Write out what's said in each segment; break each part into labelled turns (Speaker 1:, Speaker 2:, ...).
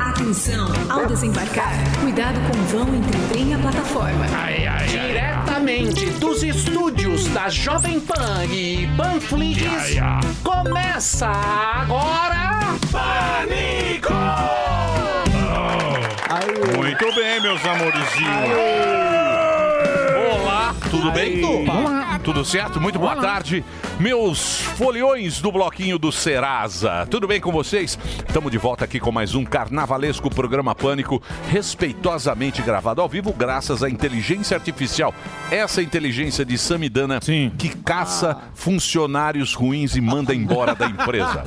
Speaker 1: Atenção ao desembarcar. Cuidado com o vão entre o trem e a plataforma.
Speaker 2: Diretamente dos estúdios da Jovem Pan e Panflix, começa agora...
Speaker 3: Oh. Muito bem, meus amorzinhos. Olá, tudo bem? Tudo certo? Muito boa tarde, meus foliões do bloquinho do Serasa. Tudo bem com vocês? Estamos de volta aqui com mais um carnavalesco programa Pânico, respeitosamente gravado ao vivo, graças à inteligência artificial. Essa inteligência de Samidana que caça funcionários ruins e manda embora da empresa.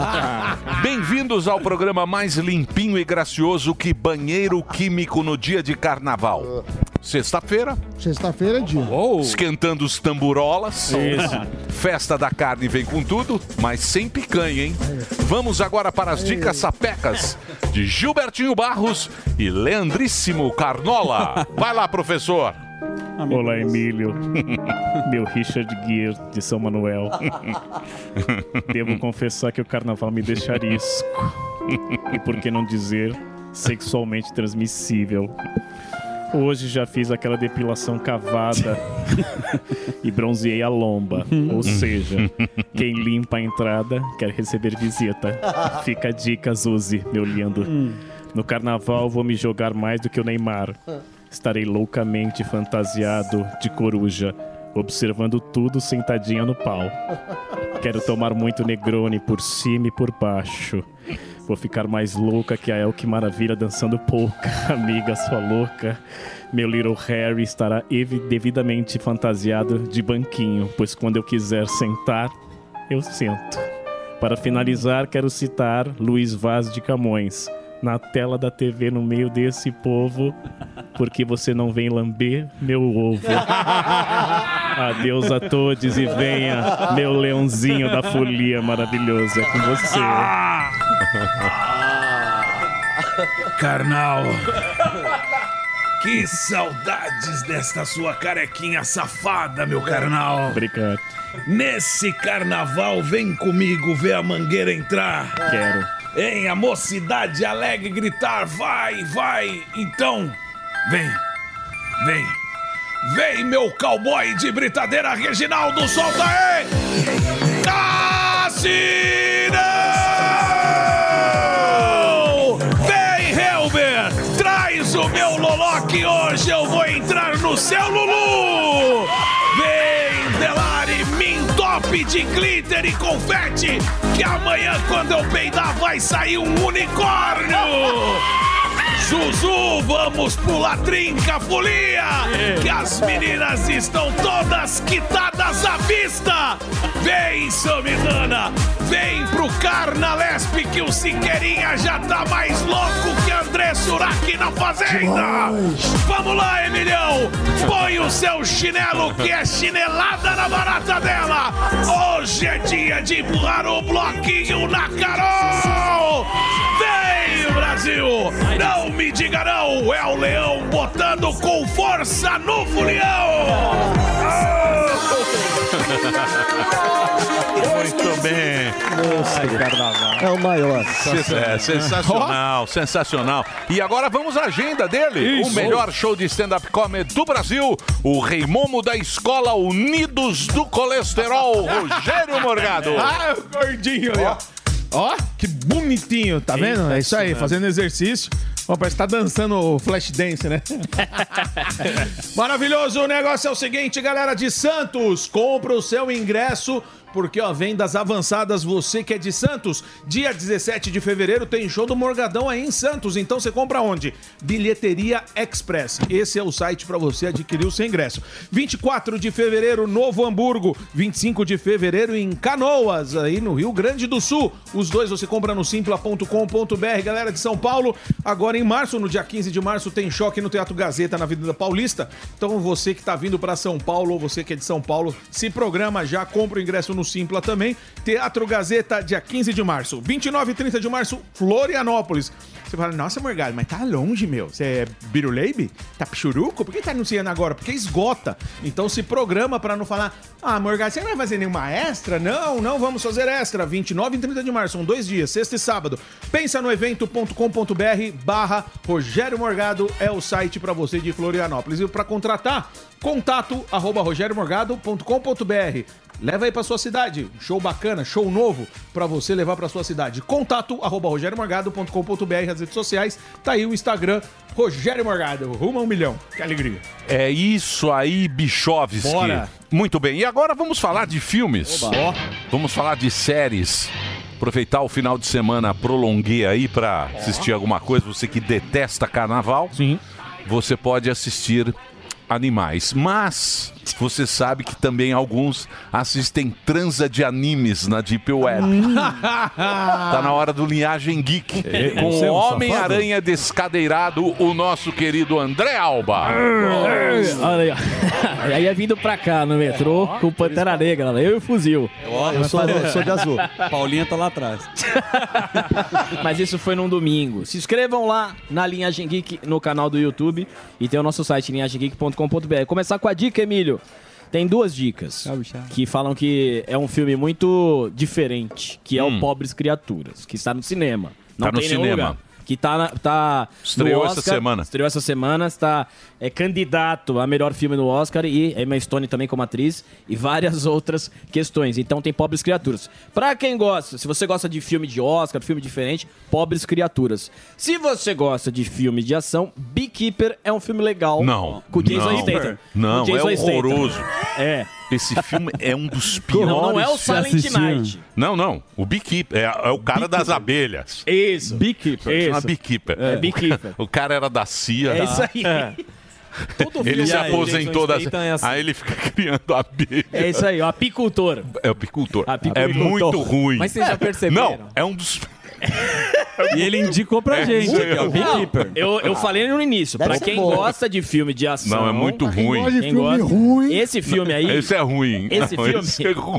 Speaker 3: Bem-vindos ao programa mais limpinho e gracioso que banheiro químico no dia de carnaval. Sexta-feira,
Speaker 4: Sexta-feira é dia.
Speaker 3: esquentando os tamburolas. Festa da carne vem com tudo, mas sem picanha, hein? Vamos agora para as dicas sapecas de Gilbertinho Barros e Leandríssimo Carnola. Vai lá, professor.
Speaker 5: Olá, Emílio. Meu Richard Gear de São Manuel. Devo confessar que o carnaval me deixa arisco. E por que não dizer sexualmente transmissível? Hoje já fiz aquela depilação cavada e bronzeei a lomba. Ou seja, quem limpa a entrada quer receber visita. Fica a dica, Zuzi, meu lindo. No carnaval vou me jogar mais do que o Neymar. Estarei loucamente fantasiado de coruja, observando tudo sentadinha no pau. Quero tomar muito Negroni por cima e por baixo. Vou ficar mais louca que a El que Maravilha dançando pouca, amiga sua louca. Meu Little Harry estará evi- devidamente fantasiado de banquinho, pois quando eu quiser sentar, eu sento. Para finalizar, quero citar Luiz Vaz de Camões. Na tela da TV, no meio desse povo, porque você não vem lamber meu ovo. Adeus a todos e venha, meu leãozinho da folia maravilhoso, é com você.
Speaker 6: Ah! Carnal, que saudades desta sua carequinha safada, meu carnal.
Speaker 5: Obrigado,
Speaker 6: Nesse carnaval, vem comigo ver a mangueira entrar.
Speaker 5: quero.
Speaker 6: Hein, a mocidade alegre gritar, vai, vai. Então, vem, vem. Vem, meu cowboy de britadeira, Reginaldo, solta aí! Cassinão! Vem, Helber! Traz o meu loló que hoje eu vou entrar no seu Lulu! Vem, Delari, me entope de glitter e confete que amanhã quando eu peidar vai sair um unicórnio! Zuzu, vamos pular trinca, folia! Que as meninas estão todas quitadas à vista! Vem, Samidana! Vem pro Carnalesp que o Siqueirinha já tá mais louco que André Suraki na Fazenda! Vamos lá, Emilhão! Põe o seu chinelo que é chinelada na barata dela! Hoje é dia de empurrar o bloquinho na
Speaker 7: Oh!
Speaker 6: Carol! Vem, Brasil! Não me diga não! É o leão botando com força no fulião! Ah!
Speaker 3: Muito bem.
Speaker 4: É o maior.
Speaker 3: É, sensacional, sensacional. E agora vamos à agenda dele. O melhor show de stand-up comedy do Brasil, o Reimomo da Escola Unidos do Colesterol, Rogério Morgado.
Speaker 7: Ah, o gordinho aí, ó. Ó, que bonitinho, tá vendo? É isso aí, fazendo exercício. Bom, parece que tá dançando o flash dance, né? Maravilhoso! O negócio é o seguinte, galera de Santos, compra o seu ingresso porque ó, vendas avançadas, você que é de Santos, dia 17 de fevereiro tem show do Morgadão aí em Santos. Então você compra onde? Bilheteria Express. Esse é o site para você adquirir o seu ingresso. 24 de fevereiro, Novo Hamburgo. 25 de fevereiro em Canoas, aí no Rio Grande do Sul. Os dois você compra no simpla.com.br, galera de São Paulo. Agora em março, no dia 15 de março, tem choque no Teatro Gazeta na Avenida Paulista. Então você que tá vindo para São Paulo ou você que é de São Paulo, se programa já, compra o ingresso no Simpla também. Teatro Gazeta, dia 15 de março. 29 e 30 de março, Florianópolis. Você fala, nossa, Morgado, mas tá longe, meu. Você é Biruleibe? Tá pichuruco? Por que tá anunciando agora? Porque esgota. Então se programa pra não falar, ah, Morgado, você não vai fazer nenhuma extra? Não, não vamos fazer extra. 29 e 30 de março, são dois dias, sexta e sábado. Pensa no evento.com.br barra Rogério Morgado é o site pra você de Florianópolis. E pra contratar, contato arroba rogeriomorgado.com.br Leva aí pra sua cidade. Um Show bacana, show novo pra você levar pra sua cidade. Contato arroba rogeriomorgado.com.br, as redes sociais. Tá aí o Instagram, Rogério Morgado. Rumo a um milhão. Que alegria.
Speaker 3: É isso aí, Bichovski.
Speaker 7: Bora.
Speaker 3: Muito bem. E agora vamos falar de filmes.
Speaker 7: Oba. Ó.
Speaker 3: Vamos falar de séries. Aproveitar o final de semana, prolonguei aí pra assistir alguma coisa. Você que detesta carnaval, Sim. você pode assistir animais. Mas você sabe que também alguns assistem transa de animes na Deep Web. Tá na hora do Linhagem Geek.
Speaker 6: É,
Speaker 3: com
Speaker 6: você é
Speaker 3: o
Speaker 6: um
Speaker 3: Homem-Aranha descadeirado, o nosso querido André Alba.
Speaker 8: Olha aí, ó. Aí é vindo pra cá no metrô com Pantera Negra, galera. eu e o fuzil.
Speaker 9: Eu sou- eu sou de azul.
Speaker 8: Paulinha tá lá atrás. Mas isso foi num domingo. Se inscrevam lá na Linhagem Geek no canal do YouTube e tem o nosso site linhagemgeek.com.br. Começar com a dica, Emílio. Tem duas dicas que falam que é um filme muito diferente, que é o Pobres Criaturas, que está no cinema. Não
Speaker 3: Tá no
Speaker 8: tem nenhum
Speaker 3: cinema.
Speaker 8: lugar. Que tá, na- tá no
Speaker 3: Estreou essa
Speaker 8: Oscar,
Speaker 3: semana.
Speaker 8: Estreou essa semana, está é candidato a melhor filme no Oscar e Emma Stone também como atriz e várias outras questões. Então tem Pobres Criaturas. Pra quem gosta, se você gosta de filme de Oscar, filme diferente, Pobres Criaturas. Se você gosta de filme de ação, Beekeeper é um filme legal.
Speaker 3: Não.
Speaker 8: Com o Jason
Speaker 3: não.
Speaker 8: Statham.
Speaker 3: Não,
Speaker 8: Com o Jason
Speaker 3: é
Speaker 8: Statham.
Speaker 3: horroroso.
Speaker 8: É.
Speaker 3: Esse filme é um dos
Speaker 8: Não,
Speaker 3: piores.
Speaker 8: não é o
Speaker 3: filmes.
Speaker 8: Silent Night.
Speaker 3: Não, não. O Beekeeper. É, é o cara das abelhas.
Speaker 8: Isso.
Speaker 3: Beekeeper. Chama
Speaker 8: Isso.
Speaker 3: Beekeeper.
Speaker 8: É, Beekeeper.
Speaker 3: O cara era da CIA.
Speaker 8: É isso aí. É.
Speaker 3: ele
Speaker 8: filme
Speaker 3: se
Speaker 8: é assim.
Speaker 3: aposentou da
Speaker 8: Jason Statham é assim.
Speaker 3: Aí ele fica criando abelha.
Speaker 8: É isso aí, ó, apicultor.
Speaker 3: É o apicultor. É
Speaker 8: Apicultor.
Speaker 3: muito ruim.
Speaker 8: Mas vocês já perceberam?
Speaker 3: Não, é um dos.
Speaker 8: E ele indicou pra
Speaker 3: gente aqui, ó, Beekeeper.
Speaker 8: É. Eu, eu falei no início,
Speaker 3: Deve
Speaker 8: pra
Speaker 3: ser
Speaker 8: quem
Speaker 3: bom.
Speaker 8: gosta de filme de ação.
Speaker 3: Não, é muito Pra quem ruim. gosta de
Speaker 8: Quem
Speaker 3: filme
Speaker 8: ruim. Esse filme aí.
Speaker 3: Esse é ruim.
Speaker 8: Esse
Speaker 3: Não,
Speaker 8: filme.
Speaker 3: esse é ruim.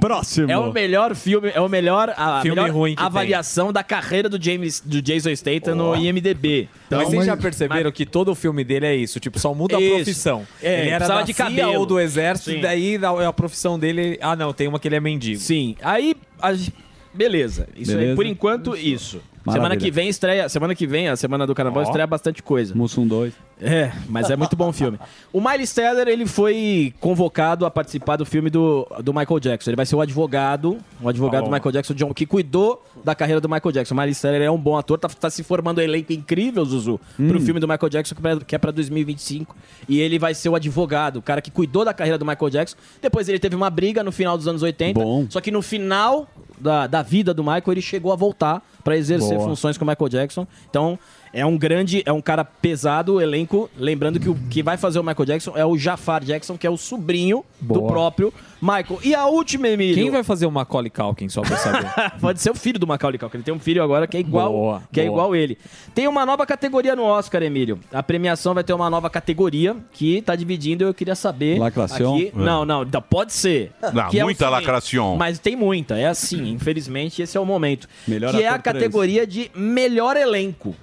Speaker 8: É o melhor filme, é o melhor, a
Speaker 3: Filme
Speaker 8: melhor
Speaker 3: ruim que
Speaker 8: avaliação da carreira do James do Jason Statham no IMDb.
Speaker 10: Então, Mas É, vocês já perceberam
Speaker 8: que todo o filme dele é Então, isso, tipo, só
Speaker 10: muda a profissão. ele era da
Speaker 8: é de
Speaker 10: CIA
Speaker 8: cabelo
Speaker 10: tá ou do exército,
Speaker 8: Sim.
Speaker 10: e daí a, a profissão dele. Ah, não, tem uma que ele é mendigo.
Speaker 8: Sim. Aí. a gen- beleza. Isso aí,
Speaker 10: Beleza.
Speaker 8: por enquanto, isso.
Speaker 10: Maravilha.
Speaker 8: Semana que vem estreia. Semana que vem, a semana do
Speaker 10: Ó.
Speaker 8: carnaval, estreia bastante coisa.
Speaker 9: Mussum 2.
Speaker 8: É, mas é muito bom o filme. O Miles Teller, ele foi convocado a participar do filme do, do Michael Jackson. Ele vai ser o advogado, o advogado do
Speaker 10: Ó.
Speaker 8: Michael Jackson, John, que cuidou da carreira do Michael Jackson. O Miles Teller é um bom ator, tá, tá se formando um elenco incrível, Zuzu, pro
Speaker 10: Hum.
Speaker 8: filme do Michael Jackson, que pra- que é pra 2025. E ele vai ser o advogado, o cara que cuidou da carreira do Michael Jackson. Depois ele teve uma briga no final dos anos 80. Só que no final da, da vida do Michael, ele chegou a voltar pra exercer
Speaker 10: Boa.
Speaker 8: funções com o Michael Jackson. Então, é um grande, é um cara pesado o elenco. Lembrando que o que vai fazer o Michael Jackson é o Jafar Jackson, que é o sobrinho do
Speaker 10: Boa.
Speaker 8: próprio Michael. E a última, Emílio.
Speaker 10: Quem vai fazer o Macaulay Culkin, só pra eu saber?
Speaker 8: Pode ser o filho do Macaulay Culkin. Ele tem um filho agora que é igual,
Speaker 10: Boa,
Speaker 8: que é
Speaker 10: boa.
Speaker 8: igual ele. Tem uma nova categoria no Oscar, Emílio. A premiação vai ter uma nova categoria que tá dividindo. Eu queria saber.
Speaker 3: Lacração?
Speaker 8: aqui-
Speaker 3: É.
Speaker 8: Não, não. da- Pode ser.
Speaker 3: Não,
Speaker 8: Que é o
Speaker 3: muita
Speaker 8: seguinte,
Speaker 3: lacração.
Speaker 8: Mas tem muita. É assim. Infelizmente, esse é o momento.
Speaker 9: Melhor
Speaker 8: que é a
Speaker 9: ator três.
Speaker 8: categoria de melhor elenco.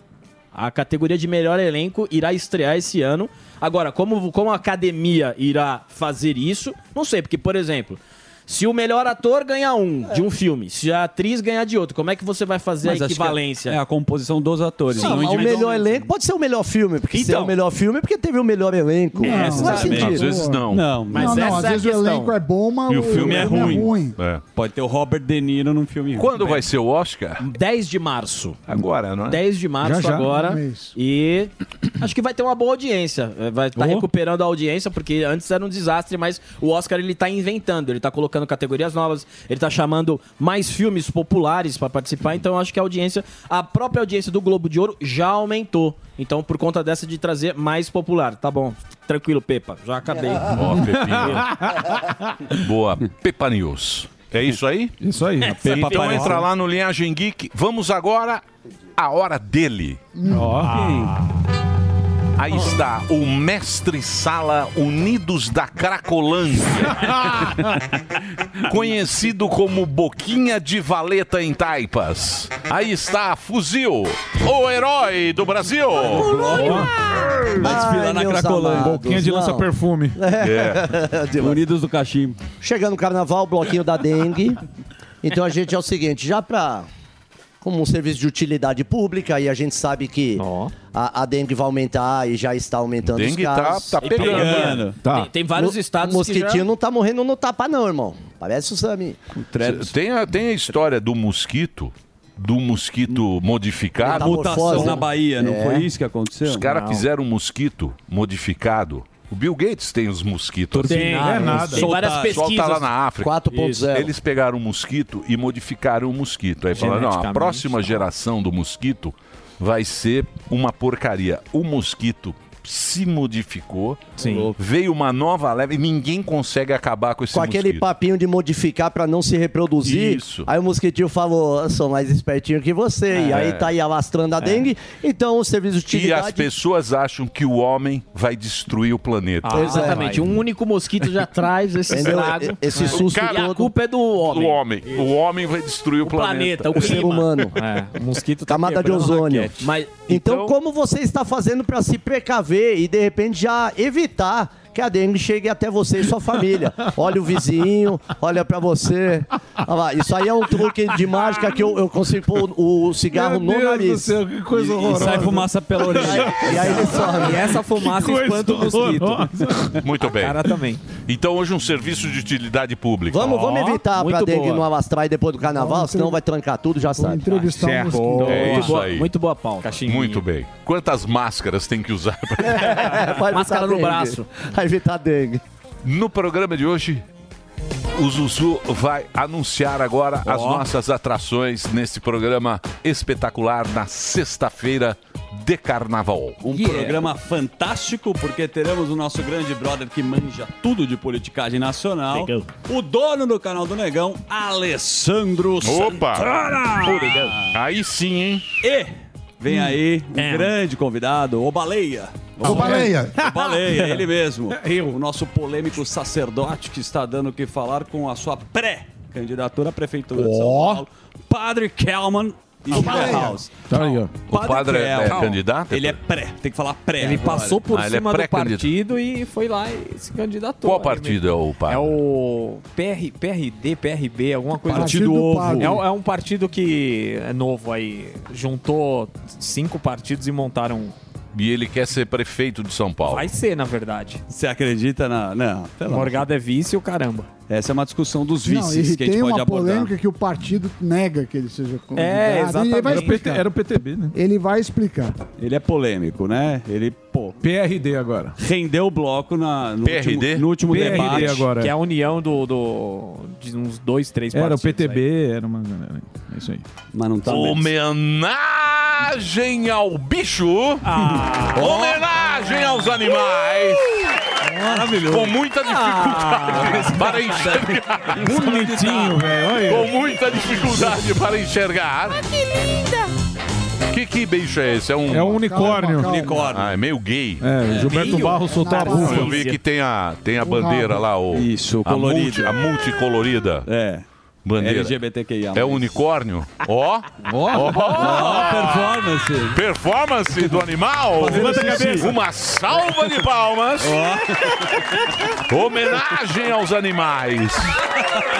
Speaker 8: A categoria de melhor elenco irá estrear esse ano. Agora, como, como a academia irá fazer isso, não sei, porque, por exemplo, Se o melhor ator ganhar um de um filme, se a atriz ganhar de outro, como é que você vai fazer
Speaker 9: Mas
Speaker 8: a
Speaker 9: acho que
Speaker 8: equivalência?
Speaker 9: É a composição dos atores.
Speaker 8: Sim,
Speaker 9: não
Speaker 8: mas
Speaker 9: individual.
Speaker 8: o
Speaker 4: O melhor elenco pode ser o melhor filme, porque se é o
Speaker 8: Então.
Speaker 4: melhor filme é porque teve o melhor elenco.
Speaker 3: É,
Speaker 4: Não faz
Speaker 3: exatamente.
Speaker 4: sentido.
Speaker 3: Às vezes não.
Speaker 4: Não,
Speaker 11: Mas não, não, às vezes o elenco é bom, mas
Speaker 3: E o filme
Speaker 4: né?
Speaker 3: é ruim. É.
Speaker 9: Pode ter o Robert De Niro num filme ruim.
Speaker 3: Quando vai ser o Oscar?
Speaker 8: 10 de março.
Speaker 3: Agora,
Speaker 9: né?
Speaker 3: não é?
Speaker 8: 10 de março
Speaker 3: Já, já,
Speaker 8: agora.
Speaker 3: um
Speaker 8: E acho que vai ter uma boa audiência. É, Vai estar recuperando a audiência, porque antes era um desastre, mas o Oscar ele tá inventando, ele tá colocando categorias novas, ele tá chamando mais filmes populares para participar, então acho que a audiência, a própria audiência do Globo de Ouro já aumentou. Então, por conta dessa de trazer mais popular, tá bom. Tranquilo, Pepa, já acabei.
Speaker 3: Ó, Pepinha. Boa. Pepa News. É isso aí?
Speaker 11: Isso aí.
Speaker 8: um
Speaker 3: então entra lá no Linhagem Geek. Vamos agora à hora dele. Ah. Aí está o mestre sala Unidos da Cracolândia. Conhecido como Boquinha de Valeta em Taipas. Aí está Fuzil, o herói do Brasil.
Speaker 9: Vai desfilar na Cracolândia. Boquinha de lança-perfume.
Speaker 4: É.
Speaker 9: Unidos do Cachimbo.
Speaker 4: Chegando o carnaval, bloquinho da dengue. Então a gente é o seguinte, já pra. Como um serviço de utilidade pública, e a gente sabe que a, a dengue vai aumentar e já está aumentando
Speaker 3: Dengue
Speaker 4: os
Speaker 3: tá-
Speaker 4: casos.
Speaker 3: tá pegando, né? Tá.
Speaker 8: Tem- tem vários estados que
Speaker 4: O mosquitinho
Speaker 8: já-
Speaker 4: não tá morrendo no tapa, não, irmão. Parece o Sami.
Speaker 3: Cê- Tem a, tem a história do mosquito, do mosquito modificado.
Speaker 9: Metamorfose, Mutação na né? Bahia, não É. foi isso que aconteceu?
Speaker 3: Os caras
Speaker 9: Não.
Speaker 3: fizeram um mosquito modificado. O Bill Gates tem os mosquitos.
Speaker 9: Tem, Não é nada. tem várias
Speaker 3: Solta
Speaker 9: pesquisas.
Speaker 3: lá na África.
Speaker 4: 4.0.
Speaker 3: Isso. Eles pegaram um mosquito e modificaram o mosquito. Aí falaram, não, a
Speaker 9: Geneticamente, né?
Speaker 3: próxima geração do mosquito vai ser uma porcaria. O mosquito se modificou, veio uma nova leva e ninguém consegue acabar com esse
Speaker 4: Com aquele
Speaker 3: mosquito.
Speaker 4: papinho de modificar pra não se reproduzir.
Speaker 3: Isso.
Speaker 4: Aí o mosquitinho falou: "Eu sou mais espertinho que você. E
Speaker 3: É.
Speaker 4: aí tá aí alastrando a dengue. Então o serviço de
Speaker 3: E as
Speaker 4: utilidade.
Speaker 3: pessoas acham que o homem vai destruir o planeta.
Speaker 4: Ah, Pois é.
Speaker 8: Exatamente, um único mosquito já traz esse
Speaker 4: Entendeu?
Speaker 8: estrago.
Speaker 4: Esse
Speaker 8: É.
Speaker 4: susto
Speaker 8: E a
Speaker 4: todo.
Speaker 8: culpa é do homem.
Speaker 3: O homem. O homem vai destruir o, planeta.
Speaker 8: planeta, o O ser clima. humano.
Speaker 9: É, o mosquito tá
Speaker 4: Camada de
Speaker 9: quebrando
Speaker 4: ozônio.
Speaker 9: raquete.
Speaker 8: Mas,
Speaker 4: então, como você está fazendo pra se precaver e de repente já evitar que a dengue chegue até você e sua família? Olha o vizinho, olha pra você. Olha lá, isso aí é um truque de mágica que eu, eu consigo pôr o cigarro no nariz.
Speaker 11: que coisa
Speaker 9: E- E sai fumaça pela orelha.
Speaker 4: E aí ele some.
Speaker 9: E essa fumaça espanta o mosquito.
Speaker 3: Muito bem.
Speaker 9: Cara também.
Speaker 3: Então hoje um serviço de utilidade pública.
Speaker 4: Vamos, vamos evitar pra dengue não alastrar e depois do carnaval,
Speaker 11: Vamos
Speaker 4: senão
Speaker 11: entre-
Speaker 4: vai trancar tudo, já sabe.
Speaker 11: entrevistar um
Speaker 4: Certo.
Speaker 11: mosquito.
Speaker 3: É
Speaker 8: Muito
Speaker 3: isso
Speaker 8: boa-
Speaker 3: aí.
Speaker 8: Muito boa pauta.
Speaker 3: Muito bem. Quantas máscaras tem que usar? pra-
Speaker 4: É, Vai evitar
Speaker 8: Máscara no
Speaker 4: dengue.
Speaker 8: braço.
Speaker 4: Vai evitar dengue.
Speaker 3: No programa de hoje, o Zuzu vai anunciar agora as nossas atrações nesse programa espetacular na sexta-feira de carnaval.
Speaker 9: Um programa fantástico, porque teremos o nosso grande brother que manja tudo de politicagem nacional.
Speaker 8: Negão.
Speaker 9: O dono do canal do Negão, Alessandro
Speaker 3: Opa!
Speaker 9: Santana.
Speaker 3: Ô, Negão. Aí sim, hein?
Speaker 9: E vem aí um grande convidado, o Baleia.
Speaker 11: O Baleia.
Speaker 9: O Baleia, ele mesmo. O nosso polêmico sacerdote que está dando o que falar com a sua pré-candidatura à Prefeitura de São
Speaker 11: Ó.
Speaker 9: Paulo, Padre Kelman. E o House.
Speaker 11: Tá aí, ó.
Speaker 3: O padre é- é candidato?
Speaker 9: Ele é pré, tem que falar pré.
Speaker 8: Ele
Speaker 9: agora.
Speaker 8: passou por
Speaker 3: Ah, ele é
Speaker 8: cima do
Speaker 3: pré-candidato.
Speaker 8: partido e foi lá e se candidatou.
Speaker 3: Qual
Speaker 8: Aí
Speaker 3: partido é o padre?
Speaker 9: É o PR, PRD, PRB, alguma coisa
Speaker 11: Partido
Speaker 10: assim.
Speaker 11: Ovo.
Speaker 9: É, um- é um partido que é novo aí. Juntou cinco partidos e montaram. um.
Speaker 3: E ele quer ser prefeito de São Paulo.
Speaker 9: Vai ser, na verdade.
Speaker 12: Você acredita na. Não,
Speaker 9: O Morgado é vice e o caramba.
Speaker 12: Essa é uma discussão dos
Speaker 11: Não,
Speaker 12: vices
Speaker 11: e
Speaker 12: que a gente
Speaker 11: tem
Speaker 12: pode
Speaker 11: uma
Speaker 12: abordar.
Speaker 11: polêmica que o partido nega que ele seja convidado.
Speaker 9: É,
Speaker 11: E ele vai
Speaker 9: exatamente.
Speaker 11: explicar.
Speaker 13: Era o PTB, né?
Speaker 11: Ele vai explicar.
Speaker 12: Ele é polêmico, né? Ele, pô,
Speaker 13: PRD agora.
Speaker 12: rendeu o bloco na, no
Speaker 3: PRD?
Speaker 12: último, no último
Speaker 13: PRD
Speaker 12: debate.
Speaker 13: agora.
Speaker 9: Que é a união do, do- de uns dois, três
Speaker 13: Era o
Speaker 9: partidos. aí.
Speaker 13: PTB, era uma galera. É isso aí.
Speaker 12: Mas não tá
Speaker 3: Homenagem ao bicho.
Speaker 9: Ah.
Speaker 3: Homenagem aos animais.
Speaker 9: Uh! Maravilhoso. Ah.
Speaker 3: Com muita dificuldade para enxergar.
Speaker 13: Bonitinho, velho. Olha
Speaker 3: Com
Speaker 13: aí.
Speaker 3: muita dificuldade para enxergar. que linda. Que, que bicho é esse? É um...
Speaker 13: É um unicórnio.
Speaker 12: Unicórnio.
Speaker 3: Ah, é meio gay.
Speaker 13: É, o Gilberto Barros soltou a
Speaker 3: Eu
Speaker 13: bufa.
Speaker 3: vi que tem a, tem a bandeira lá, o,
Speaker 12: Isso,
Speaker 3: a, multi,
Speaker 12: colorida.
Speaker 3: a multicolorida.
Speaker 12: É.
Speaker 3: Bandeira.
Speaker 12: LGBTQIA+.
Speaker 3: É o unicórnio? Ó. Ó.
Speaker 12: performance.
Speaker 3: Performance do animal.
Speaker 12: Fazendo
Speaker 6: assim,
Speaker 12: Levanta a xixi. cabeça.
Speaker 3: Uma salva de palmas. Homenagem aos animais.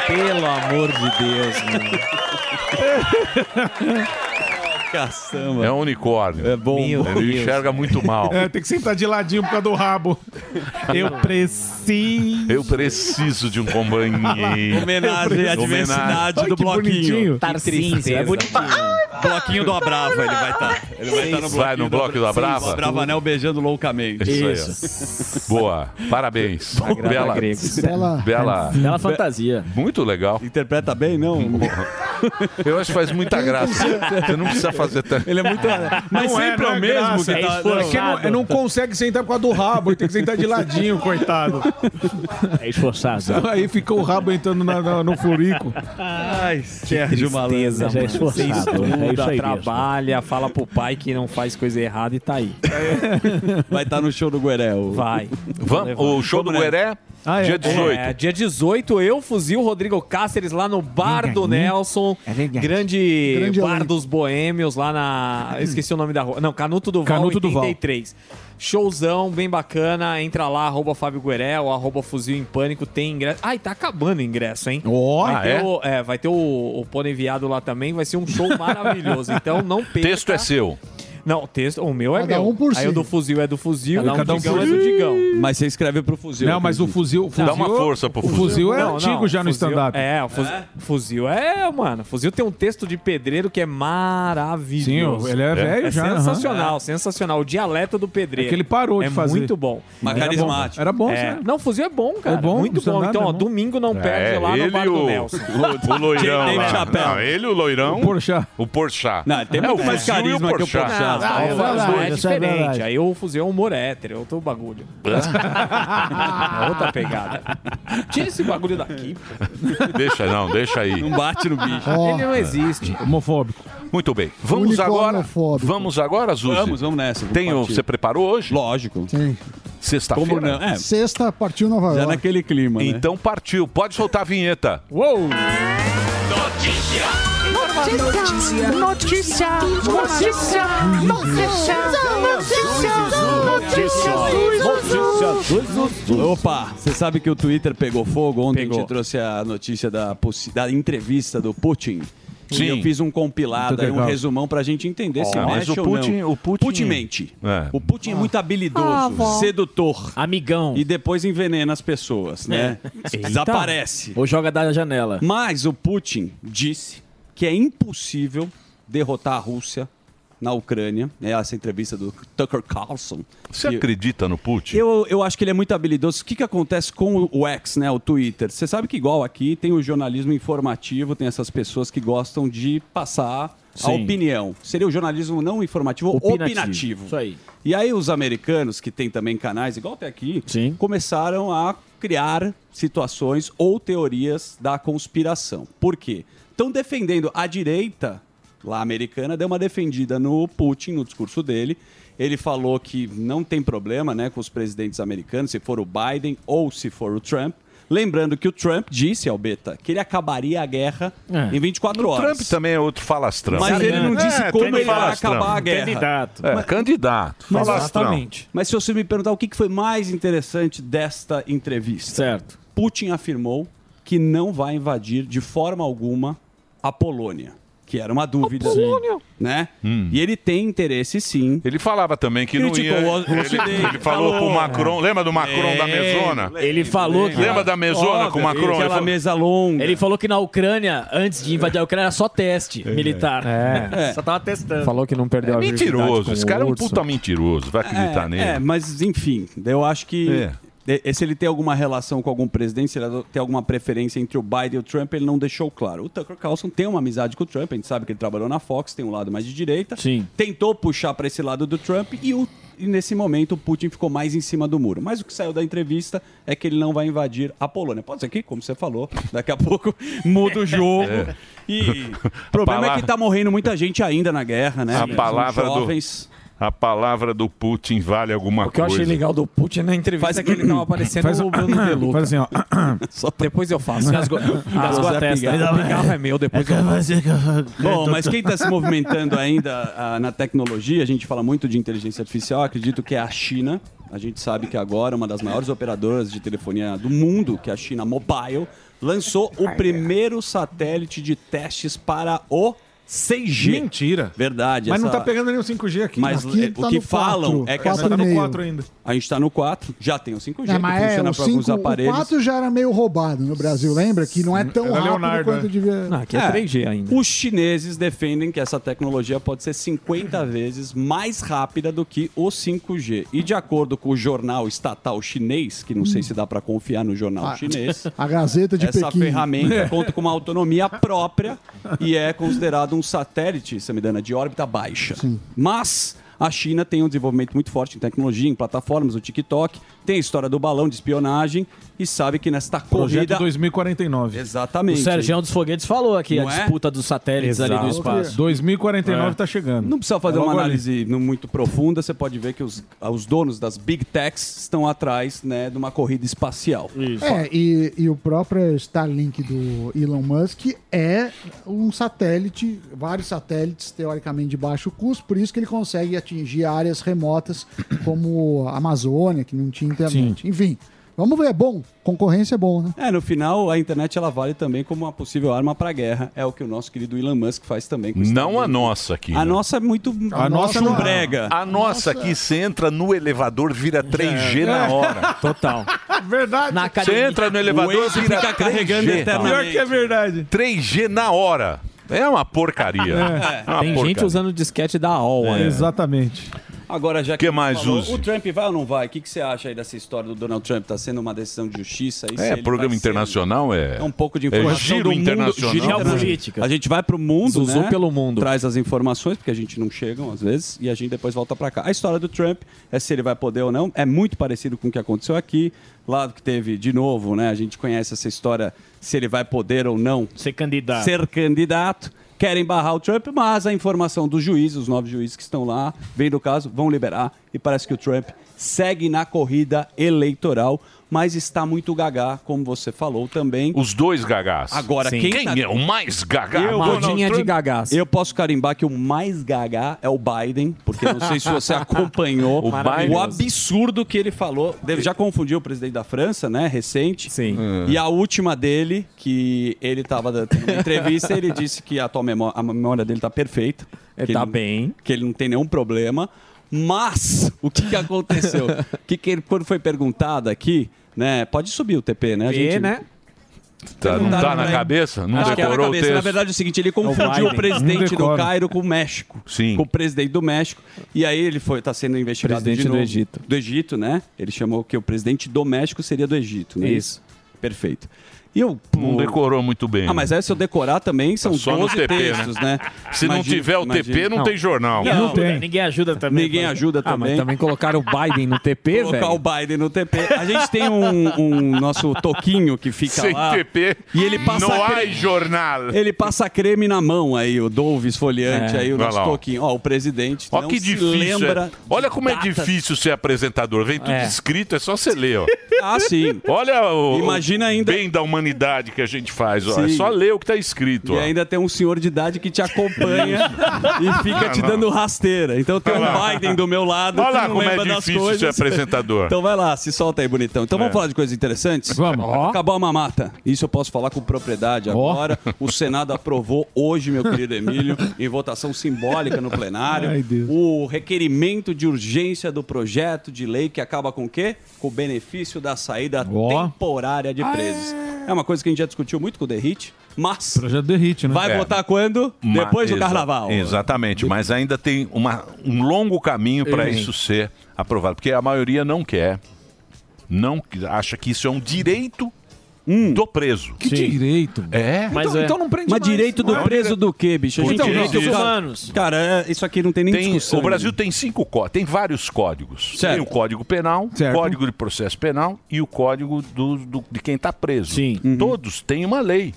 Speaker 9: Pelo amor de Deus, mano.
Speaker 3: É um unicórnio. É bom. Ele
Speaker 13: Deus.
Speaker 3: enxerga muito mal.
Speaker 13: É, tem que sentar de ladinho por causa do rabo. Eu preciso.
Speaker 3: Eu preciso de um companheiro.
Speaker 9: Homenagem à diversidade do bloquinho.
Speaker 10: Tá assim,
Speaker 3: Tarcísio,
Speaker 9: é bonitinho. bloquinho do Abrava ele vai estar. Ele vai estar no bloquinho.
Speaker 3: Vai no bloco da Brava?
Speaker 9: Bravanel beijando loucamente.
Speaker 3: Isso. aí, ó. Boa. Parabéns.
Speaker 9: Sagrado
Speaker 3: Bela,
Speaker 9: grego.
Speaker 3: bela,
Speaker 9: Bela-
Speaker 3: bela,
Speaker 9: Bela fantasia.
Speaker 3: Muito legal.
Speaker 12: Interpreta bem, não?
Speaker 3: Eu acho que faz muita graça. Você não precisa fazer tanto.
Speaker 12: Ele é muito.
Speaker 3: Mas sempre é o mesmo
Speaker 13: graça,
Speaker 3: que
Speaker 13: é
Speaker 3: tá-
Speaker 13: esforçado. É que não, é, não consegue sentar por causa do rabo, ele tem que sentar de ladinho, coitado.
Speaker 8: É esforçado.
Speaker 13: Aí ficou o rabo entrando na- na- no furico.
Speaker 9: Ai,
Speaker 13: Sérgio Malandro.
Speaker 10: Já é esforçado.
Speaker 9: É isso aí mesmo.
Speaker 10: trabalha, fala pro pai que não faz coisa errada e tá aí.
Speaker 9: Vai
Speaker 12: tá
Speaker 9: estar no show do Guerel.
Speaker 10: Vai.
Speaker 3: Vamos, o show do
Speaker 12: né?
Speaker 3: Gueré,
Speaker 13: Ah,
Speaker 9: Ah,
Speaker 3: dia 18.
Speaker 10: É, dia 18, eu, Fuzil, Rodrigo Cáceres, lá no Bar do Nelson.
Speaker 12: É
Speaker 10: grande,
Speaker 8: Grande
Speaker 10: Bar
Speaker 8: elenco.
Speaker 10: dos Boêmios, lá na. eu Esqueci o nome da rua. Não, Canuto do Val,
Speaker 8: Canuto do Val.
Speaker 10: 83. Showzão, bem bacana. Entra lá, arroba Fábio Guerel, arroba Fuzil em Pânico. Tem ingresso. Ai, tá acabando o ingresso, hein? vai,
Speaker 3: ah,
Speaker 10: ter
Speaker 3: é?
Speaker 10: o, é, vai ter o, o Pônei Viado lá também. Vai ser um show maravilhoso. Então não perca.
Speaker 3: Texto é seu.
Speaker 10: Não, o texto, o meu é
Speaker 3: Cada
Speaker 10: meu.
Speaker 3: um por
Speaker 10: Aí
Speaker 3: si.
Speaker 10: o do fuzil é do fuzil,
Speaker 3: Cada um
Speaker 10: o
Speaker 3: por
Speaker 10: digão é
Speaker 3: si.
Speaker 10: do digão.
Speaker 9: Mas você escreve pro fuzil.
Speaker 13: Não, mas o fuzil- o fuzil- Dá uma força pro o fuzil. fuzil é antigo já no
Speaker 10: fuzil-
Speaker 13: stand-up.
Speaker 10: É, o fuzil, fuzil é, mano. Fuzil tem um texto de pedreiro que é maravilhoso.
Speaker 13: Sim, ele é velho já, aham.
Speaker 10: Sensacional, sensacional. O dialeto do pedreiro.
Speaker 13: É que ele parou de
Speaker 10: É
Speaker 13: fazer.
Speaker 10: muito bom.
Speaker 13: Mas
Speaker 10: Era
Speaker 13: carismático. Era bom,
Speaker 10: É.
Speaker 13: sério.
Speaker 10: Não, fuzil é bom, cara.
Speaker 13: É bom,
Speaker 10: muito
Speaker 13: no
Speaker 10: bom.
Speaker 13: stand-up
Speaker 10: Então,
Speaker 13: é
Speaker 10: ó,
Speaker 13: bom.
Speaker 10: domingo não perde
Speaker 3: É,
Speaker 10: lá no
Speaker 3: ele
Speaker 10: bar
Speaker 3: e
Speaker 10: do
Speaker 3: o,
Speaker 10: Nelson.
Speaker 3: o, o loirão
Speaker 10: Quem tem
Speaker 3: lá.
Speaker 10: chapéu?
Speaker 3: Não, ele, o loirão. O Porchat. O Porchat.
Speaker 9: Não, tem muito mais
Speaker 3: Fuzil e
Speaker 9: carisma que o
Speaker 3: Porchat.
Speaker 10: Ah,
Speaker 9: Porchat. Ah,
Speaker 10: é,
Speaker 9: é
Speaker 10: verdade,
Speaker 9: verdade,
Speaker 10: é
Speaker 9: isso é
Speaker 10: diferente.
Speaker 9: verdade.
Speaker 10: Aí o fuzil é um humor hétero, é outro bagulho. É outra pegada. Tira esse bagulho daqui.
Speaker 3: Deixa, não, deixa aí.
Speaker 9: Não bate no bicho.
Speaker 10: Ele não existe.
Speaker 13: Homofóbico.
Speaker 3: Muito bem. Vamos agora. Vamos agora, Zuzi.
Speaker 9: Vamos, vamos nessa.
Speaker 3: Tem o- você preparou hoje?
Speaker 9: Lógico.
Speaker 11: Sim.
Speaker 9: Como
Speaker 3: Sexta-feira.
Speaker 9: não? É. tá
Speaker 11: Sexta partiu Nova York.
Speaker 9: naquele clima. né?
Speaker 3: Então partiu. Pode soltar a vinheta.
Speaker 10: Uou!
Speaker 5: Notícia! Notícia! Notícia! Notícia!
Speaker 9: Opa, você sabe que o Twitter pegou fogo ontem a gente trouxe a notícia da, possi- da entrevista do Putin.
Speaker 3: Sim.
Speaker 9: E eu fiz um compilado,
Speaker 13: Então
Speaker 3: Muito
Speaker 9: aí, um
Speaker 3: legal.
Speaker 9: resumão pra gente entender se
Speaker 3: Ó,
Speaker 9: mexe
Speaker 3: mas o
Speaker 9: ou
Speaker 3: Putin-
Speaker 9: não.
Speaker 3: o Putin-
Speaker 9: mente.
Speaker 3: É.
Speaker 9: O Putin é muito habilidoso,
Speaker 3: Ah, vó.
Speaker 9: sedutor.
Speaker 10: Amigão.
Speaker 9: E depois envenena as pessoas, né?
Speaker 8: Eita.
Speaker 9: Desaparece.
Speaker 8: Ou joga da janela.
Speaker 9: Mas o Putin disse que é impossível derrotar a Rússia na Ucrânia. É essa entrevista do Tucker Carlson.
Speaker 3: Você
Speaker 9: E-
Speaker 3: acredita no Putin?
Speaker 9: eu, eu acho que ele é muito habilidoso. O que, que acontece com o X, né? O Twitter. Você sabe que igual aqui tem o jornalismo informativo, tem essas pessoas que gostam de passar a
Speaker 8: Sim.
Speaker 9: opinião. Seria o jornalismo não informativo, opinativo.
Speaker 8: Opinativo. Isso aí.
Speaker 9: E aí os americanos, que têm também canais, igual até aqui, começaram a criar situações ou teorias da conspiração. Por quê? Estão defendendo a direita lá americana, deu uma defendida no Putin, no discurso dele. Ele falou que não tem problema né, com os presidentes americanos, se for o Biden ou se for o Trump. Lembrando que o Trump disse ao Beta que ele acabaria a guerra
Speaker 8: É.
Speaker 9: em 24
Speaker 3: O
Speaker 9: horas.
Speaker 3: Trump também é outro falastrão.
Speaker 9: Mas ele não disse
Speaker 3: É,
Speaker 9: como ele vai
Speaker 3: falastrão.
Speaker 9: acabar a guerra.
Speaker 3: É,
Speaker 9: Mas-
Speaker 3: candidato.
Speaker 9: Mas-
Speaker 3: Falastrão.
Speaker 9: Mas se você me perguntar o que que foi mais interessante desta entrevista. Certo. Putin afirmou que não vai invadir de forma alguma a Polônia, que era uma dúvida. Polônia. Né? E ele tem interesse sim.
Speaker 3: Hum. Ele falava também que não
Speaker 9: Criticou
Speaker 3: ia.
Speaker 9: o- o Ocidente. É.
Speaker 3: ele, ele falou com o Macron. Lembra do Macron da mesona?
Speaker 8: Ele falou que.
Speaker 3: Lembra da mesona com o Macron? Ele falou-
Speaker 9: mesa longa.
Speaker 8: Ele falou que na Ucrânia, antes de invadir a Ucrânia, era só teste militar.
Speaker 10: É.
Speaker 8: Só tava testando.
Speaker 10: Falou que não perdeu a virgindade
Speaker 3: Mentiroso.
Speaker 10: com
Speaker 3: Esse
Speaker 10: o
Speaker 3: cara é um
Speaker 10: urso.
Speaker 3: puta mentiroso. Vai acreditar
Speaker 9: é,
Speaker 3: nele.
Speaker 9: é, mas enfim, eu acho que
Speaker 3: É.
Speaker 9: eh, se ele tem alguma relação com algum presidente, se ele tem alguma preferência entre o Biden e o Trump, ele não deixou claro. O Tucker Carlson tem uma amizade com o Trump, a gente sabe que ele trabalhou na Fox, tem um lado mais de direita. Sim. Tentou puxar para esse lado do Trump e, o- e nesse momento o Putin ficou mais em cima do muro. Mas o que saiu da entrevista é que ele não vai invadir a Polônia. Pode ser que, como você falou, daqui a pouco muda o jogo.
Speaker 3: É.
Speaker 9: E o problema é que
Speaker 3: palavra-
Speaker 9: tá morrendo muita gente ainda na guerra, né?
Speaker 3: A
Speaker 9: São
Speaker 3: palavra do.
Speaker 9: jovens.
Speaker 3: a palavra do Putin vale
Speaker 14: O
Speaker 3: alguma coisa.
Speaker 14: que eu achei legal do Putin é na entrevista que ele tava aparecendo
Speaker 3: Faz um-
Speaker 14: o Bruno De Luca.
Speaker 3: faz assim, ó.
Speaker 14: Depois eu faço.
Speaker 3: Engasgou-
Speaker 10: Ah,
Speaker 9: engasgou a testa.
Speaker 14: O carro é meu, depois eu faço.
Speaker 9: Bom, mas quem está se movimentando ainda ah, na tecnologia, a gente fala muito de inteligência artificial, acredito que é a China. A gente sabe que agora uma das maiores operadoras de telefonia do mundo, que é a China Mobile, lançou o primeiro satélite de testes para o 6G.
Speaker 13: Mentira.
Speaker 9: Verdade.
Speaker 13: Mas não
Speaker 9: essa-
Speaker 13: tá pegando nenhum 5G aqui.
Speaker 9: Mas é, o que falam é que
Speaker 13: essa tá no 4 ainda.
Speaker 9: A gente está no 4, já tem o 5G,
Speaker 11: Não,
Speaker 9: que
Speaker 11: mas é,
Speaker 9: funciona
Speaker 11: o,
Speaker 9: para alguns
Speaker 11: 5, o
Speaker 9: aparelhos.
Speaker 11: 4 já era meio roubado no Brasil, lembra? Que não é tão rápido
Speaker 9: né?
Speaker 11: quanto devia...
Speaker 9: é
Speaker 11: É.
Speaker 9: ainda. Os chineses defendem que essa tecnologia pode ser 50 vezes mais rápida do que o 5G. E de acordo com o jornal estatal chinês, que não sei se dá para confiar no jornal
Speaker 11: Hum. Ah,
Speaker 9: chinês,
Speaker 11: A Gazeta de
Speaker 9: essa
Speaker 11: Pequim.
Speaker 9: ferramenta conta com uma autonomia própria e é considerado um satélite, se me dana, de órbita baixa. Mas a China tem um desenvolvimento muito forte em tecnologia, em plataformas, o TikTok, tem a história do balão de espionagem e sabe que nesta
Speaker 13: Projeto
Speaker 9: corrida
Speaker 13: 2049.
Speaker 9: Exatamente.
Speaker 14: O Sérgio dos Foguetes falou aqui,
Speaker 9: Não
Speaker 14: a
Speaker 9: é?
Speaker 14: disputa dos satélites ali do espaço.
Speaker 13: 2049
Speaker 9: É.
Speaker 13: tá chegando.
Speaker 9: Não precisa fazer
Speaker 13: É
Speaker 9: uma
Speaker 13: logo
Speaker 9: análise no- muito profunda, você pode ver que os, os donos das big techs estão atrás né, de uma corrida espacial.
Speaker 11: É, e, e o próprio Starlink do Elon Musk é um satélite, vários satélites, teoricamente, de baixo custo, por isso que ele consegue atingir áreas remotas como a Amazônia, que não tinha internet. Enfim, vamos ver, é bom. Concorrência é bom, né?
Speaker 9: É, no final, a internet ela vale também como uma possível arma para guerra. É o que o nosso querido Elon Musk faz também. Com o
Speaker 3: Não a
Speaker 9: Starlink.
Speaker 3: nossa aqui.
Speaker 9: A nossa é muito
Speaker 3: A nossa não
Speaker 9: brega.
Speaker 3: A nossa aqui, você entra no elevador, vira 3G na hora.
Speaker 14: Total.
Speaker 13: Verdade.
Speaker 14: Na
Speaker 3: Você entra no elevador,
Speaker 9: Waze
Speaker 3: vira
Speaker 9: fica carregando
Speaker 3: 3G.
Speaker 9: eternamente.
Speaker 13: Pior que é verdade.
Speaker 3: 3G na hora. É uma porcaria.
Speaker 13: É.
Speaker 3: É uma
Speaker 13: Tem gente
Speaker 3: porcaria.
Speaker 13: usando
Speaker 10: o disquete da AOL.
Speaker 3: É.
Speaker 13: Exatamente.
Speaker 9: Agora já
Speaker 3: Que mais
Speaker 9: falou,
Speaker 3: use?
Speaker 9: o Trump vai ou não vai? O que, que você acha aí dessa história do Donald Trump? Tá sendo uma decisão de justiça? E se
Speaker 3: É,
Speaker 9: ele
Speaker 3: programa
Speaker 9: tá sendo-
Speaker 3: internacional é.
Speaker 9: É um pouco de informação
Speaker 3: É giro
Speaker 9: do mundo,
Speaker 3: internacional. né?
Speaker 9: giro internacional. A gente vai pro mundo,
Speaker 3: Zuzu
Speaker 9: né?
Speaker 3: pelo
Speaker 9: mundo. Traz as informações, porque a gente não chega às vezes, e a gente depois volta pra cá. A história do Trump é se ele vai poder ou não, é muito parecido com o que aconteceu aqui. Lá que teve, de novo, né? A gente conhece essa história, se ele vai poder ou não
Speaker 14: ser candidato.
Speaker 9: Ser candidato. Querem barrar o Trump, mas a informação dos juízes, os nove juízes que estão lá, vem do caso, vão liberar. E parece que o Trump segue na corrida eleitoral, mas está muito gagá, como você falou também.
Speaker 3: Os dois gagás.
Speaker 9: Agora,
Speaker 3: Sim.
Speaker 9: quem,
Speaker 3: Quem
Speaker 9: tá-
Speaker 3: é o mais gagá?
Speaker 9: Eu,
Speaker 3: Donald
Speaker 9: Donald Trump.
Speaker 3: Trump?
Speaker 9: Eu posso carimbar que o mais gagá é o Biden, porque não sei se você acompanhou
Speaker 3: O
Speaker 9: o,
Speaker 3: Biden.
Speaker 9: absurdo que ele falou. Deve- Já confundiu o presidente da França, né? Recente. Sim.
Speaker 3: É.
Speaker 9: E a última dele, que ele estava dando uma entrevista, ele disse que a, tua memó- a memória dele tá perfeita. Ele tá
Speaker 10: bem.
Speaker 9: Que ele não tem nenhum problema. Mas o que, que aconteceu? que, que ele, quando foi perguntado aqui, né? Pode subir o TP, né? A
Speaker 10: E, né?
Speaker 3: Tá, não tá na
Speaker 9: né?
Speaker 3: cabeça? Não
Speaker 9: Acho que é na
Speaker 3: decorou
Speaker 9: cabeça.
Speaker 3: o texto?
Speaker 9: Na verdade, é o seguinte, ele
Speaker 3: É o
Speaker 9: confundiu
Speaker 3: Biden.
Speaker 9: o
Speaker 3: Não
Speaker 9: presidente do
Speaker 3: decora.
Speaker 9: Cairo com o México.
Speaker 3: Sim.
Speaker 9: Com o presidente do México. E aí ele foi, tá sendo investigado
Speaker 10: Presidente
Speaker 9: de
Speaker 10: do
Speaker 9: novo.
Speaker 10: Egito.
Speaker 9: Do Egito, né? Ele chamou que o presidente do México seria do Egito, né?
Speaker 3: Isso.
Speaker 9: Perfeito. E eu...
Speaker 3: Não decorou muito bem.
Speaker 9: Ah, mas aí se eu decorar também, são
Speaker 3: Só no
Speaker 9: 12
Speaker 3: TP,
Speaker 9: textos,
Speaker 3: né?
Speaker 9: né?
Speaker 3: Se não tiver o TP, não Não. tem jornal. Não, Não tem.
Speaker 14: Ninguém ajuda também.
Speaker 9: Ninguém ajuda
Speaker 14: Ah, mas
Speaker 9: também.
Speaker 14: também
Speaker 10: colocaram o Biden no TP,
Speaker 9: Colocar
Speaker 14: velho.
Speaker 9: o Biden no TP. A gente tem um, um nosso toquinho que fica
Speaker 3: Sem
Speaker 9: lá.
Speaker 3: TP,
Speaker 9: E ele passa
Speaker 3: não
Speaker 9: cre-
Speaker 3: há jornal.
Speaker 9: Ele passa creme na mão aí, o Dove esfoliante
Speaker 3: É.
Speaker 9: aí, o
Speaker 3: Vai
Speaker 9: nosso
Speaker 3: lá, ó.
Speaker 9: toquinho. Ó, o presidente
Speaker 3: Ó
Speaker 9: não
Speaker 3: que
Speaker 9: se
Speaker 3: difícil.
Speaker 9: lembra
Speaker 3: é. Olha como é
Speaker 9: datas.
Speaker 3: difícil ser apresentador. Vem tudo
Speaker 9: É.
Speaker 3: escrito, é só você ler, ó.
Speaker 9: Ah, sim.
Speaker 3: Olha o
Speaker 9: Imagina
Speaker 3: ainda... bem da humanidade que a gente faz, ó. É
Speaker 9: Sim.
Speaker 3: só ler o que tá escrito,
Speaker 9: E
Speaker 3: ó.
Speaker 9: ainda tem um senhor de idade que te acompanha e fica te
Speaker 3: Ah, Não, não.
Speaker 9: dando rasteira. Então tem
Speaker 3: Olha lá.
Speaker 9: um Biden do meu lado
Speaker 3: Olha
Speaker 9: que
Speaker 3: lá
Speaker 9: não
Speaker 3: como é
Speaker 9: lembra das
Speaker 3: difícil
Speaker 9: coisas.
Speaker 3: ser apresentador.
Speaker 9: Então vai lá, se solta aí, bonitão. Então
Speaker 3: É.
Speaker 9: vamos falar de coisas interessantes? Vamos. Acabou a mamata. Isso eu posso falar com propriedade agora. O Senado aprovou hoje, meu querido Emílio, em votação simbólica no plenário,
Speaker 13: Ai, Deus.
Speaker 9: o requerimento de urgência do projeto de lei que acaba com o quê? Com o benefício da saída temporária de presos. É uma coisa que a gente já discutiu muito com o The Hit, mas...
Speaker 13: Projeto Derrite, né?
Speaker 9: Vai
Speaker 3: É.
Speaker 9: votar quando?
Speaker 3: Ma-
Speaker 9: Depois do
Speaker 3: exa-
Speaker 9: carnaval.
Speaker 3: Exatamente, mas ainda tem uma- um longo caminho para
Speaker 9: Uhum.
Speaker 3: isso ser aprovado, porque a maioria não quer, não que- acha que isso é um direito do preso. Que
Speaker 13: direito?
Speaker 3: É.
Speaker 9: Mas Hum. Então- é. então não prende
Speaker 3: Mas
Speaker 9: mais. direito do preso do quê, bicho? A gente
Speaker 3: Então,
Speaker 9: direito
Speaker 3: não,
Speaker 9: dos humanos. Cara, é- isso aqui não tem nem
Speaker 3: Tem-
Speaker 9: discussão.
Speaker 3: O Brasil tem cinco códigos, tem vários códigos. Tem o Código Penal, o Código de tá
Speaker 9: Uhum.
Speaker 3: Processo Penal e o Código do, do- de quem está preso. Todos têm uma lei.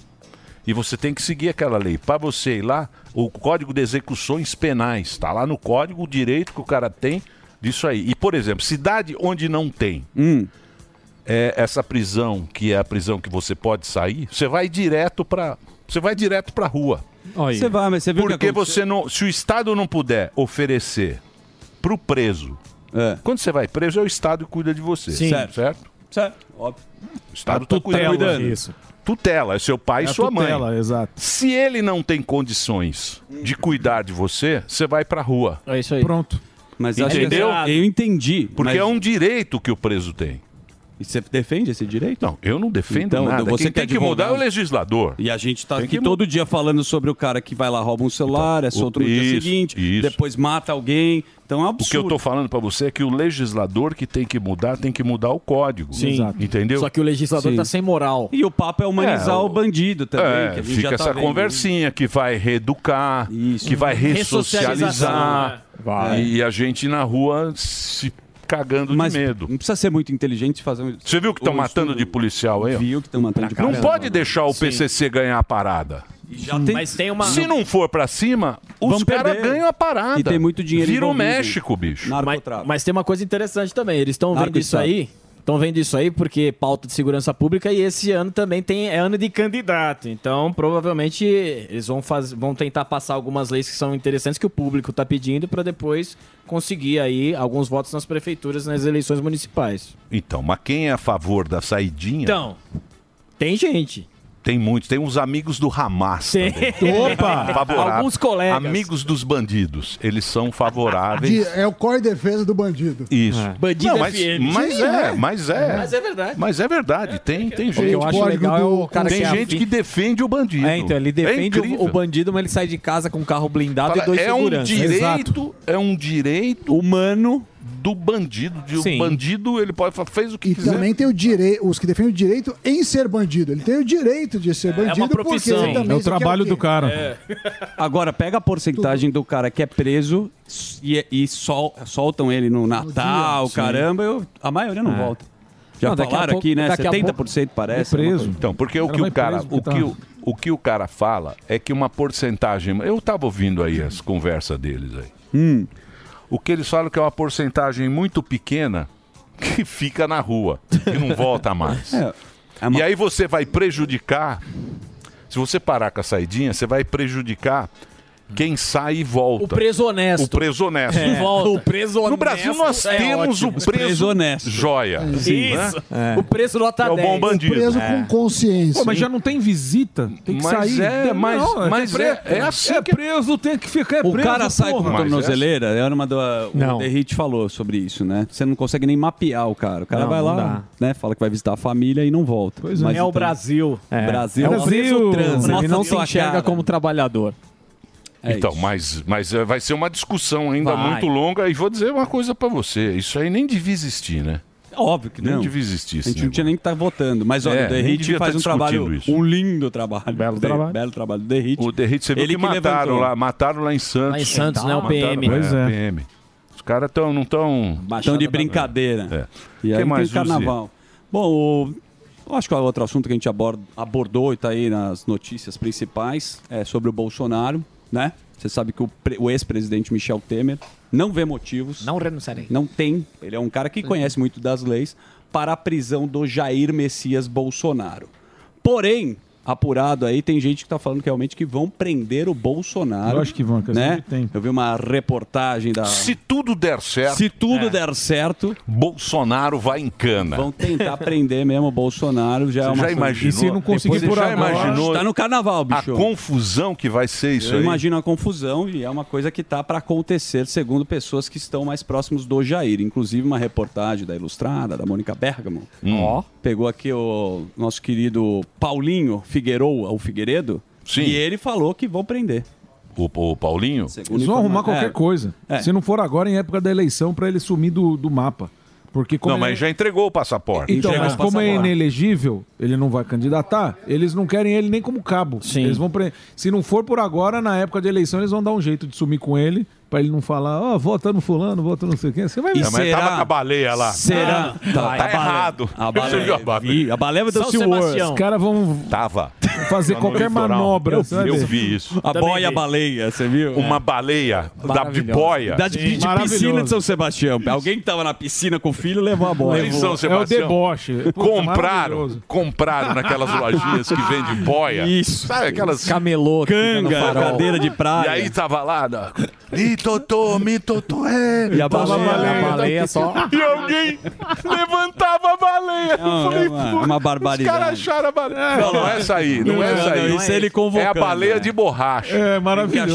Speaker 3: E você tem que seguir aquela lei. Para você ir lá, o Código de Execuções Penais está lá no código o direito que o cara tem disso aí. E, por exemplo, cidade onde não tem
Speaker 9: Hum.
Speaker 3: é, essa prisão, que é a prisão que você pode sair, você vai direto para você vai direto para rua.
Speaker 9: aí. Você vai, mas você viu que
Speaker 3: Porque
Speaker 9: aconteceu?
Speaker 3: você não, se o Estado não puder oferecer para o preso, quando você vai preso é o Estado que cuida de você,
Speaker 9: Sim.
Speaker 3: certo?
Speaker 9: Certo.
Speaker 3: certo?
Speaker 9: Certo, óbvio.
Speaker 3: O Estado
Speaker 9: É a
Speaker 3: tá cuidando.
Speaker 9: tutela,
Speaker 3: cuidando.
Speaker 9: isso.
Speaker 3: Tutela, é seu pai e
Speaker 9: É a
Speaker 3: sua
Speaker 9: tutela,
Speaker 3: mãe.
Speaker 13: Exato.
Speaker 3: Se ele não tem condições de cuidar de você, você vai pra rua.
Speaker 8: É isso aí.
Speaker 13: Pronto.
Speaker 9: Mas acho que- é-
Speaker 3: entendeu?
Speaker 9: Eu entendi.
Speaker 3: Porque
Speaker 9: mas-
Speaker 3: é um direito que o preso tem.
Speaker 9: E você defende esse direito?
Speaker 3: Não, eu não defendo
Speaker 9: Então,
Speaker 3: nada.
Speaker 9: você
Speaker 3: Quem
Speaker 9: que é
Speaker 3: tem que mudar é o
Speaker 9: advogado.
Speaker 3: legislador.
Speaker 9: E a gente tá
Speaker 3: Tem
Speaker 9: aqui
Speaker 3: que Então,
Speaker 9: todo dia falando sobre o cara que vai lá, rouba um celular, é solto no dia
Speaker 3: isso,
Speaker 9: seguinte,
Speaker 3: isso.
Speaker 9: depois mata alguém. Então é um
Speaker 3: O que eu
Speaker 9: absurdo.
Speaker 3: tô falando pra você é que o legislador que tem que mudar, tem que mudar o código.
Speaker 9: Sim. Exato.
Speaker 3: Entendeu?
Speaker 9: Só que o legislador tá sem
Speaker 8: moral.
Speaker 9: E o papo é humanizar o bandido também,
Speaker 3: É,
Speaker 9: que a gente
Speaker 3: fica
Speaker 9: já tá
Speaker 3: essa
Speaker 9: vendo.
Speaker 3: conversinha que vai reeducar, que vai ressocializar.
Speaker 9: Ressocialização, né?
Speaker 3: E a gente na rua se cagando
Speaker 9: Mas
Speaker 3: de medo.
Speaker 9: Não precisa ser muito inteligente e fazer um.
Speaker 3: Você viu que estão
Speaker 9: um
Speaker 3: matando
Speaker 9: estudo.
Speaker 3: de policial aí? ó?
Speaker 9: Viu que estão matando de
Speaker 3: Não
Speaker 9: policial.
Speaker 3: pode deixar o
Speaker 9: Sim.
Speaker 3: PCC ganhar a parada.
Speaker 9: tem-
Speaker 8: Mas tem uma...
Speaker 3: Se não for pra cima, os
Speaker 8: Vamos
Speaker 3: caras
Speaker 8: perder.
Speaker 3: ganham a parada.
Speaker 8: E tem muito dinheiro
Speaker 3: Vira o
Speaker 8: envolvido.
Speaker 3: México, bicho.
Speaker 8: Mas, mas tem uma coisa interessante também. Eles estão vendo isso
Speaker 3: Narco-estado.
Speaker 8: aí. Estão vendo isso aí porque pauta de segurança pública e esse ano também tem, é ano de candidato. Então, provavelmente, eles vão, faz, vão tentar passar algumas leis que são interessantes que o público está pedindo para depois conseguir aí alguns votos nas prefeituras nas eleições municipais.
Speaker 3: Então, mas quem é a favor da saidinha?
Speaker 8: Então, tem gente.
Speaker 3: Tem muitos. Tem uns amigos do Hamas também.
Speaker 8: Opa!
Speaker 3: Favorável.
Speaker 8: Alguns colegas.
Speaker 3: Amigos dos bandidos. Eles são favoráveis.
Speaker 11: De- é o core defesa do bandido.
Speaker 3: Isso.
Speaker 8: Ah.
Speaker 11: Bandido
Speaker 3: mas,
Speaker 11: FM.
Speaker 3: Mas
Speaker 11: Sim,
Speaker 3: é,
Speaker 11: é.
Speaker 3: mas é.
Speaker 11: Mas
Speaker 8: é verdade.
Speaker 3: Mas é verdade. tem, tem
Speaker 10: O que
Speaker 3: gente.
Speaker 10: eu acho legal é o cara
Speaker 3: tem
Speaker 10: que é
Speaker 3: gente
Speaker 10: afim-
Speaker 3: que defende o bandido.
Speaker 10: É, então, ele defende o,
Speaker 3: incrível.
Speaker 10: o bandido, mas ele sai de casa com um carro blindado
Speaker 3: Fala,
Speaker 10: e dois
Speaker 3: é um
Speaker 10: seguranças.
Speaker 3: direito, é um direito
Speaker 10: humano
Speaker 3: do bandido. De
Speaker 10: Sim.
Speaker 3: um bandido, ele pode falar, fez o que
Speaker 11: E
Speaker 3: quiser.
Speaker 11: também tem o direito, os que defendem o direito em ser bandido. Ele tem o direito de
Speaker 3: É,
Speaker 11: ser bandido porque ele também só quer quê?
Speaker 9: É. Agora, pega a porcentagem do cara que é preso e, e sol- soltam ele no Natal,
Speaker 3: dia, sim.
Speaker 9: caramba, eu- a maioria não
Speaker 3: É.
Speaker 9: volta. Já
Speaker 3: Não, daqui a
Speaker 9: falaram
Speaker 3: pouco-
Speaker 9: aqui, né?
Speaker 3: daqui a
Speaker 9: 70% parece.
Speaker 3: É
Speaker 9: uma coisa.
Speaker 3: Então, porque o que o cara, o que o, o que o cara fala é que uma porcentagem, eu tava ouvindo aí as conversas deles aí.
Speaker 9: Hum.
Speaker 3: O que eles falam que é uma porcentagem muito pequena que fica na rua, que não volta mais.
Speaker 9: É,
Speaker 3: E aí você vai prejudicar. Se você parar com a saidinha, você vai prejudicar quem sai e volta.
Speaker 8: O preso honesto.
Speaker 3: O preso honesto.
Speaker 8: É. Volta. O preso
Speaker 3: No Brasil
Speaker 8: honesto
Speaker 3: nós
Speaker 8: é
Speaker 3: temos
Speaker 8: ótimo.
Speaker 3: o preso,
Speaker 8: Preso
Speaker 3: honesto. Joia.
Speaker 9: É.
Speaker 8: Sim. Isso.
Speaker 3: Né?
Speaker 8: O preço nota
Speaker 3: É o bom
Speaker 8: 10.
Speaker 3: bandido.
Speaker 11: Preso
Speaker 3: É.
Speaker 11: com consciência.
Speaker 13: Pô, mas já não tem visita. Tem que
Speaker 3: Mas
Speaker 13: sair.
Speaker 3: é,
Speaker 13: Tem-
Speaker 3: mas-
Speaker 13: tem
Speaker 3: mas
Speaker 13: pre-
Speaker 3: é- é assim
Speaker 13: É
Speaker 3: que-
Speaker 13: preso, tem que ficar é
Speaker 9: O
Speaker 13: preso.
Speaker 9: cara sai com
Speaker 13: porra.
Speaker 3: assim.
Speaker 9: uma tornozeleira, é uma do,
Speaker 13: Não.
Speaker 9: o Derrit falou sobre isso, né? Você não consegue nem mapear o cara. O cara
Speaker 13: Não,
Speaker 9: vai
Speaker 13: não
Speaker 9: lá, né? Fala que vai visitar a família e não volta.
Speaker 8: é.
Speaker 9: Mas
Speaker 8: É o Brasil.
Speaker 9: É. Brasil.
Speaker 10: É o Brasil.
Speaker 9: Transa.
Speaker 10: Ele não
Speaker 9: Nossa,
Speaker 10: se
Speaker 9: sua
Speaker 10: enxerga
Speaker 9: cara.
Speaker 10: como trabalhador.
Speaker 9: É
Speaker 3: então, mas, mas eh, vai ser uma discussão ainda
Speaker 10: Vai.
Speaker 3: muito longa. E vou dizer uma coisa pra você: isso aí nem devia existir, né?
Speaker 9: Óbvio que
Speaker 3: nem
Speaker 9: não.
Speaker 3: devia existir.
Speaker 9: A
Speaker 3: esse
Speaker 9: gente não tinha nem que estar votando. Mas olha,
Speaker 3: É,
Speaker 9: o
Speaker 3: nem
Speaker 9: Derrit
Speaker 3: devia
Speaker 9: faz
Speaker 3: tá
Speaker 9: um trabalho,
Speaker 3: discutindo isso.
Speaker 9: um lindo trabalho. Belo
Speaker 3: trabalho.
Speaker 9: Belo trabalho do Derrit.
Speaker 3: O Derrite, você viu
Speaker 9: Ele
Speaker 3: que,
Speaker 9: que
Speaker 3: mataram
Speaker 9: levantou.
Speaker 3: lá, mataram lá em Santos. Tá,
Speaker 9: Lá em Santos, né, o
Speaker 3: Mataram-
Speaker 9: PM. Pois
Speaker 3: É,
Speaker 9: é.
Speaker 3: PM. Os caras tão, É. não estão.
Speaker 9: Estão Então, de brincadeira. E
Speaker 3: Que
Speaker 9: aí
Speaker 3: mais,
Speaker 9: tem o carnaval. Bom, o- eu acho que o outro assunto que a gente aborda- abordou e está aí nas notícias principais é sobre o Bolsonaro, né? Você sabe que o, pre- o ex-presidente Michel Temer não vê motivos.
Speaker 8: Não renunciarei.
Speaker 9: Não tem. Ele é um cara que conhece muito das leis para a prisão do Jair Messias Bolsonaro. Porém, apurado aí, tem gente que está falando que realmente que vão prender o Bolsonaro.
Speaker 13: Eu acho que vão, que
Speaker 9: né?
Speaker 13: sempre
Speaker 9: Eu vi uma reportagem da.
Speaker 3: Se tudo der certo.
Speaker 9: Se tudo
Speaker 3: É.
Speaker 9: der certo.
Speaker 3: Bolsonaro vai em cana.
Speaker 9: Vão tentar prender mesmo o Bolsonaro. Já, é
Speaker 3: Você
Speaker 9: uma
Speaker 3: já imaginou? Você já imaginou?
Speaker 9: Tá no carnaval, bicho.
Speaker 3: A confusão que vai ser isso
Speaker 9: Eu
Speaker 3: aí.
Speaker 9: imagino a confusão e é uma coisa que tá para acontecer, segundo pessoas que estão mais próximos do Jair. Inclusive uma reportagem da Ilustrada, da Mônica Bergamo.
Speaker 3: Hum.
Speaker 9: Ó. Pegou aqui o nosso querido Paulinho Figueroa, o Figueiredo.
Speaker 3: Sim.
Speaker 9: E ele falou que vão prender.
Speaker 3: O, o Paulinho?
Speaker 13: Eles vão arrumar qualquer coisa.
Speaker 9: É.
Speaker 13: Se não for agora, em época da eleição, pra ele sumir do, do mapa. Porque como
Speaker 3: Não,
Speaker 9: é.
Speaker 13: ele-
Speaker 3: mas já entregou o passaporte.
Speaker 13: Então,
Speaker 3: Entregou
Speaker 13: mas
Speaker 3: o
Speaker 13: como é
Speaker 3: passaporte.
Speaker 13: inelegível, ele não vai candidatar, eles não querem ele nem como cabo. Eles vão pre... Se não for por agora, na época de eleição, eles vão dar um jeito de sumir com ele
Speaker 15: Pra ele não falar, ó, vota no fulano, vota no sei quem. Você vai ver.
Speaker 3: Não, mas tava com a baleia lá.
Speaker 15: Será?
Speaker 3: Ah, tá,
Speaker 15: Tá, tá
Speaker 3: errado.
Speaker 15: a
Speaker 3: Você
Speaker 15: baleia.
Speaker 3: viu a baleia?
Speaker 15: Vi, a baleia
Speaker 9: um
Speaker 15: do São Sea World. Sebastião. Os caras vão
Speaker 3: Tava.
Speaker 15: fazer
Speaker 3: Lá Tá no
Speaker 15: qualquer
Speaker 3: litoral.
Speaker 15: manobra,
Speaker 3: Eu,
Speaker 15: sabe?
Speaker 3: eu vi isso.
Speaker 15: A Também boia vi.
Speaker 9: baleia, você viu?
Speaker 3: Uma baleia da, de
Speaker 9: Maravilhosa.
Speaker 3: boia.
Speaker 9: Da de, de piscina de São Sebastião. Alguém que tava na piscina com o filho levou a bola.
Speaker 3: Em
Speaker 15: É
Speaker 3: São Sebastião. Compraram, compraram naquelas lojinhas que vende boia.
Speaker 9: Isso.
Speaker 3: Sabe aquelas
Speaker 9: Camelô que fica no Canga, farol. cadeira de praia.
Speaker 3: E aí tava lá, na... Mitotô, mitotô, é.
Speaker 9: E a baleia, a baleia só-
Speaker 3: E alguém levantava a baleia.
Speaker 9: Não,
Speaker 3: Eu falei,
Speaker 9: é uma-
Speaker 3: "Pô,
Speaker 9: uma barbaridade."
Speaker 3: Os caras acharam a baleia. Não, não é essa aí, não,
Speaker 15: Não,
Speaker 3: é essa
Speaker 15: não,
Speaker 3: aí.
Speaker 15: isso é ele
Speaker 9: Tá
Speaker 3: É a
Speaker 15: convocando,
Speaker 3: baleia
Speaker 15: né?
Speaker 3: de borracha.
Speaker 15: É maravilhoso.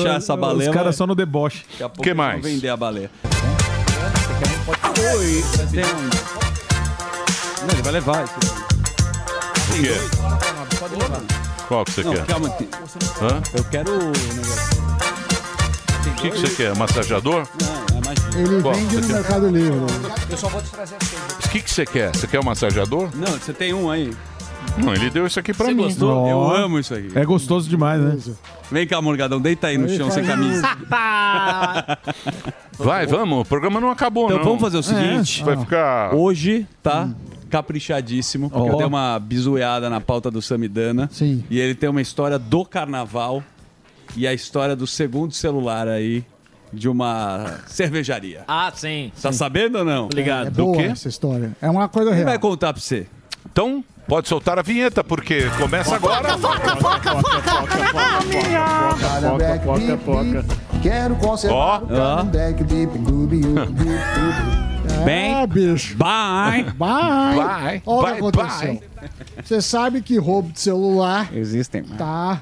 Speaker 15: Os caras só no deboche.
Speaker 3: O que mais?
Speaker 9: vender a baleia.
Speaker 3: Oi.
Speaker 9: Tem um... Não, ele vai levar. Esse...
Speaker 3: O quê? é? Qual que você
Speaker 9: Não,
Speaker 3: quer?
Speaker 9: calma aqui.
Speaker 3: Hã?
Speaker 9: Eu quero o negócio.
Speaker 3: O que, que você quer? Massajador?
Speaker 11: Ele
Speaker 3: Qual
Speaker 11: vende
Speaker 3: você
Speaker 11: no
Speaker 7: um
Speaker 3: quer?
Speaker 11: Mercado Livre.
Speaker 12: né?
Speaker 9: Eu só vou te trazer
Speaker 3: O que, que você quer? Você quer um massajador?
Speaker 9: Não, você tem um aí.
Speaker 3: Não, ele deu isso aqui pra
Speaker 9: Você
Speaker 3: mim.
Speaker 9: gostou? Eu
Speaker 15: Ó.
Speaker 9: amo isso aqui.
Speaker 15: É gostoso demais, né?
Speaker 9: Vem cá, Morgadão, deita aí no chão sem
Speaker 4: Hum.
Speaker 9: camisa.
Speaker 3: Vai, vamos. O programa não acabou,
Speaker 9: Então
Speaker 3: não. É.
Speaker 9: vamos fazer o seguinte.
Speaker 3: Vai ficar...
Speaker 9: Hoje tá
Speaker 11: Hum.
Speaker 9: caprichadíssimo, porque
Speaker 3: Ó.
Speaker 9: eu dei uma bizuiada na pauta do Samidana. Sim. E ele tem uma história do carnaval e a história do segundo celular aí de uma cervejaria.
Speaker 8: Ah, sim.
Speaker 9: Tá sabendo ou não?
Speaker 11: É boa essa história. É uma coisa
Speaker 9: Quem vai
Speaker 11: real.
Speaker 9: contar pra você?
Speaker 3: Então, pode soltar a vinheta, porque começa agora.
Speaker 5: Foca, foca, foca, na
Speaker 11: Cada
Speaker 5: galinha.
Speaker 11: back beep, beep, Quero
Speaker 3: Ó.
Speaker 11: conservar cada back beep, gloob, gloob, gloob, gloob.
Speaker 9: Bem,
Speaker 11: Ah, bicho.
Speaker 9: Bye.
Speaker 11: Bye.
Speaker 9: Bye. Bye,
Speaker 11: Olha o que aconteceu. Você sabe que roubo de celular
Speaker 9: Existem. né?
Speaker 11: tá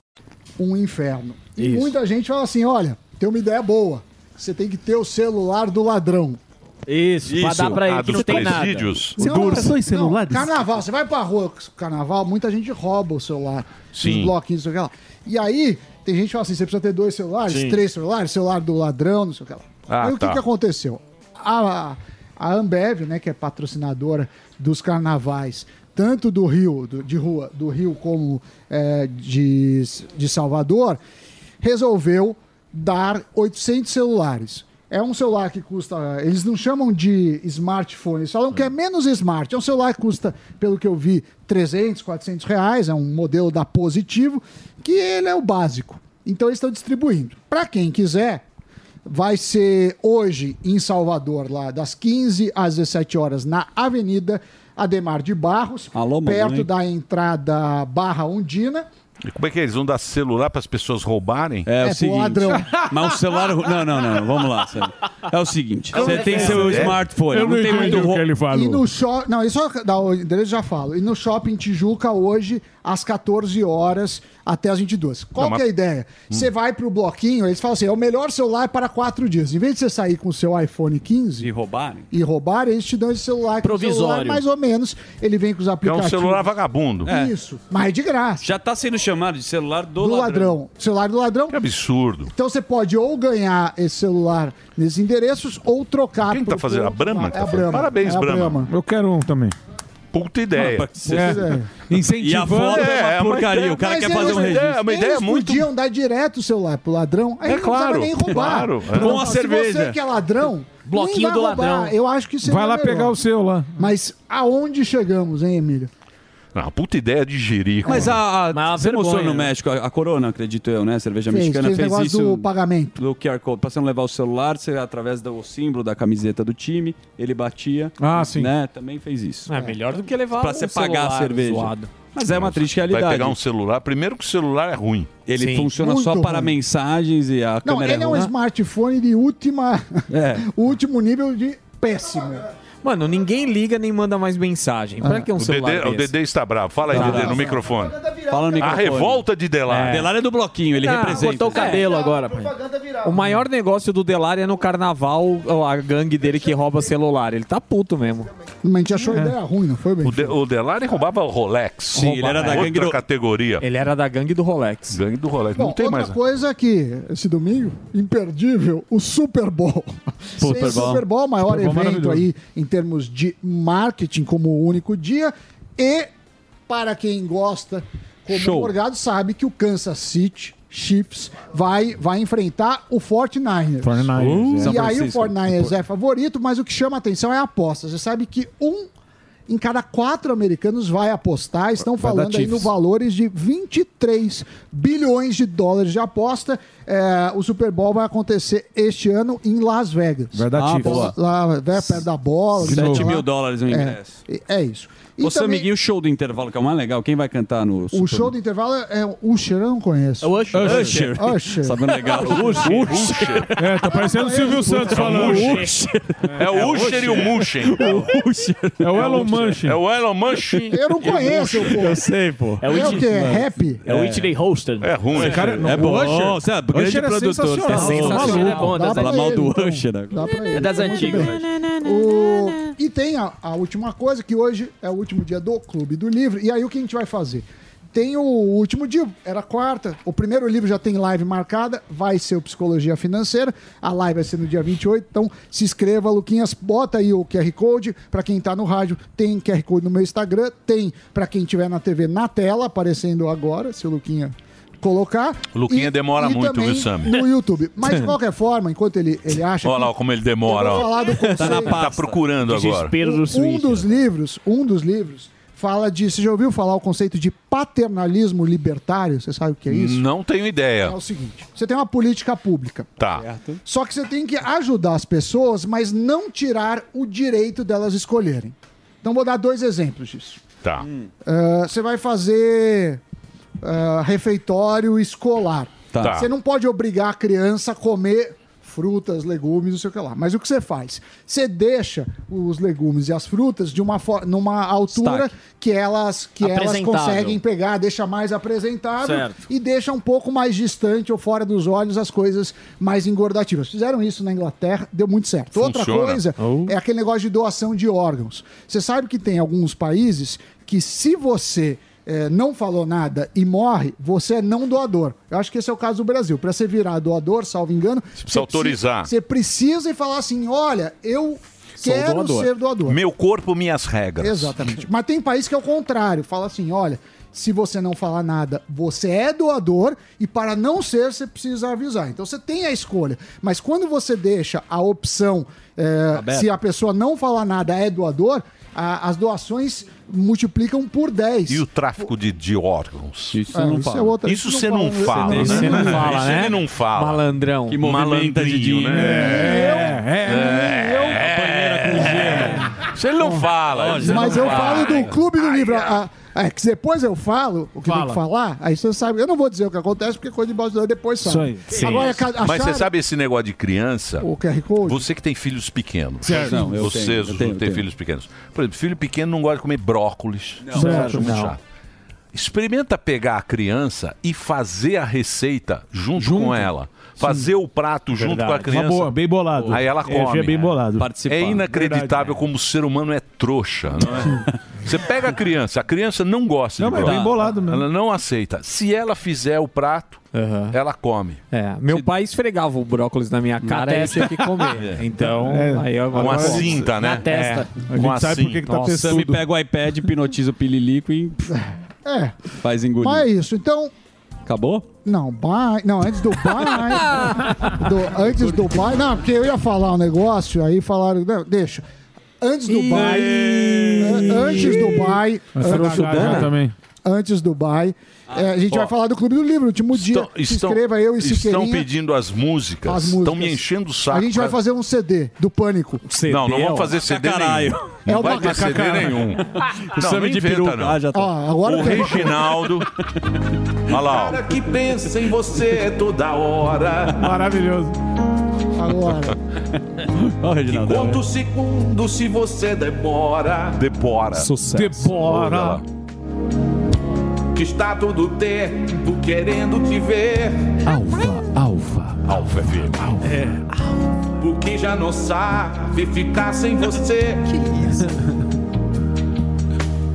Speaker 11: um inferno. E
Speaker 2: Isso.
Speaker 11: muita gente fala assim: olha, tem uma ideia boa. Você tem que ter o celular do ladrão.
Speaker 8: Isso, pra dar pra ele
Speaker 3: Ah,
Speaker 8: que não
Speaker 3: dos
Speaker 8: tem nada.
Speaker 3: presídios.
Speaker 11: Você não-
Speaker 15: dois
Speaker 11: não,
Speaker 15: celulares?
Speaker 11: carnaval, você vai pra rua com o carnaval, muita gente rouba o celular.
Speaker 3: Sim.
Speaker 11: Os bloquinhos, não sei o que lá. E aí, tem gente que fala assim: você precisa ter dois celulares,
Speaker 3: Sim.
Speaker 11: três celulares, celular do ladrão, não sei o que lá.
Speaker 3: Ah,
Speaker 11: aí o que
Speaker 3: tá.
Speaker 11: que, aconteceu? A, a Ambev, né, que é patrocinadora dos carnavais, tanto do Rio, do- de rua, do Rio como é, de, de Salvador, resolveu dar 800 celulares. É um celular que custa. Eles não chamam de smartphone, eles falam que é menos smart. É um celular que custa, pelo que eu vi, 300, 400 reais. É um modelo da Positivo, que ele é o básico. Então eles estão distribuindo. Para quem quiser, Vai ser hoje em Salvador, lá das 15 às 17 horas, na Avenida Ademar de Barros,
Speaker 9: mamãe.
Speaker 11: perto da entrada Barra Undina.
Speaker 3: E como é que é? Eles vão dar celular para as pessoas roubarem?
Speaker 9: É,
Speaker 11: É,
Speaker 9: o
Speaker 11: pro
Speaker 9: seguinte.
Speaker 11: ladrão.
Speaker 9: Mas o celular. Não, não, não. Vamos lá. Sam. É o seguinte.
Speaker 3: Então,
Speaker 11: Eu
Speaker 9: Você
Speaker 11: não
Speaker 9: tem
Speaker 11: entendo.
Speaker 9: seu
Speaker 11: É?
Speaker 9: smartphone.
Speaker 11: Eu
Speaker 9: não,
Speaker 11: não
Speaker 9: tem
Speaker 11: entendi
Speaker 9: muito
Speaker 11: o que
Speaker 9: ro-
Speaker 11: ele E no shopping. Não, isso só dá o endereço já falo. E no shopping Tijuca hoje, às 14 horas até às 22. Qual
Speaker 3: Não,
Speaker 11: que é a
Speaker 3: mas-
Speaker 11: ideia?
Speaker 9: Hum.
Speaker 11: Você vai pro bloquinho, eles falam assim: é o melhor celular para quatro dias. Em vez de você sair com o seu iPhone 15
Speaker 9: E roubarem?
Speaker 11: e roubar, eles te dão esse celular que é um celular
Speaker 9: Provisório.
Speaker 11: mais ou menos. Ele vem com os
Speaker 9: Que é um
Speaker 11: aplicativos.
Speaker 9: celular vagabundo. É.
Speaker 11: Isso. Mas de graça.
Speaker 9: Já tá sendo chamado de celular do,
Speaker 11: Do ladrão. Celular do ladrão. Que
Speaker 3: absurdo.
Speaker 11: Então você pode ou ganhar esse celular nesses endereços ou trocar. Quem
Speaker 3: tá fazendo? A Brahma
Speaker 11: É
Speaker 3: tá
Speaker 11: a
Speaker 3: fazendo?
Speaker 11: Brahma.
Speaker 3: Parabéns,
Speaker 11: é a
Speaker 3: Brahma.
Speaker 15: Eu quero um também.
Speaker 3: Puta ideia.
Speaker 15: É. Incentivando.
Speaker 3: E a foto é uma porcaria, o cara
Speaker 11: Mas
Speaker 3: quer
Speaker 11: eles-
Speaker 3: fazer um registro. É uma ideia
Speaker 11: eles
Speaker 3: muito-
Speaker 11: podiam dar direto o celular pro ladrão, aí
Speaker 3: É
Speaker 11: não
Speaker 3: claro,
Speaker 11: precisava nem roubar.
Speaker 3: claro, é.
Speaker 11: Não,
Speaker 3: Com a
Speaker 11: se
Speaker 3: cerveja.
Speaker 11: você que é ladrão,
Speaker 15: Bloquinho
Speaker 11: nem vai
Speaker 15: do
Speaker 11: roubar.
Speaker 15: ladrão.
Speaker 11: Eu acho que seria
Speaker 15: Vai lá
Speaker 11: melhor.
Speaker 15: pegar o seu lá.
Speaker 11: Mas aonde chegamos, hein, Emílio?
Speaker 3: Não, puta ideia de gerir.
Speaker 9: Mas a, a, você mostrou
Speaker 3: vergonha,
Speaker 9: no
Speaker 3: né?
Speaker 9: México, a, a Corona, acredito eu, né? A cerveja
Speaker 11: Fez,
Speaker 9: mexicana
Speaker 11: fez
Speaker 9: fez,
Speaker 11: negócio
Speaker 9: isso
Speaker 11: do pagamento.
Speaker 9: do QR Code. Pra você não levar o celular, você através do símbolo da camiseta do time, ele batia.
Speaker 15: Ah, sim.
Speaker 9: Né? Também fez isso.
Speaker 10: É melhor do que levar
Speaker 9: Pra
Speaker 10: um
Speaker 9: você pagar a
Speaker 10: celular
Speaker 9: cerveja.
Speaker 10: zoado.
Speaker 9: Mas é uma triste realidade.
Speaker 3: Vai pegar um celular. Primeiro que o celular é ruim.
Speaker 9: Ele
Speaker 3: Sim.
Speaker 9: funciona só
Speaker 3: Muito
Speaker 9: para
Speaker 3: ruim.
Speaker 9: mensagens e a
Speaker 11: Não,
Speaker 9: câmera
Speaker 11: ele é um
Speaker 3: né?
Speaker 9: ruim.
Speaker 11: smartphone de última,
Speaker 9: É.
Speaker 11: último nível de péssimo.
Speaker 10: Mano, ninguém liga nem manda mais mensagem. Pra que um
Speaker 3: o
Speaker 10: celular
Speaker 3: Dedê, o
Speaker 10: desse?
Speaker 3: Dedê está bravo. Fala aí,
Speaker 10: Tá
Speaker 3: Dedê,
Speaker 10: bravo.
Speaker 3: no microfone.
Speaker 9: Fala no
Speaker 3: A
Speaker 9: microfone.
Speaker 3: revolta de Delar.
Speaker 9: É. Delar é do bloquinho, ele
Speaker 10: Ah,
Speaker 9: representa.
Speaker 10: Cortou o cabelo agora. pai. O maior negócio do Delar é no carnaval ó, a gangue dele que rouba celular. Ele tá puto mesmo.
Speaker 11: Mas a gente achou a
Speaker 10: É.
Speaker 11: ideia ruim, não foi, bem?
Speaker 3: O, de, o Delari roubava o Rolex.
Speaker 10: Sim, ele era da
Speaker 3: Outra
Speaker 10: gangue do-
Speaker 3: categoria.
Speaker 10: Ele era da gangue do Rolex.
Speaker 3: Gangue do Rolex.
Speaker 11: Bom,
Speaker 3: não tem
Speaker 11: outra
Speaker 3: mais. né?
Speaker 11: coisa é que esse domingo, imperdível, o Super Bowl.
Speaker 3: Super
Speaker 11: Sem
Speaker 3: Bowl.
Speaker 11: Super Bowl, maior
Speaker 3: Super Bowl
Speaker 11: evento
Speaker 3: maravilhoso.
Speaker 11: aí em termos de marketing como o único dia. E para quem gosta, como
Speaker 9: Show.
Speaker 11: morgado, sabe que o Kansas City Chiefs vai, vai enfrentar o 49ers.
Speaker 15: 49ers, é.
Speaker 11: E
Speaker 15: São
Speaker 11: aí o
Speaker 15: Francisco.
Speaker 11: 49ers é favorito, mas o que chama atenção é a aposta. Você sabe que um em cada quatro americanos vai apostar, estão
Speaker 15: Vai
Speaker 11: falando
Speaker 15: dar
Speaker 11: aí no
Speaker 15: Chiefs.
Speaker 11: valor valores de 23 bilhões de dólares de aposta. É, o Super Bowl vai acontecer este ano em Las Vegas.
Speaker 15: Vai dar
Speaker 11: ah,
Speaker 15: Chiefs.
Speaker 11: boa. Lá, né, perto da bola.
Speaker 9: De
Speaker 11: sei
Speaker 9: novo.
Speaker 11: lá.
Speaker 9: 7 mil dólares no
Speaker 11: É,
Speaker 9: ingresso.
Speaker 11: e- É, isso. E
Speaker 9: Ô,
Speaker 11: também,
Speaker 9: Samiguinho, o show do intervalo, que é o mais legal. Quem vai cantar no
Speaker 11: o show do intervalo é o Usher, eu não conheço.
Speaker 9: É o Usher. Usher.
Speaker 11: Usher. Ah,
Speaker 9: Sabendo legal. Usher. Usher.
Speaker 15: É, tá parecendo o Silvio Santos falando.
Speaker 3: É o Usher e o Mushen.
Speaker 15: É o Elon Musk.
Speaker 3: É o Elon Musk.
Speaker 11: Eu não
Speaker 5: É,
Speaker 11: conheço, pô.
Speaker 15: Eu sei, pô.
Speaker 11: É o É o Whitney- quê? É rap? É o
Speaker 15: Whitney
Speaker 8: Houston.
Speaker 3: É ruim.
Speaker 15: Esse cara-
Speaker 9: é
Speaker 15: o
Speaker 9: bom.
Speaker 15: Usher-
Speaker 9: Você é grande
Speaker 15: Usher é
Speaker 9: produtor.
Speaker 5: tá
Speaker 9: Você é
Speaker 15: sensacional. Tá
Speaker 9: sensacional.
Speaker 15: Maluco.
Speaker 9: Dá pra Fala mal do Usher agora.
Speaker 11: Dá pra
Speaker 9: É
Speaker 11: ir.
Speaker 9: das
Speaker 11: Muito
Speaker 9: antigas.
Speaker 11: bem. O- E tem a, a última coisa, que hoje é o último dia do Clube do Livro. E aí o que a gente vai fazer? Tem o último dia, era quarta. O primeiro livro já tem live marcada, vai ser o Psicologia Financeira. A live vai ser no dia 28. Então se inscreva, Luquinhas. Bota aí o QR Code. Pra quem tá no rádio, tem QR Code no meu Instagram. Tem pra quem tiver na TV na tela, aparecendo agora, se o Luquinha colocar.
Speaker 3: O Luquinha demora muito,
Speaker 11: também
Speaker 3: viu, Sam?
Speaker 11: No YouTube. Mas de qualquer forma, enquanto ele, ele acha.
Speaker 3: Olha
Speaker 11: que-
Speaker 3: lá como ele demora.
Speaker 11: Eu vou falar
Speaker 3: Ó.
Speaker 11: do conceito.
Speaker 3: Tá na pasta. Tá procurando agora.
Speaker 11: um dos livros, um dos livros fala de, você já ouviu falar o conceito de paternalismo libertário? Você sabe o que é isso?
Speaker 3: Não tenho
Speaker 11: É
Speaker 3: ideia.
Speaker 11: o seguinte, você tem uma política pública.
Speaker 3: Tá.
Speaker 11: Só que você tem que ajudar as pessoas, mas não tirar o direito delas escolherem. Então vou dar dois exemplos disso.
Speaker 3: Tá.
Speaker 11: Ah, você vai fazer ah, refeitório escolar.
Speaker 3: Tá.
Speaker 11: Você não pode obrigar a criança a comer frutas, legumes, não sei o que lá. Mas o que você faz? Você deixa os legumes e as frutas de uma fo- numa altura
Speaker 16: Destaque.
Speaker 11: que elas que elas
Speaker 16: Apresentável.
Speaker 11: conseguem pegar, deixa mais apresentável
Speaker 16: Certo.
Speaker 11: e deixa um pouco mais distante ou fora dos olhos as coisas mais engordativas. Fizeram isso na Inglaterra, deu muito certo. Outra
Speaker 3: Funciona. Oh.
Speaker 11: coisa
Speaker 3: Uhum.
Speaker 11: é aquele negócio de doação de órgãos. Você sabe que tem alguns países que se você eh, não falou nada e morre, você é não doador. Eu acho que esse é o caso do Brasil. Para você virar doador, salvo engano, você precisa-
Speaker 3: autorizar.
Speaker 11: Você precisa e falar assim: olha, eu
Speaker 3: Sou
Speaker 11: quero
Speaker 3: doador.
Speaker 11: ser doador.
Speaker 3: Meu corpo, minhas regras.
Speaker 11: Exatamente. Mas tem país que é o contrário, fala assim: olha, se você não falar nada, você é doador e para não ser, você precisa avisar. Então você tem a escolha. Mas quando você deixa a opção, é,
Speaker 17: Aberta.
Speaker 11: se a pessoa não falar nada, é doador, a- as doações multiplicam por 10.
Speaker 3: E o tráfico de, de órgãos? Isso
Speaker 11: Ah, não isso fala. é outra-
Speaker 3: Isso
Speaker 11: isso
Speaker 3: você
Speaker 11: não
Speaker 3: não
Speaker 11: fala,
Speaker 3: fala, né?
Speaker 11: isso não fala,
Speaker 3: Isso
Speaker 11: né?
Speaker 3: ele não fala.
Speaker 10: Malandrão.
Speaker 3: Que
Speaker 10: movimenta de
Speaker 3: malandrinho, né?
Speaker 11: é,
Speaker 3: É, é, é. Isso ele não fala. isso ele
Speaker 11: Mas
Speaker 3: não
Speaker 11: eu
Speaker 3: fala.
Speaker 11: falo do Clube do Livro. Ah, É que depois eu falo o que tem
Speaker 3: Fala.
Speaker 11: que falar, aí você sabe. Eu não vou dizer o que acontece, porque coisa de bastidor depois sabe.
Speaker 3: Sim.
Speaker 11: Agora, ca-
Speaker 3: Mas você
Speaker 11: acharam-
Speaker 3: sabe esse negócio de criança?
Speaker 11: O QR Code?
Speaker 3: Você que tem filhos pequenos.
Speaker 11: Certo. Não, eu
Speaker 3: Vocês
Speaker 11: tenho, eu
Speaker 3: os-
Speaker 11: tenho, eu
Speaker 3: têm
Speaker 11: tenho.
Speaker 3: filhos pequenos. Por exemplo, filho pequeno não gosta de comer brócolis. é um
Speaker 11: Não. Certo.
Speaker 3: Acho muito
Speaker 11: Não.
Speaker 3: chato. Experimenta pegar a criança e fazer a receita junto, com ela. Fazer o prato junto
Speaker 15: Verdade.
Speaker 3: com a criança.
Speaker 15: Uma boa, bem bolado.
Speaker 3: Aí ela
Speaker 15: Eu achei
Speaker 3: come.
Speaker 15: bem bolado.
Speaker 3: É
Speaker 15: Participar.
Speaker 3: inacreditável como o ser humano é trouxa, não é? Você pega a criança, a criança não gosta
Speaker 15: Não,
Speaker 3: de
Speaker 15: mas é bem
Speaker 3: brócolis.
Speaker 15: bolado mesmo.
Speaker 3: Ela não aceita. Se ela fizer o prato, ela come.
Speaker 10: É, meu pai esfregava o brócolis na minha cara e eu
Speaker 3: testa.
Speaker 10: tinha que comer.
Speaker 3: É.
Speaker 10: Então,
Speaker 3: É.
Speaker 10: aí eu
Speaker 3: Com a
Speaker 10: agora-
Speaker 3: cinta, né?
Speaker 10: Na testa.
Speaker 9: É. Com a cinta.
Speaker 10: tá
Speaker 9: Nossa, me pega o iPad, hipnotiza o pililico e
Speaker 11: É,
Speaker 9: faz engolir.
Speaker 11: mas é isso. Então,
Speaker 9: Acabou?
Speaker 11: Não, bye. Não, antes do bye. do- antes do bye. Não, porque eu ia falar um negócio, aí falaram. Não, deixa. Antes do bye. an- Antes do bye.
Speaker 15: Mas será
Speaker 11: antes
Speaker 15: que
Speaker 11: do
Speaker 15: o Dana
Speaker 11: bye.
Speaker 15: também?
Speaker 11: Antes do bye. é, a gente
Speaker 3: Ah. ó.
Speaker 11: vai falar do Clube do Livro, último dia. Se inscreva eu e
Speaker 3: estão
Speaker 11: Siqueirinha.
Speaker 3: pedindo as músicas,
Speaker 11: As
Speaker 3: Estão
Speaker 11: músicas.
Speaker 3: me enchendo o saco.
Speaker 11: A gente vai
Speaker 3: cara.
Speaker 11: fazer um CD do Pânico.
Speaker 3: Não, não vamos fazer CD nenhum. Não
Speaker 11: É
Speaker 3: vai
Speaker 11: o
Speaker 3: ter
Speaker 11: Macaca-
Speaker 3: CD nenhum.
Speaker 11: O
Speaker 3: Não,
Speaker 11: Sammy
Speaker 3: não
Speaker 11: de
Speaker 3: inventa,
Speaker 11: peruca.
Speaker 3: não.
Speaker 11: Ah, já tá. Ó, agora
Speaker 3: o
Speaker 11: tem-
Speaker 3: Reginaldo. Olha lá, ó.
Speaker 6: Cara que pensa em você toda hora.
Speaker 15: Maravilhoso.
Speaker 11: Agora.
Speaker 6: E
Speaker 3: é.
Speaker 6: quantos segundos se você demora?
Speaker 3: Debora.
Speaker 6: Sucesso.
Speaker 3: Debora.
Speaker 18: está todo tempo querendo te ver.
Speaker 6: Alfa, alfa.
Speaker 3: Alfa FM.
Speaker 18: É. Porque já não sabe ficar Tá sem você. Que isso?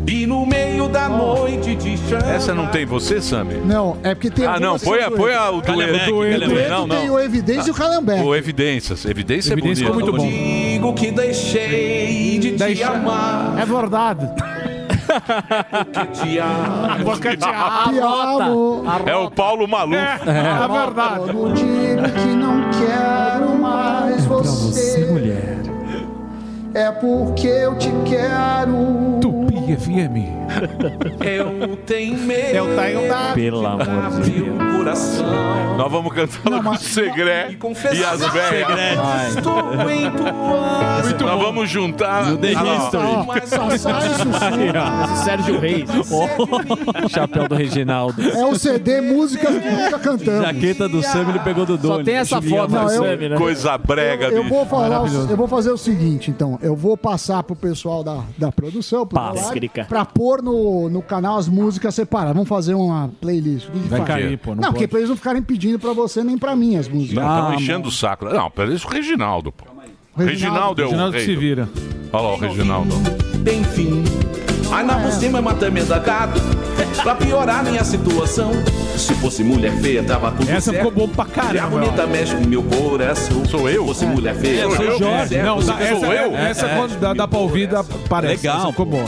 Speaker 18: E no meio da noite te chama.
Speaker 3: Essa não tem você, Sammy?
Speaker 11: Não, é porque tem
Speaker 3: Ah, não,
Speaker 11: algumas
Speaker 3: põe, a,
Speaker 11: sem
Speaker 3: põe a, o
Speaker 11: dueto.
Speaker 3: dueto.
Speaker 11: O dueto
Speaker 3: Não,
Speaker 11: tem
Speaker 3: não.
Speaker 11: o Evidência e o Calambé.
Speaker 3: O Evidências. Evidência,
Speaker 11: Evidência
Speaker 3: é
Speaker 11: ficou
Speaker 3: bonito.
Speaker 11: muito bom.
Speaker 18: Digo que deixei de te amar.
Speaker 16: É verdade.
Speaker 18: Te amo.
Speaker 16: Porque te
Speaker 11: amo.
Speaker 3: É o Paulo Maluf.
Speaker 11: É verdade. Não digo que não quero mais você.
Speaker 6: mulher.
Speaker 11: É porque eu te quero.
Speaker 15: é
Speaker 6: Tupi FM.
Speaker 18: Eu tenho medo.
Speaker 6: Eu tenho medo.
Speaker 3: Pelo amor de Deus. Nós vamos cantando com o Segré e as velhas.
Speaker 18: Estou em tua.
Speaker 3: Nós vamos juntar.
Speaker 18: The
Speaker 3: Ah, não.
Speaker 8: Sérgio Reis.
Speaker 14: Chapéu do Reginaldo.
Speaker 11: É o CD Músicas que nunca cantamos.
Speaker 14: Jaqueta do Sam, ele pegou do Doni.
Speaker 11: Não, eu-
Speaker 18: né?
Speaker 3: Coisa brega,
Speaker 11: Eu
Speaker 3: bicho.
Speaker 11: vou, falar, o- eu vou fazer o seguinte, então. Eu vou passar pro pessoal da, da produção, pro
Speaker 3: Passa,
Speaker 11: Delari,
Speaker 3: Crica.
Speaker 11: pra pôr no, no canal as músicas separadas. Vamos fazer uma playlist. O que que
Speaker 3: Vai
Speaker 11: faz?
Speaker 3: cair, pô, não
Speaker 11: Não, porque
Speaker 3: pode.
Speaker 11: pra eles não ficarem pedindo pra você nem pra mim as músicas.
Speaker 3: Não, estão enchendo o saco. Não, pera isso, o Reginaldo, pô. Reginaldo, é o
Speaker 15: Reginaldo
Speaker 3: rei
Speaker 15: que se
Speaker 3: do-
Speaker 15: vira.
Speaker 3: Olha lá o Reginaldo.
Speaker 18: Bem fim. Ainda por cima é matame da gato. Pra piorar minha situação. Se fosse mulher feia, tava tudo
Speaker 15: Essa
Speaker 18: certo.
Speaker 15: ficou bom pra
Speaker 18: E a
Speaker 15: caramba.
Speaker 18: bonita mexe com meu coração. Sou eu? Se fosse mulher feia,
Speaker 15: Sou
Speaker 18: tava
Speaker 15: eu,
Speaker 18: tudo
Speaker 15: é Jorge.
Speaker 18: certo.
Speaker 15: Não,
Speaker 18: Se
Speaker 15: tá,
Speaker 18: fosse-
Speaker 15: essa,
Speaker 18: eu?
Speaker 15: essa
Speaker 18: É.
Speaker 15: quando dá, dá pra ouvir, dá, parece.
Speaker 18: Legal,
Speaker 15: Essa Ficou bom.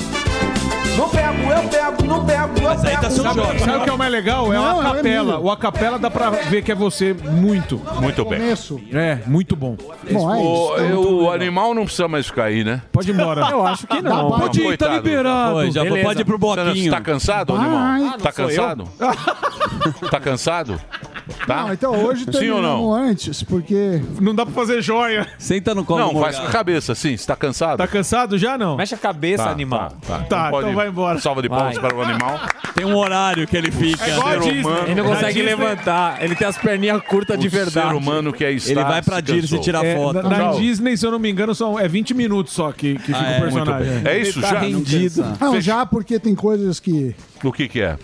Speaker 18: Não pego, eu pego, não pego, eu pego.
Speaker 3: tá
Speaker 15: Sabe, tá sabe o que é o mais legal? É
Speaker 18: Não,
Speaker 15: o
Speaker 18: é o
Speaker 15: acapela.
Speaker 18: Emílio.
Speaker 15: O acapela dá pra ver que é você muito.
Speaker 3: Muito bem.
Speaker 11: Começo.
Speaker 15: É, muito bom.
Speaker 3: o, eu- o animal não precisa mais cair, né?
Speaker 15: Pode ir embora.
Speaker 3: Eu acho que não.
Speaker 15: Pode ir, tá
Speaker 3: Coitado.
Speaker 15: liberado.
Speaker 3: Oi, já
Speaker 15: Beleza.
Speaker 3: pode ir pro bloquinho. Você tá cansado, animal?
Speaker 11: Vai.
Speaker 3: Ah, não Tá sou cansado? tá cansado? Tá?
Speaker 11: Não, então hoje
Speaker 3: Sim ou não?
Speaker 11: terminamos antes, porque...
Speaker 15: Não dá pra fazer joia.
Speaker 9: Senta no
Speaker 3: Não, faz com a cabeça, sim. Você tá cansado?
Speaker 15: Tá cansado já, não?
Speaker 3: Mexe a cabeça,
Speaker 15: animal.
Speaker 3: Tá,
Speaker 15: Tá, então vai embora.
Speaker 3: Salva de palmas
Speaker 15: Vai.
Speaker 3: para o animal.
Speaker 9: Tem um horário que ele fica.
Speaker 3: É igual a
Speaker 9: Ser
Speaker 3: Disney.
Speaker 9: humano.
Speaker 3: Ele não
Speaker 9: Na
Speaker 3: consegue
Speaker 9: Disney-
Speaker 10: levantar. Ele tem as perninhas curtas
Speaker 3: O
Speaker 10: de verdade.
Speaker 3: ser humano que é estar,
Speaker 9: Ele vai pra
Speaker 3: se
Speaker 9: Disney
Speaker 3: cansou.
Speaker 9: tirar
Speaker 15: É, na na
Speaker 3: Tchau.
Speaker 15: Disney, se eu não me engano, são, é 20 minutos só que, que fica
Speaker 3: Ah, é,
Speaker 15: o personagem.
Speaker 3: muito bem. É isso,
Speaker 15: Ele tá
Speaker 3: já?
Speaker 15: rendido.
Speaker 11: Não, já Ah, porque tem coisas que
Speaker 3: O que que é?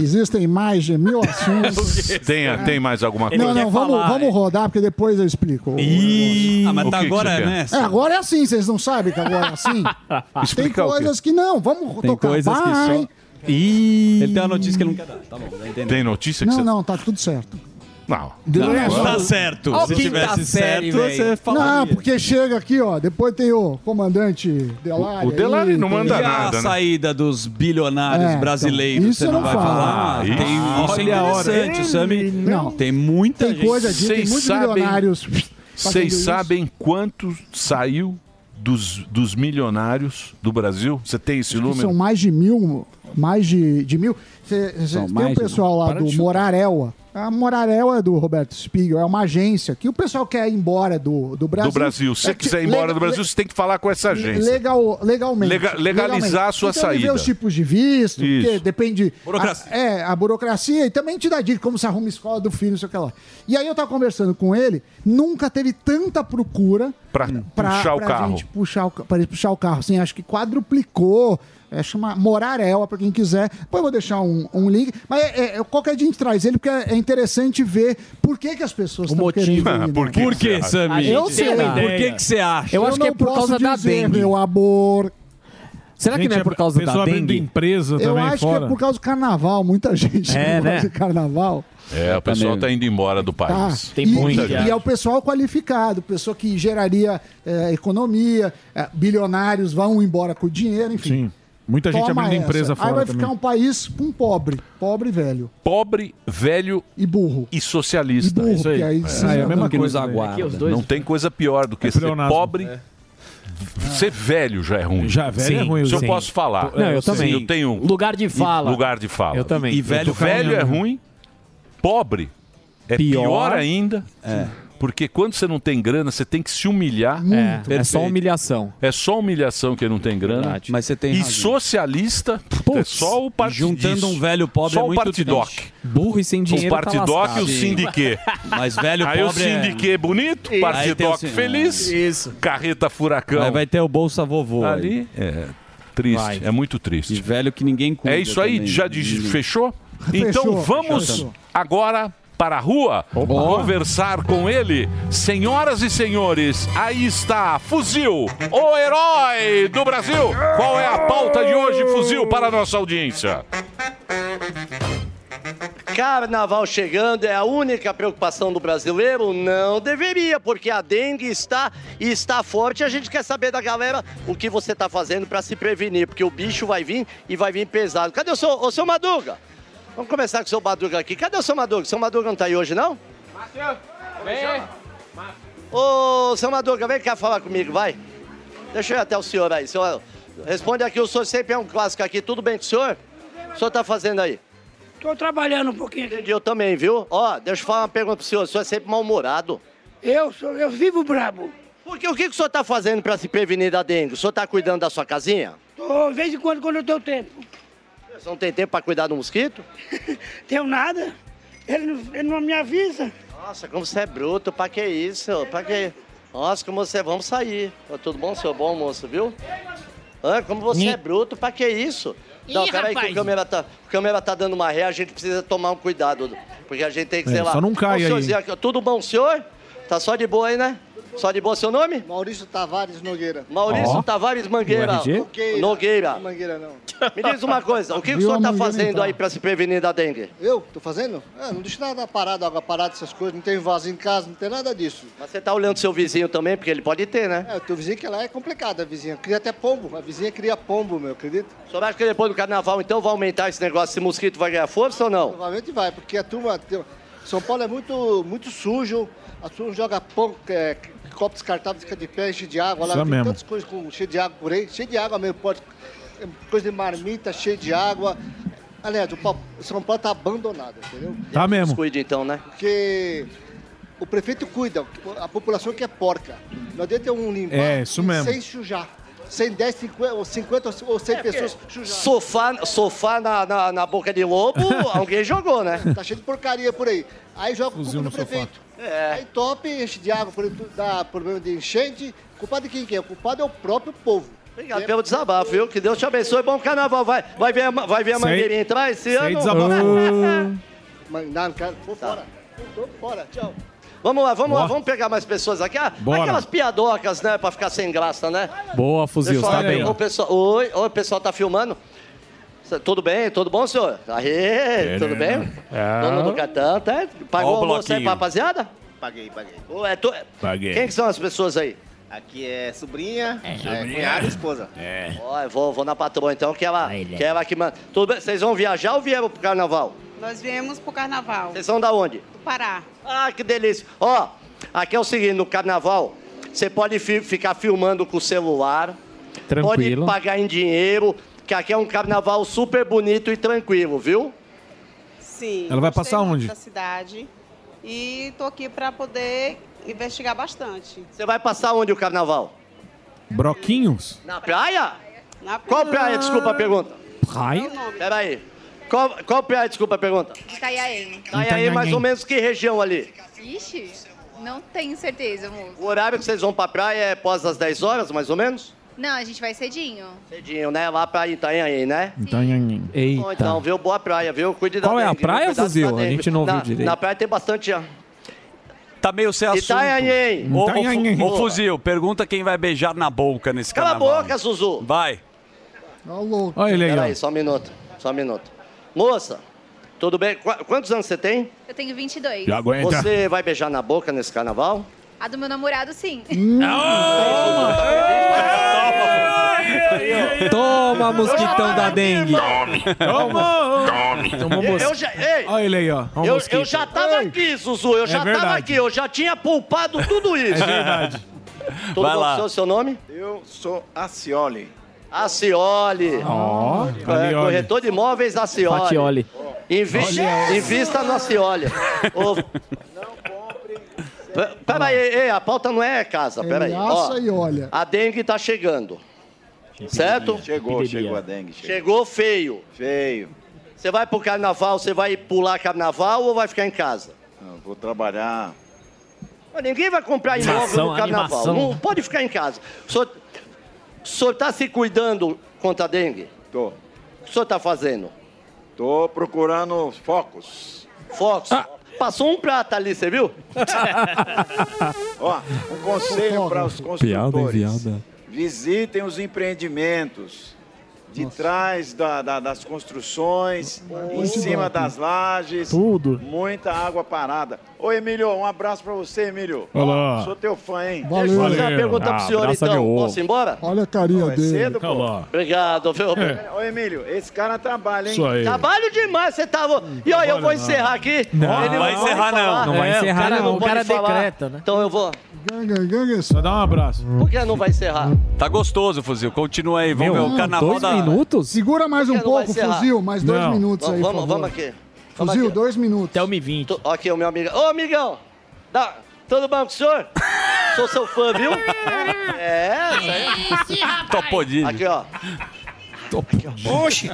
Speaker 11: existem mais de mil assuntos.
Speaker 3: tem, tem mais alguma coisa? é
Speaker 11: Não, não, vamos, vamos rodar, porque depois eu explico.
Speaker 9: Ah, mas
Speaker 3: O
Speaker 9: tá
Speaker 3: que que
Speaker 9: agora,
Speaker 3: você quer?
Speaker 9: né?
Speaker 11: É, agora é assim, vocês não sabem que agora é assim? Tem
Speaker 9: Explica o quê?
Speaker 11: coisas que não, vamos
Speaker 9: Tem
Speaker 11: tocar.
Speaker 9: coisas que
Speaker 11: Vai.
Speaker 9: só. Ele tem uma notícia que ele não quer dar. Tá bom, já entendi.
Speaker 3: Tem notícia que
Speaker 11: Não,
Speaker 3: você...
Speaker 11: não, tá tudo certo.
Speaker 3: Não.
Speaker 9: Não, tá certo.
Speaker 3: Ó,
Speaker 9: Se
Speaker 3: quinta
Speaker 9: tivesse
Speaker 3: série,
Speaker 9: certo,
Speaker 3: velho.
Speaker 9: você
Speaker 11: Não,
Speaker 9: falaria.
Speaker 11: porque chega aqui, ó, depois tem o comandante Delari.
Speaker 9: O Delari não manda
Speaker 11: aí,
Speaker 9: nada.
Speaker 11: tem-
Speaker 9: A saída dos bilionários
Speaker 11: né? É, então,
Speaker 9: brasileiros,
Speaker 11: isso
Speaker 9: você
Speaker 11: eu
Speaker 9: não
Speaker 11: não
Speaker 9: vai
Speaker 11: falo.
Speaker 9: falar.
Speaker 11: Ah,
Speaker 9: tem,
Speaker 11: isso.
Speaker 9: isso é
Speaker 11: Olha a hora.
Speaker 9: interessante, o Sami.
Speaker 11: Não.
Speaker 9: Tem muita
Speaker 11: Tem
Speaker 9: gente.
Speaker 11: coisa disso, tem
Speaker 3: Vocês
Speaker 11: muitos
Speaker 3: sabem-
Speaker 11: milionários. fazendo
Speaker 3: Vocês
Speaker 11: isso.
Speaker 3: sabem quanto saiu dos, dos milionários do Brasil? Você tem esse número?
Speaker 11: São mais de mil, mais de, de mil. Cê- cê-
Speaker 3: São
Speaker 11: tem
Speaker 3: mais
Speaker 11: um
Speaker 3: de
Speaker 11: pessoal
Speaker 3: mil.
Speaker 11: lá
Speaker 3: Para
Speaker 11: do
Speaker 3: de chutar.
Speaker 11: Morarela. A Morarela é do Roberto Spiegel, é uma agência que o pessoal quer ir embora do, do Brasil.
Speaker 3: do Brasil. Se você
Speaker 11: É que-
Speaker 3: quiser ir embora
Speaker 11: le-
Speaker 3: do Brasil,
Speaker 11: le-
Speaker 3: você tem que falar com essa agência.
Speaker 11: Legal, legalmente.
Speaker 3: Lega- legalizar a sua
Speaker 11: Então, ele vê
Speaker 3: saída.
Speaker 11: os tipos de visto,
Speaker 3: Isso.
Speaker 11: porque depende.
Speaker 3: Burocracia.
Speaker 11: A, é, a burocracia e também te dá dica como se arruma a escola do filho, não sei o que lá. E aí eu tava conversando com ele, nunca teve tanta procura
Speaker 3: Pra
Speaker 15: Hum.
Speaker 11: pra,
Speaker 3: puxar o
Speaker 11: pra
Speaker 3: carro.
Speaker 11: gente puxar o, ca- pra gente puxar o carro. Assim, acho que quadruplicou. É chamar Morarela para quem quiser. Depois eu vou deixar um, um link. Mas é, é- qualquer dia a gente traz ele, porque é é interessante ver por que, que as pessoas estão querendo
Speaker 3: Ah,
Speaker 11: ir, né?
Speaker 9: Por que, Por que Sami?
Speaker 11: Eu sei.
Speaker 9: Por que, que você acha?
Speaker 11: não
Speaker 10: é
Speaker 11: posso dizer, Meu amor.
Speaker 15: Será que não é por causa da pessoa abrindo dengue? empresa
Speaker 11: Eu
Speaker 15: também
Speaker 11: acho que
Speaker 15: fora?
Speaker 11: é por causa do carnaval. Muita gente
Speaker 3: É,
Speaker 11: não gosta
Speaker 3: né?
Speaker 11: de carnaval.
Speaker 3: É, o pessoal tá indo embora do país.
Speaker 11: Tá. e, e, e é o pessoal qualificado, pessoa que geraria eh, economia, eh, bilionários vão embora com dinheiro, enfim.
Speaker 15: Sim. Muita gente
Speaker 11: Toma
Speaker 15: abrindo
Speaker 11: essa.
Speaker 15: empresa
Speaker 11: Aí
Speaker 15: fora
Speaker 11: vai
Speaker 15: também.
Speaker 11: ficar um país com pobre, pobre velho.
Speaker 3: Pobre, velho
Speaker 11: e burro.
Speaker 3: E socialista.
Speaker 11: E burro, que aí sim,
Speaker 3: é
Speaker 11: é
Speaker 3: a
Speaker 11: a mesma
Speaker 3: que
Speaker 11: coisa,
Speaker 3: nos
Speaker 11: né?
Speaker 3: aguarda.
Speaker 11: Aqui os dois-
Speaker 3: Não tem coisa pior
Speaker 6: É
Speaker 3: do que ser
Speaker 11: pleonasmo.
Speaker 3: pobre. Ser velho já é ruim.
Speaker 15: Já velho é ruim,
Speaker 3: Isso eu
Speaker 15: sim.
Speaker 3: posso falar.
Speaker 15: Não, eu
Speaker 3: Sim,
Speaker 15: também.
Speaker 3: Eu tenho um
Speaker 15: Lugar de fala.
Speaker 3: Lugar de fala.
Speaker 15: Eu também.
Speaker 3: E
Speaker 15: Eu
Speaker 3: velho,
Speaker 15: tô
Speaker 3: velho é
Speaker 15: caminhando.
Speaker 3: ruim. Pobre é pior,
Speaker 15: Pior.
Speaker 3: ainda.
Speaker 9: É.
Speaker 3: Porque quando você não tem grana, você tem que se humilhar.
Speaker 10: É, é só
Speaker 3: Perfeito.
Speaker 10: humilhação.
Speaker 3: É só humilhação que não tem grana.
Speaker 9: Mas você tem
Speaker 3: E
Speaker 9: razão.
Speaker 3: socialista, puta, é só o partido.
Speaker 9: Juntando um velho pobre
Speaker 3: só
Speaker 9: é muito
Speaker 3: o partidoc.
Speaker 9: triste. Burro e sem dinheiro
Speaker 3: O
Speaker 9: tá
Speaker 3: partidoc e
Speaker 9: lascado.
Speaker 3: o sindiquê.
Speaker 9: Mas velho
Speaker 3: Aí
Speaker 9: pobre
Speaker 3: o
Speaker 9: é-
Speaker 3: sindiquê é
Speaker 9: Isso.
Speaker 3: bonito,
Speaker 9: Aí tem o
Speaker 3: partidoc
Speaker 9: sin-
Speaker 3: feliz, carreta furacão.
Speaker 9: Aí vai ter o Bolsa Vovô.
Speaker 3: Ali,
Speaker 9: É.
Speaker 3: Triste,
Speaker 9: Vai.
Speaker 3: é muito triste.
Speaker 9: E velho que ninguém cuida
Speaker 3: É isso aí?
Speaker 9: também. né?
Speaker 3: Já diz- fechou?
Speaker 9: Fechou,
Speaker 3: Então
Speaker 9: fechou,
Speaker 3: vamos
Speaker 9: fechou.
Speaker 3: agora para a rua conversar com ele. Senhoras e senhores, aí está Fuzil, o herói do Brasil. Qual é a pauta de hoje, Fuzil, para a nossa audiência?
Speaker 4: Carnaval chegando é a única preocupação do brasileiro? Não deveria, porque a dengue está está forte. A gente quer saber da galera o que você está fazendo para se prevenir, porque o bicho vai vir e vai vir pesado. Cadê o seu, o seu Maduga? Vamos começar com o seu Maduga aqui. Cadê o seu Maduga? O seu Maduga não está aí hoje, não? Ô, seu Maduga, vem cá falar comigo, vai. Deixa eu ir até o senhor aí. Senhor, responde aqui, o senhor sempre é um clássico aqui. Tudo bem com o senhor? O senhor está fazendo aí? Tô trabalhando um pouquinho. Entendi, eu também, viu? Ó, deixa eu falar uma pergunta pro senhor. O senhor é sempre mal-humorado. Eu sou, eu vivo brabo. Porque o que, que o senhor tá fazendo pra se prevenir da dengue? O senhor tá cuidando da sua casinha?
Speaker 16: Tô, de vez em quando, quando eu tenho tempo.
Speaker 4: Você não tem tempo pra cuidar do mosquito?
Speaker 16: Tenho nada. Ele, não- ele não me avisa.
Speaker 4: Nossa, como você é bruto, pra que isso? Pra que. Nossa, como você é. Vamos sair. Ô, tudo bom, seu bom moço, viu? Hã? Como você é bruto, pra que isso?
Speaker 17: Ih,
Speaker 4: Não, peraí que
Speaker 17: rapaz.
Speaker 4: o câmera, tá, o câmera tá dando uma ré, a gente precisa tomar um cuidado. Porque a gente tem que,
Speaker 15: É,
Speaker 4: sei lá.
Speaker 15: só não cai
Speaker 4: Ô,
Speaker 15: aí.
Speaker 4: senhorzinho aqui, ó, Tudo bom, senhor? Tá só de boa aí, né? Só de boa seu nome?
Speaker 19: Maurício Tavares Nogueira.
Speaker 4: Maurício
Speaker 19: Ó.
Speaker 4: Tavares Mangueira.
Speaker 19: Do RG? Nogueira.
Speaker 4: Nogueira.
Speaker 19: Mangueira não.
Speaker 4: Me diz uma coisa, o que, que o
Speaker 19: Viu a
Speaker 4: senhor tá
Speaker 19: mangueira
Speaker 4: fazendo
Speaker 19: entrar.
Speaker 4: aí pra se prevenir da dengue?
Speaker 19: Eu que tô fazendo? Ah, não deixo nada parado, água parada, essas coisas. Não tem vaso em casa, não tem nada disso.
Speaker 4: Mas você tá olhando seu vizinho também, porque ele pode ter, né?
Speaker 19: É, o teu vizinho que lá é complicado, a vizinha. Cria até pombo. A vizinha cria pombo, meu, acredita?
Speaker 4: O senhor acha que depois do carnaval, então, vai aumentar esse negócio? Esse mosquito vai ganhar força ou não?
Speaker 19: Provavelmente vai, porque a turma. tem- São Paulo é muito, muito sujo. A turma joga pão, é, copo descartável, fica de pé, cheio de água. Lá
Speaker 15: Isso
Speaker 19: tem
Speaker 15: mesmo.
Speaker 19: tantas coisas com, cheio de água por aí, cheio de água mesmo, pode. é, Coisa de marmita, cheio de água. Aliás, o Pa- São Paulo tá abandonado, entendeu?
Speaker 15: Tá mesmo.
Speaker 4: Cuide então, né?
Speaker 19: Porque o prefeito cuida, a população que é porca. Não adianta um limpar
Speaker 15: É, isso mesmo.
Speaker 19: sem sujar. 110, 50 ou 50 ou 100 pessoas sujar.
Speaker 4: É, Sofá, sofá na, na, na boca de lobo, alguém jogou, né?
Speaker 19: Tá cheio de porcaria por aí. Aí joga o
Speaker 4: Fuzil no
Speaker 19: culpa no
Speaker 4: sofá.
Speaker 19: prefeito.
Speaker 4: É.
Speaker 19: Aí top, enche de água, por exemplo, dá problema de enchente. Culpado de quem que é? O culpado é o próprio povo.
Speaker 4: Obrigado pelo desabafo, viu? Que Deus te abençoe. Bom carnaval. Vai, vai ver a, ma- vai ver a
Speaker 19: Sei-
Speaker 4: mangueirinha entrar esse
Speaker 19: sei
Speaker 4: ano? Tá.
Speaker 19: desabafar. Mandar no cara, vou fora. Tô fora, Então, tchau.
Speaker 4: Vamos lá, vamos lá,
Speaker 19: Bora.
Speaker 4: vamos pegar mais pessoas aqui. Ah,
Speaker 19: Bora.
Speaker 4: Aquelas piadocas, né? Pra ficar sem graça, né?
Speaker 14: Boa,
Speaker 4: Deixa
Speaker 14: fuzil,
Speaker 4: eu
Speaker 14: tá
Speaker 4: falar
Speaker 14: bem.
Speaker 4: com O pessoal, oi, oi, o pessoal tá filmando. Cê- Tudo bem? Tudo bom, senhor? Aê, tudo bem? Dono do cartão, tá? Pagou
Speaker 20: Ó
Speaker 4: o
Speaker 20: o
Speaker 4: almoço aí
Speaker 20: bloquinho.
Speaker 4: pra rapaziada?
Speaker 20: Paguei, paguei.
Speaker 4: Ou é tu...
Speaker 20: Paguei.
Speaker 4: Quem que são as pessoas aí?
Speaker 20: Aqui é sobrinha, é,
Speaker 4: sobrinha.
Speaker 20: cunhada e esposa. É.
Speaker 4: Ó, eu vou, vou na patroa então, que ela que, ela que manda. Tudo bem? Vocês vão viajar ou vieram pro carnaval?
Speaker 21: Nós viemos pro carnaval
Speaker 4: Vocês são da onde?
Speaker 21: do Pará.
Speaker 4: Ah, que delícia. Ó, aqui é o seguinte, no carnaval, você pode fi- ficar filmando com o celular.
Speaker 14: Tranquilo.
Speaker 4: Pode pagar em dinheiro, que aqui é um carnaval super bonito e tranquilo, viu?
Speaker 21: Sim.
Speaker 4: Ela vai
Speaker 21: gostei
Speaker 4: passar
Speaker 21: muito
Speaker 4: onde?
Speaker 21: Da cidade. E tô aqui pra poder investigar bastante.
Speaker 4: Você vai passar onde o carnaval?
Speaker 15: Broquinhos?
Speaker 4: Na praia? Qual praia? Desculpa a pergunta.
Speaker 15: Praia?
Speaker 4: Peraí. Qual, qual praia? Desculpa a pergunta.
Speaker 22: Itaiaém.
Speaker 4: Aí, aí, mais ou menos que região ali?
Speaker 22: Ixi, não tenho certeza, amor.
Speaker 4: O horário que vocês vão pra praia é após as 10 horas, mais ou menos?
Speaker 22: Não, a gente vai cedinho.
Speaker 4: Cedinho, né? Lá pra Itanhaém, né?
Speaker 14: Eita.
Speaker 4: Bom, então, viu? Boa praia, viu? Cuide da
Speaker 14: Qual é a
Speaker 4: dengue, viu?
Speaker 14: praia,
Speaker 4: Cuidado com
Speaker 14: Fuzil? A
Speaker 4: dengue.
Speaker 14: gente não ouviu
Speaker 4: na,
Speaker 14: direito.
Speaker 4: Na praia tem bastante... ó.
Speaker 9: Tá meio sem assunto.
Speaker 4: Itanhaém.
Speaker 11: Então,
Speaker 9: Ô, ô,
Speaker 4: Itanhaém.
Speaker 9: fu- ô, Fuzil, pergunta quem vai beijar na boca nesse
Speaker 4: Cala a
Speaker 9: carnaval.
Speaker 4: boca, Zuzu.
Speaker 9: Vai.
Speaker 4: Olha
Speaker 9: ele aí, ó.
Speaker 4: Peraí, só um minuto. Só um minuto. Moça, tudo bem? Qu- quantos anos você tem?
Speaker 22: Eu tenho 22.
Speaker 4: Você vai beijar na boca nesse carnaval?
Speaker 22: A do meu namorado, sim.
Speaker 15: Hum.
Speaker 14: Toma, mosquitão da dengue.
Speaker 4: Toma.
Speaker 14: Tomou
Speaker 4: Eu-
Speaker 14: mosqui-
Speaker 4: eu já- ei,
Speaker 15: Olha ele aí, ó. Ó o
Speaker 4: eu,
Speaker 15: mosquito. É
Speaker 4: eu já tava aqui, Zuzu. Eu já tava
Speaker 15: verdade.
Speaker 4: aqui. Eu já tinha poupado tudo isso.
Speaker 15: É verdade.
Speaker 4: Tudo
Speaker 20: Vai
Speaker 4: bom
Speaker 20: lá.
Speaker 4: com o seu, seu nome?
Speaker 20: assim. Eu sou Acioli.
Speaker 4: Acioli.
Speaker 20: Ó,
Speaker 4: É,
Speaker 20: Acioli.
Speaker 4: corretor de imóveis Acioli.
Speaker 20: Fatioli.
Speaker 4: Invi
Speaker 20: Olha.
Speaker 4: invista no Acioli. Ô, Pe- Peraí, ei, a pauta não é casa,
Speaker 11: Ele
Speaker 4: peraí.
Speaker 11: assa
Speaker 4: Ó,
Speaker 11: e olha.
Speaker 4: a dengue tá chegando. Certo?
Speaker 20: Chegou, chegou a dengue. Chegou.
Speaker 4: Chegou feio.
Speaker 20: Feio.
Speaker 4: Você vai pro carnaval, você vai pular carnaval ou vai ficar em casa?
Speaker 20: Não, vou trabalhar.
Speaker 4: Mas ninguém vai comprar imóvel
Speaker 20: Animação,
Speaker 4: no carnaval.
Speaker 20: animação.
Speaker 4: Não pode ficar em casa. Só- O senhor tá se cuidando contra a dengue? Tô. O que o senhor tá fazendo? Tô procurando focos. Focos?
Speaker 20: Ah.
Speaker 4: Passou um prato ali, você viu?
Speaker 20: Ó, um conselho para os
Speaker 10: Piada
Speaker 20: construtores.
Speaker 10: enviada.
Speaker 20: Visitem os empreendimentos de trás da- da- das construções, em cima das lajes.
Speaker 5: Tudo.
Speaker 20: Muita água parada. Ô, Emílio, um abraço para você, Emílio.
Speaker 5: Olá.
Speaker 20: Sou teu fã, hein?
Speaker 4: Deixa eu fazer uma
Speaker 20: Valeu.
Speaker 4: pergunta pro
Speaker 20: Ah,
Speaker 4: senhor,
Speaker 20: abraça meu
Speaker 4: então.
Speaker 20: ovo.
Speaker 4: Posso ir embora?
Speaker 11: Olha a carinha
Speaker 20: É cedo,
Speaker 11: dele.
Speaker 20: pô.
Speaker 4: Obrigado, viu?
Speaker 20: É. Ô, Emílio, esse cara trabalha, hein?
Speaker 4: Isso aí. Trabalho demais, você tava. E olha, eu vou encerrar aqui.
Speaker 20: Não,
Speaker 4: Ele
Speaker 20: não vai
Speaker 4: pode
Speaker 20: encerrar, não.
Speaker 4: falar.
Speaker 20: Não vai
Speaker 4: É,
Speaker 20: encerrar,
Speaker 4: o cara
Speaker 20: não.
Speaker 4: não.
Speaker 20: O
Speaker 4: pode
Speaker 20: cara
Speaker 4: falar.
Speaker 20: decreta, né?
Speaker 4: Então eu vou.
Speaker 11: Ganga, ganga, só dá um abraço.
Speaker 4: Por que não vai encerrar?
Speaker 9: Tá gostoso, Fuzil. Continua aí. Vamos
Speaker 11: Meu, um,
Speaker 9: ver o carnaval
Speaker 11: dois
Speaker 9: da...
Speaker 11: minutos? Segura mais um
Speaker 4: Por que não vai
Speaker 11: pouco,
Speaker 4: encerrar?
Speaker 11: fuzil, mais dois
Speaker 4: Não.
Speaker 11: minutos aí, por
Speaker 4: Vamos,
Speaker 11: favor.
Speaker 4: vamos aqui.
Speaker 11: Fuzil, dois minutos. Até
Speaker 23: o Mi 20.
Speaker 4: Aqui, o meu amigo. Ô, amigão! Dá... Tudo bom com o senhor? Sou seu fã, viu? É, isso aí.
Speaker 9: Topodilho.
Speaker 4: Aqui, ó. Oxi!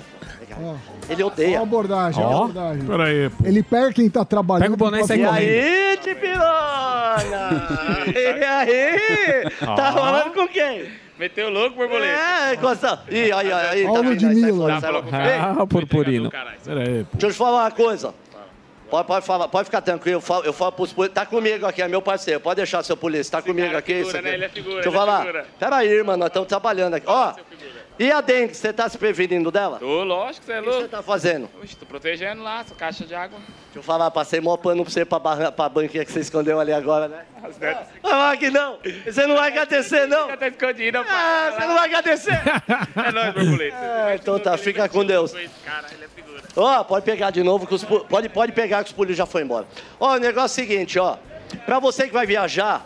Speaker 4: Ele odeia.
Speaker 11: Ó a abordagem, ó a
Speaker 4: Ó.
Speaker 11: abordagem.
Speaker 4: Peraí,
Speaker 11: Ele pega quem tá trabalhando. Pega o boné
Speaker 4: E aí, Tipirona? E aí? Tá
Speaker 5: Ó.
Speaker 4: falando com quem?
Speaker 8: Meteu louco, borboleta.
Speaker 4: É, Gostão. Ih, aí, aí, aí.
Speaker 8: Ó o
Speaker 4: vendo? Aí,
Speaker 8: Ludmilla.
Speaker 4: sai fora, sai fora. Ei,
Speaker 10: Ah, purpurino.
Speaker 15: Peraí,
Speaker 4: Deixa eu te falar uma coisa. Pode, pode, falar, pode ficar tranquilo, eu falo, eu falo pros polícia. Tá comigo aqui, é meu parceiro. Pode deixar seu polícia. Tá comigo aqui.
Speaker 8: figura,
Speaker 4: isso aqui.
Speaker 8: né? Ele é figura,
Speaker 4: Deixa eu
Speaker 8: ele é
Speaker 4: falar.
Speaker 8: figura.
Speaker 4: Peraí, mano, nós estamos trabalhando aqui. Ó, e a dengue, você tá se prevenindo dela?
Speaker 8: Tô, lógico, você é louco. O que você
Speaker 4: tá fazendo?
Speaker 8: Oxe, tô protegendo lá, sua caixa de água.
Speaker 4: Deixa eu falar, passei mó pano pra você pra, barra, pra banquinha que você escondeu ali agora, né? Ah, que não! Você não vai agradecer, não!
Speaker 8: Tá escondido,
Speaker 4: Ah, você não vai agradecer!
Speaker 8: É nóis, borboleta.
Speaker 4: É, então tá, fica com Deus. Ó, pode pegar de novo, que os, pu- pode, pode pegar que os polícias já foram embora. Ó, o negócio é o seguinte, ó. Pra você que vai viajar,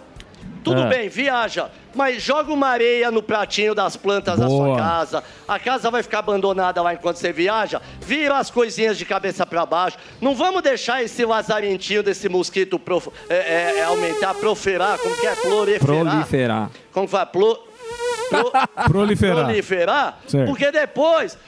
Speaker 4: tudo
Speaker 5: Ah.
Speaker 4: bem, viaja. Mas joga uma areia no pratinho das plantas da sua
Speaker 5: Boa.
Speaker 4: casa. A casa vai ficar abandonada lá enquanto você viaja. Vira as coisinhas de cabeça pra baixo. Não vamos deixar esse lazarentinho desse mosquito prof- é, é, é aumentar, proferar, como que é? Proliferar.
Speaker 24: Proliferar.
Speaker 4: Como fala? Plo... pro-
Speaker 15: Proliferar.
Speaker 4: proliferar,
Speaker 15: Certo.
Speaker 4: porque depois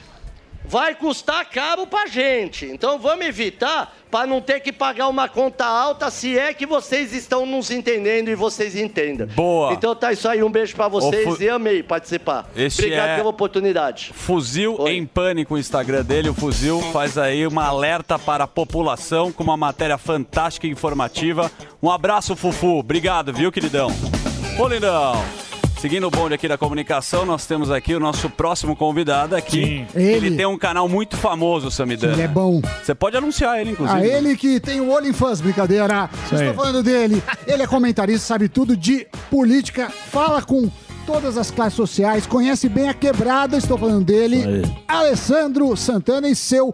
Speaker 4: vai custar caro pra gente. Então vamos evitar pra não ter que pagar uma conta alta, se é que vocês estão nos entendendo e vocês entendam. Boa. Então tá isso aí, um beijo pra vocês
Speaker 9: Ô, fu-
Speaker 4: e amei participar.
Speaker 9: Esse
Speaker 4: Obrigado
Speaker 9: é-
Speaker 4: pela oportunidade.
Speaker 9: Fuzil em Pânico, o Instagram dele. O Fuzil faz aí uma alerta para a população com uma matéria fantástica e informativa. Um abraço, Fufu. Obrigado, viu, queridão? Ô, lindão. Seguindo o bonde aqui da comunicação, nós temos aqui o nosso próximo convidado aqui. Ele... tem um canal muito famoso, Samidana.
Speaker 11: Ele é bom.
Speaker 9: Você pode anunciar ele, inclusive.
Speaker 11: A Ah,
Speaker 15: né?
Speaker 11: ele que tem o olho em fãs, brincadeira.
Speaker 9: aí.
Speaker 11: Estou falando dele. Ele é comentarista, sabe tudo de política, fala com todas as classes sociais, conhece bem a quebrada. Estou falando dele, Alessandro Santana e seu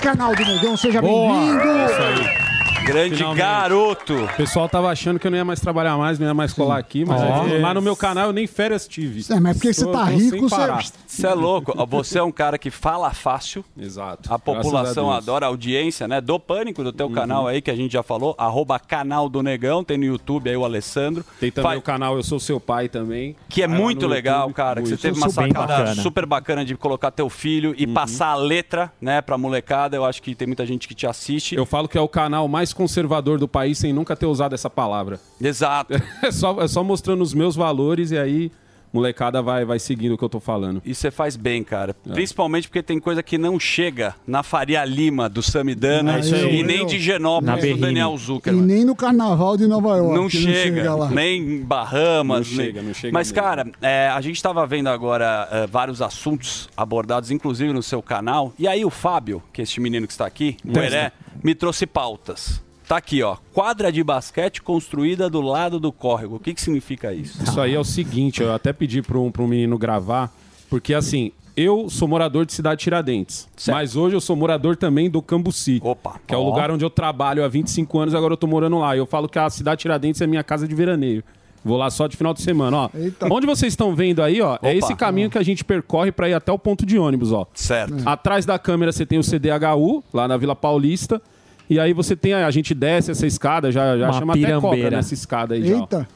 Speaker 11: canal do Negão. Seja bem-vindo.
Speaker 9: Grande garoto.
Speaker 15: O pessoal tava achando que eu não ia mais trabalhar mais, não ia mais colar aqui, mas
Speaker 9: Ó.
Speaker 15: aqui- lá no meu canal eu nem férias tive.
Speaker 11: É, mas porque você tá rico, você-
Speaker 9: Você é louco. Ó, Você é um cara que fala fácil. Exato. A população
Speaker 15: Deus. Uhum.
Speaker 9: adora a audiência, né? Do Pânico, do teu canal aí, que a gente já falou. Arroba canal do Negão. Tem no YouTube aí o Alessandro.
Speaker 15: Tem também
Speaker 9: Faz-
Speaker 15: o canal Eu Sou Seu Pai também.
Speaker 9: Que é
Speaker 15: Vai lá
Speaker 9: muito
Speaker 15: no
Speaker 9: legal,
Speaker 15: YouTube,
Speaker 9: cara. Que você
Speaker 15: muito.
Speaker 9: teve uma
Speaker 15: Bem
Speaker 9: sacada super bacana de colocar teu filho e passar a letra, né, pra molecada. Eu acho que tem muita gente que te assiste.
Speaker 15: Eu falo que é o canal mais conservador do país sem nunca ter usado essa palavra.
Speaker 9: Exato.
Speaker 15: É só, é só mostrando os meus valores e aí molecada vai, vai seguindo o que eu tô falando. É.
Speaker 9: E você faz bem, cara. Principalmente porque tem coisa que não chega na Faria Lima do Samidana
Speaker 11: Ah, isso aí.
Speaker 9: e nem de Genópolis
Speaker 11: Na
Speaker 9: do
Speaker 11: Berrini.
Speaker 9: Daniel
Speaker 11: E
Speaker 9: Zuckerman.
Speaker 11: nem no carnaval de Nova York.
Speaker 9: Não chega,
Speaker 11: lá.
Speaker 9: nem em Bahamas.
Speaker 15: Não
Speaker 9: nem-
Speaker 15: chega, não chega
Speaker 9: Mas,
Speaker 15: mesmo.
Speaker 9: cara, é, a gente estava vendo agora é, vários assuntos abordados, inclusive no seu canal. E aí o Fábio, que é este menino que está aqui, o
Speaker 15: Testa.
Speaker 9: Heré, me trouxe pautas. Tá aqui, ó. Quadra de basquete construída do lado do córrego. O que, que significa isso?
Speaker 15: Isso aí é o seguinte, eu até pedi para um, pra um menino gravar, porque assim, eu sou morador de Cidade Tiradentes, mas hoje eu sou morador também do Cambuci, que é o
Speaker 9: Ó.
Speaker 15: lugar onde eu trabalho há 25 anos, agora eu tô morando lá. E Eu falo que a Cidade Tiradentes é minha casa de veraneio. Vou lá só de final de semana, ó. Onde vocês estão vendo aí, ó, é esse caminho que a gente percorre para ir até o ponto de ônibus, ó.
Speaker 9: Certo.
Speaker 15: Atrás da câmera você tem o CDHU, lá na Vila Paulista. E aí você tem, a a gente desce essa escada, já, já
Speaker 24: Uma
Speaker 15: chama até cobra
Speaker 24: pirambeira.
Speaker 15: nessa escada aí já. ó.
Speaker 11: Eita.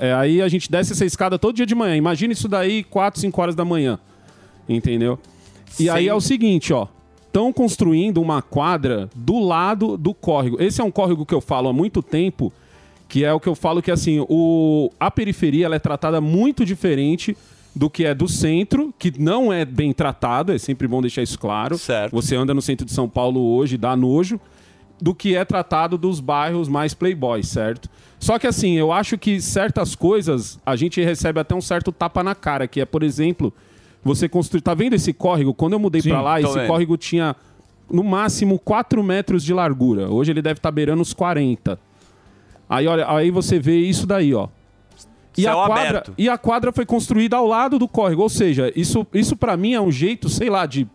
Speaker 15: É, é, aí a gente desce essa escada todo dia de manhã. Imagina isso daí 4, 5 horas da manhã. Entendeu? E aí
Speaker 9: Sim.
Speaker 15: é o seguinte, ó. Estão construindo uma quadra do lado do córrego. Esse é um córrego que eu falo há muito tempo, que é o que eu falo que, assim, o, a periferia ela é tratada muito diferente do que é do centro, que não é bem tratado, é sempre bom deixar isso claro. Certo. Você anda no centro de São Paulo hoje, dá nojo, do que é tratado dos bairros mais playboys, certo? Só que assim, eu acho que certas coisas a gente recebe até um certo tapa na cara, que é, por exemplo, você construir. Tá vendo esse córrego? Quando eu mudei
Speaker 3: Sim,
Speaker 15: pra lá,
Speaker 3: tô
Speaker 15: esse
Speaker 3: vendo.
Speaker 15: córrego tinha no máximo 4 metros de largura. Hoje ele deve estar beirando os 40. Aí, olha, aí você vê isso daí, ó. E a,
Speaker 25: Céu
Speaker 15: quadra,
Speaker 25: aberto.
Speaker 15: e a quadra foi construída ao lado do córrego. Ou seja, isso, isso para mim é um jeito, sei lá, de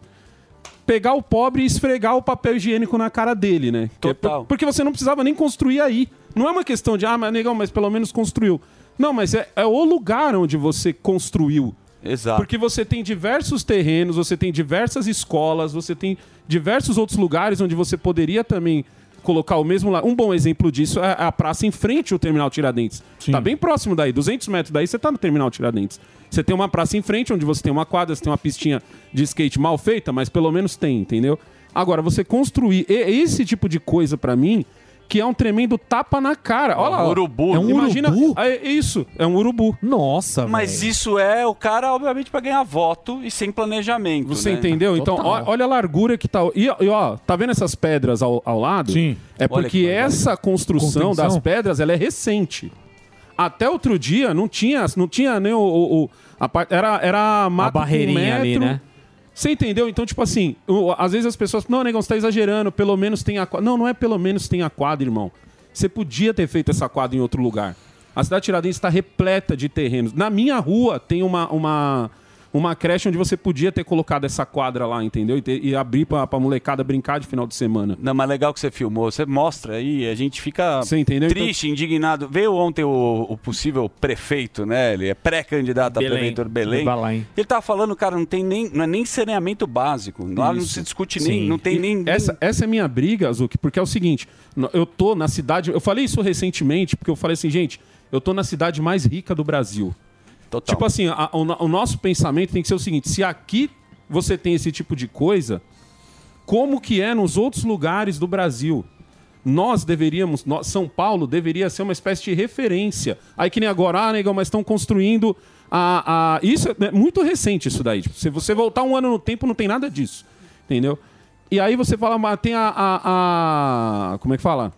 Speaker 15: pegar o pobre e esfregar o papel higiênico na cara dele, né? Que é por- porque você não precisava nem construir aí. Não é uma questão de, ah, mas negão, mas pelo menos construiu. Não, mas é, é o lugar onde você construiu.
Speaker 25: Exato.
Speaker 15: Porque você tem diversos terrenos, você tem diversas escolas, você tem diversos outros lugares onde você poderia também colocar o mesmo lá. Um bom exemplo disso é a praça em frente ao Terminal Tiradentes. Tá bem próximo daí, 200 metros daí você tá no Terminal Tiradentes. Você tem uma praça em frente onde você tem uma quadra, você tem uma pistinha de skate mal feita, mas pelo menos tem, entendeu? Agora, você construir e- esse tipo de coisa pra mim, que é um tremendo tapa na cara. Olha lá. ó.
Speaker 25: urubu.
Speaker 15: É um
Speaker 25: É um
Speaker 15: Imagina, É é isso, é um urubu.
Speaker 10: Nossa,
Speaker 25: Mas isso é o cara, obviamente, pra ganhar voto e sem planejamento.
Speaker 15: Você
Speaker 25: né?
Speaker 15: entendeu? Então, ó- olha a largura que tá. E, ó- e ó, tá vendo essas pedras ao, ao lado? Sim. É
Speaker 25: Olha que
Speaker 15: porque
Speaker 25: legal.
Speaker 15: essa construção
Speaker 25: Contenção?
Speaker 15: das pedras ela é recente. Até outro dia não tinha, não tinha nem o. o- o- a par- era, era mato com
Speaker 10: barreirinha ali,
Speaker 15: metro.
Speaker 10: né?
Speaker 15: Você entendeu? Então, tipo assim, o- às vezes as pessoas falam, não, negão, você tá exagerando, pelo menos tem a quadra. Não, não é pelo menos tem a quadra, irmão. Você podia ter feito essa quadra em outro lugar. A cidade de Tiradentes está repleta de terrenos. Na minha rua tem uma, uma, uma creche onde você podia ter colocado essa quadra lá, entendeu? E, ter- e abrir pra, pra molecada brincar de final de semana.
Speaker 25: Não, mas legal que você filmou. Você mostra aí, a gente fica
Speaker 15: Você entendeu? Então-
Speaker 25: triste, indignado. Veio ontem o, o possível prefeito, né? Ele é pré-candidato a
Speaker 10: Belém.
Speaker 25: prefeitura de Belém.
Speaker 10: De Belém.
Speaker 25: Ele tava falando, cara, não tem nem, não é nem saneamento básico. Lá não
Speaker 15: Isso.
Speaker 25: se discute nem, não tem
Speaker 15: E
Speaker 25: nem...
Speaker 15: Essa, essa é minha briga, Zuki, porque é o seguinte: no- eu tô na cidade. Eu falei isso recentemente, porque eu falei assim, gente, eu tô na cidade mais rica do Brasil.
Speaker 25: Total.
Speaker 15: Tipo assim, a- o, no- o nosso pensamento tem que ser o seguinte: se aqui você tem esse tipo de coisa, como que é nos outros lugares do Brasil? Nós deveríamos, nó- São Paulo deveria ser uma espécie de referência. Aí que nem agora, ah, negão, mas estão construindo a, a- Isso é né, muito recente isso daí. Tipo, se você voltar um ano no tempo, não tem nada disso. Entendeu? E aí você fala, mas tem a. a- a- como é que fala?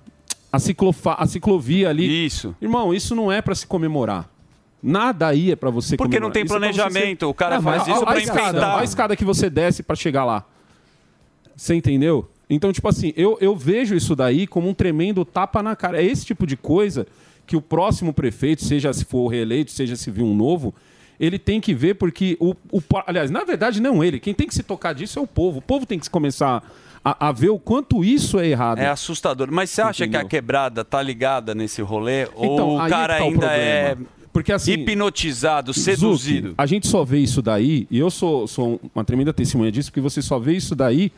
Speaker 15: A, ciclofa, a ciclovia ali.
Speaker 25: Isso.
Speaker 15: Irmão, isso não é para se comemorar. Nada aí é para você
Speaker 25: Porque
Speaker 15: comemorar.
Speaker 25: não tem
Speaker 15: Isso é pra você
Speaker 25: planejamento,
Speaker 15: ser-
Speaker 25: o cara faz
Speaker 15: mas
Speaker 25: isso
Speaker 15: a-
Speaker 25: pra
Speaker 15: a escada,
Speaker 25: enfeitar.
Speaker 15: a escada que você desce para chegar lá. Você entendeu? Então, tipo assim, eu, eu vejo isso daí como um tremendo tapa na cara. É esse tipo de coisa que o próximo prefeito, seja se for reeleito, seja se vir um novo, ele tem que ver, porque o. o po- aliás, na verdade, não ele. Quem tem que se tocar disso é o povo. O povo tem que começar a, a ver o quanto isso é errado.
Speaker 25: É assustador. Mas você acha que a quebrada tá ligada nesse rolê?
Speaker 15: Então,
Speaker 25: ou o
Speaker 15: aí
Speaker 25: cara
Speaker 15: é que tá o
Speaker 25: ainda
Speaker 15: problema.
Speaker 25: é
Speaker 15: Porque, assim,
Speaker 25: hipnotizado,
Speaker 15: Zucchi,
Speaker 25: seduzido?
Speaker 15: a gente só vê isso daí, e eu sou, sou um, uma tremenda testemunha disso, porque você só vê isso daí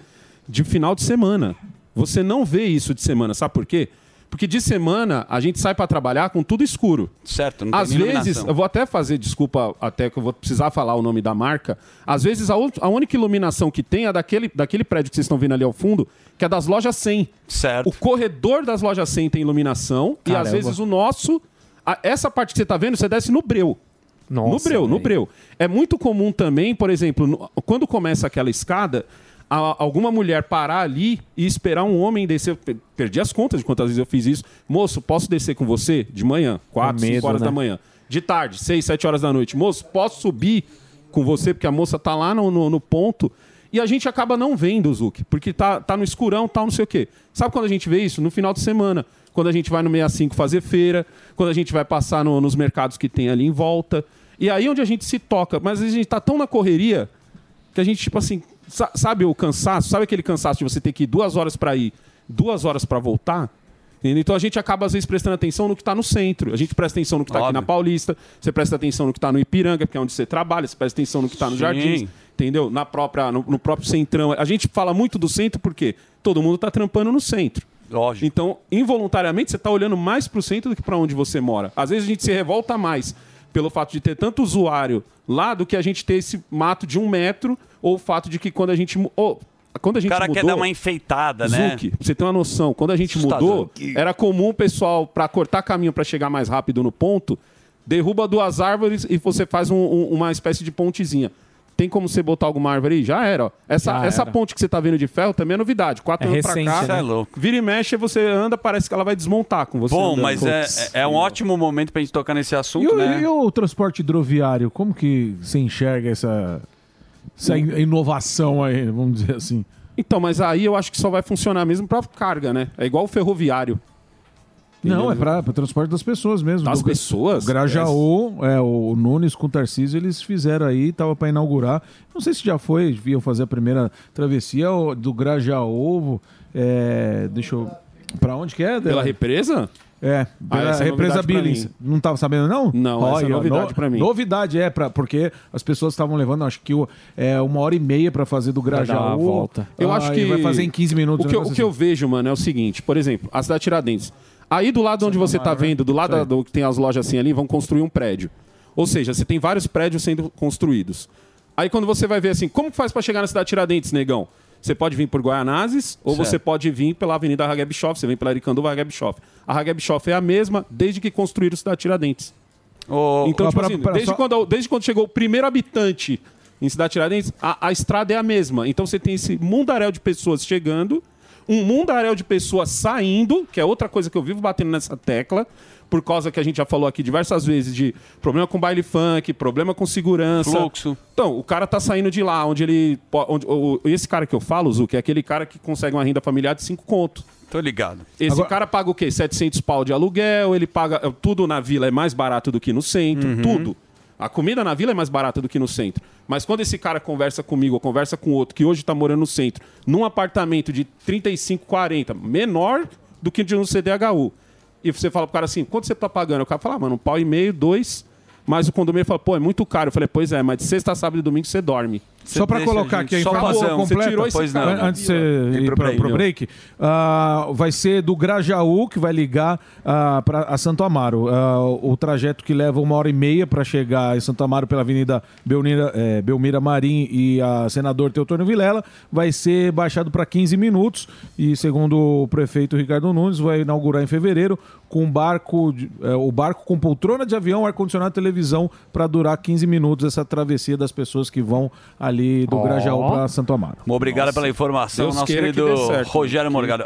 Speaker 15: de final de semana. Você não vê isso de semana, sabe por quê? Porque de semana a gente sai pra trabalhar com tudo escuro.
Speaker 25: Certo, não tem
Speaker 15: Às
Speaker 25: nem
Speaker 15: vezes,
Speaker 25: iluminação.
Speaker 15: eu vou até fazer, desculpa, até que eu vou precisar falar o nome da marca. Às vezes, a, ult- a única iluminação que tem é daquele, daquele prédio que vocês estão vendo ali ao fundo, que é das lojas 100.
Speaker 25: Certo.
Speaker 15: O corredor das lojas 100 tem iluminação, e às
Speaker 10: Caramba.
Speaker 15: vezes o nosso. a- essa parte que você está vendo, você desce no breu. no
Speaker 10: Nossa,
Speaker 15: breu, no
Speaker 10: velho.
Speaker 15: breu. É muito comum também, por exemplo, no- quando começa aquela escada, a- alguma mulher parar ali e esperar um homem descer. Eu per- Perdi as contas de quantas vezes eu fiz isso. Moço, posso descer com você? De manhã, 4,
Speaker 10: medo,
Speaker 15: 5 horas
Speaker 10: né?
Speaker 15: da manhã. De tarde, 6, 7 horas da noite. Moço, posso subir com você? Porque a moça tá lá no, no- no ponto. E a gente acaba não vendo, Zuki, porque tá, tá no escurão, tal, não sei o quê. Sabe quando a gente vê isso? No final de semana. Quando a gente vai no 65 fazer feira, quando a gente vai passar no- nos mercados que tem ali em volta. E aí é onde a gente se toca. Mas às vezes a gente tá tão na correria que a gente, tipo assim, sa- sabe o cansaço? Sabe aquele cansaço de você ter que ir duas horas pra ir, duas horas pra voltar? Entendeu? Então a gente acaba, às vezes, prestando atenção no que tá no centro. A gente presta atenção no que tá aqui na Paulista, você presta atenção no que tá no Ipiranga, que é onde você trabalha, você presta atenção no que tá no
Speaker 25: Sim.
Speaker 15: Jardim, entendeu? Na própria, no, no próprio centrão. A gente fala muito do centro porque todo mundo tá trampando no centro.
Speaker 25: Lógico.
Speaker 15: Então, involuntariamente, você tá olhando mais pro centro do que pra onde você mora. Às vezes a gente se revolta mais pelo fato de ter tanto usuário lá do que a gente ter esse mato de um metro ou o fato de que quando a gente. mu- ô, quando a gente
Speaker 25: O cara
Speaker 15: mudou,
Speaker 25: quer dar uma enfeitada, né?
Speaker 15: Zuki, pra você ter uma noção, quando a gente
Speaker 25: Assustador.
Speaker 15: mudou, era comum o pessoal, pra cortar caminho pra chegar mais rápido no ponto, derruba duas árvores e você faz um- um- uma espécie de pontezinha. Tem como você botar alguma árvore aí? Já era, ó. Essa,
Speaker 3: Já
Speaker 15: essa
Speaker 3: era.
Speaker 15: ponte que você tá vendo de ferro também é novidade. Quatro
Speaker 3: É
Speaker 15: anos
Speaker 3: recente,
Speaker 15: pra cá.
Speaker 3: né? Cê é louco.
Speaker 15: Vira e mexe, você anda, parece que ela vai desmontar com você.
Speaker 25: Bom,
Speaker 15: andando.
Speaker 25: mas é,
Speaker 15: Putz.
Speaker 25: é um ótimo momento pra gente tocar nesse assunto,
Speaker 7: E o,
Speaker 25: né?
Speaker 7: e o transporte hidroviário, como que você enxerga essa, essa in- inovação aí, vamos dizer assim?
Speaker 15: Então, mas aí eu acho que só vai funcionar mesmo pra carga, né? É igual o ferroviário.
Speaker 7: Não, é para transporte das pessoas mesmo.
Speaker 15: Das
Speaker 7: Do-
Speaker 15: pessoas?
Speaker 7: O Grajaú, é, o Nunes com o Tarcísio, eles fizeram aí, tava para inaugurar. Não sei se já foi, viam fazer a primeira travessia ó, do Grajaú. é, deixa eu. Para onde que é?
Speaker 15: Pela represa?
Speaker 7: É,
Speaker 15: Ah,
Speaker 7: pela
Speaker 15: essa é
Speaker 7: represa
Speaker 15: novidade pra
Speaker 7: Billings.
Speaker 15: mim.
Speaker 7: Não tava sabendo, não?
Speaker 15: Não, essa é novidade pra mim.
Speaker 7: Novidade, é, pra, porque as pessoas estavam levando, acho que o- é, uma hora e meia para fazer do
Speaker 15: Vai
Speaker 7: Grajaú.
Speaker 15: dar uma volta.
Speaker 7: Eu acho que. Ah, Vai fazer em 15 minutos.
Speaker 15: O que,
Speaker 7: um
Speaker 15: eu, o
Speaker 7: negócio
Speaker 15: que eu vejo, mano, é o seguinte: por exemplo, a cidade Tiradentes. Aí do lado
Speaker 7: é
Speaker 15: onde você tá vendo, do lado da- do que tem as lojas assim ali, vão construir um prédio. Ou seja, você tem vários prédios sendo construídos. Aí quando você vai ver assim, como que faz para chegar na cidade Tiradentes, negão? Você pode vir por Guaianazes ou
Speaker 25: Certo.
Speaker 15: você pode vir pela Avenida Hageb Schoff, você vem pela Aricanduva Hageb Schoff. A Hageb Schoff é a mesma desde que construíram a cidade Tiradentes. Então,
Speaker 7: Ah,
Speaker 15: tipo
Speaker 7: pra-
Speaker 15: assim,
Speaker 7: pra-
Speaker 15: desde,
Speaker 7: só-
Speaker 15: quando, desde quando chegou o primeiro habitante em Cidade Tiradentes, a, a estrada é a mesma. Então você tem esse mundaréu de pessoas chegando, um mundaréu de pessoas saindo, que é outra coisa que eu vivo batendo nessa tecla, por causa que a gente já falou aqui diversas vezes de problema com baile funk, problema com segurança.
Speaker 25: Fluxo.
Speaker 15: Então, o cara tá saindo de lá, onde ele. po- Onde, o- o- esse cara que eu falo, Zuc, é aquele cara que consegue uma renda familiar de 5 conto.
Speaker 25: Tô ligado.
Speaker 15: Esse cara paga o quê? 700 pau de aluguel, ele paga. Tudo na vila é mais barato do que no centro,
Speaker 7: Uhum.
Speaker 15: tudo. A comida na vila é mais barata do que no centro. Mas quando esse cara conversa comigo ou conversa com outro que hoje está morando no centro, num apartamento de 35, 40, menor do que de um CDHU, e você fala pro cara assim: quanto você tá pagando? O cara fala: ah, mano, um pau e meio, dois. Mas o condomínio fala: pô, é muito caro. Eu falei: pois é, mas de sexta, sábado e domingo você dorme.
Speaker 7: Só para colocar aqui a informação
Speaker 15: Acabou, Você
Speaker 7: completa, né?
Speaker 15: tirou esse cara. né?
Speaker 7: antes de você ir para o break, ah, vai ser do Grajaú que vai ligar ah, pra, a Santo Amaro. Ah, o trajeto que leva uma hora e meia para chegar em Santo Amaro pela Avenida Belmira, eh, Belmira Marim e a Senador Teotônio Vilela vai ser baixado para 15 minutos e, segundo o prefeito Ricardo Nunes, vai inaugurar em fevereiro com um barco, de- eh, o barco com poltrona de avião, ar-condicionado e televisão para durar 15 minutos essa travessia das pessoas que vão ali do
Speaker 25: Ó.
Speaker 7: Grajaú para Santo Amaro.
Speaker 25: Obrigado
Speaker 7: Nossa.
Speaker 25: pela informação,
Speaker 7: Deus
Speaker 25: nosso
Speaker 7: queira que
Speaker 25: querido
Speaker 7: dê
Speaker 15: né?
Speaker 7: certo.
Speaker 25: Rogério Morgado.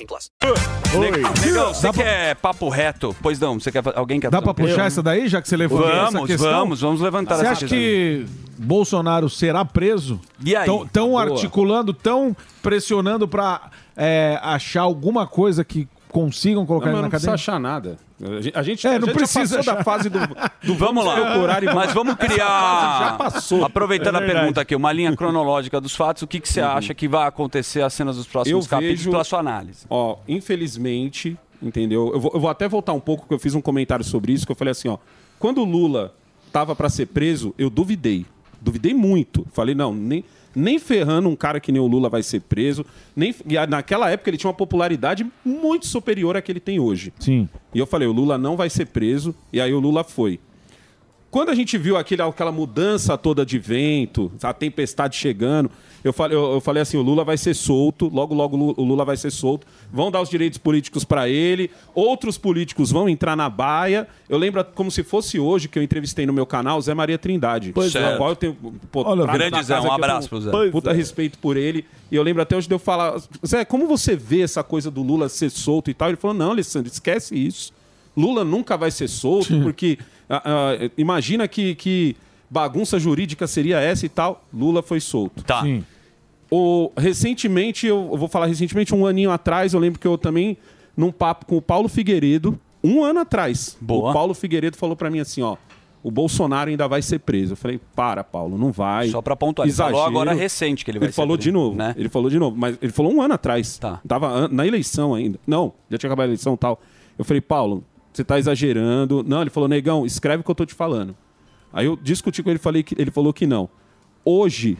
Speaker 13: plus.
Speaker 25: Negão, negão, você quer papo reto? Pois não, você quer, fa- alguém quer
Speaker 7: Dá
Speaker 25: fazer um
Speaker 7: para
Speaker 25: uma pergunta?
Speaker 9: né?
Speaker 7: puxar essa daí, já que você levantou essa
Speaker 25: Vamos,
Speaker 7: questão?
Speaker 25: vamos, vamos levantar
Speaker 7: Você
Speaker 25: essa
Speaker 7: acha
Speaker 25: questão.
Speaker 7: que Bolsonaro será preso?
Speaker 25: E aí?
Speaker 7: Tão, tão
Speaker 25: Boa.
Speaker 7: articulando, tão pressionando para achar alguma coisa que consigam
Speaker 15: Não,
Speaker 7: colocar
Speaker 15: mas
Speaker 7: ele
Speaker 15: não
Speaker 7: na
Speaker 15: precisa
Speaker 7: cadeia?
Speaker 15: achar nada. A gente, a gente,
Speaker 7: É,
Speaker 15: a
Speaker 7: não
Speaker 15: gente
Speaker 7: precisa
Speaker 15: já passou
Speaker 7: achar.
Speaker 15: da fase do, do
Speaker 25: Vamos lá.
Speaker 15: procurar e
Speaker 25: Mas vamos
Speaker 15: Essa fase
Speaker 25: criar.
Speaker 15: Já passou.
Speaker 25: Aproveitando
Speaker 15: É
Speaker 25: a
Speaker 15: verdade. Uhum.
Speaker 25: pergunta aqui, uma linha cronológica dos fatos, o que, que você acha que vai acontecer as cenas dos próximos capítulos pela sua análise?
Speaker 15: Ó, infelizmente, entendeu? Eu vou, eu vou até voltar um pouco, que eu fiz um comentário sobre isso, que eu falei assim, ó. Quando o Lula tava para ser preso, eu duvidei. Duvidei muito. Falei, não, nem, nem ferrando um cara que nem o Lula vai ser preso. Nem, e a- naquela época ele tinha uma popularidade muito superior à que ele tem hoje.
Speaker 7: Sim.
Speaker 15: E eu falei, o Lula não vai ser preso. E aí o Lula foi. Quando a gente viu aquele, aquela mudança toda de vento, a tempestade chegando, eu falei, eu, eu falei assim: o Lula vai ser solto, logo, logo Lu- o Lula vai ser solto, vão dar os direitos políticos para ele, outros políticos vão entrar na baia. Eu lembro como se fosse hoje que eu entrevistei no meu canal Zé Maria Trindade,
Speaker 25: Pois
Speaker 15: com
Speaker 25: é.
Speaker 15: o qual eu tenho pô,
Speaker 25: Olha,
Speaker 15: trato
Speaker 25: grande
Speaker 15: da
Speaker 25: Zé, um
Speaker 15: casa que eu
Speaker 25: abraço
Speaker 15: tenho
Speaker 25: pro Zé.
Speaker 15: Puta respeito por ele. E eu lembro até hoje de eu falar: Zé, como você vê essa coisa do Lula ser solto e tal? Ele falou: não, Alessandro, esquece isso. Lula nunca vai ser solto, porque ah, ah, imagina que, que bagunça jurídica seria essa e tal. Lula foi solto.
Speaker 25: Tá.
Speaker 15: O, recentemente, eu, eu vou falar recentemente, um aninho atrás, eu lembro que eu também, num papo com o Paulo Figueiredo, um ano atrás, o Paulo Figueiredo falou pra mim assim, ó, o Bolsonaro ainda vai ser preso. Eu falei, para, Paulo, não vai.
Speaker 25: Só pra pontuar, ele falou agora recente que ele vai
Speaker 15: Ele
Speaker 25: ser né?
Speaker 15: falou
Speaker 25: preso,
Speaker 15: de novo, Ele falou de novo, mas ele falou um ano atrás. Tá. Tava an- na eleição ainda. Não, já tinha acabado a eleição e tal. Eu falei, Paulo, você tá exagerando. Não, ele falou, negão, escreve o que eu tô te falando. Aí eu discuti com ele, falei que ele falou que não. Hoje,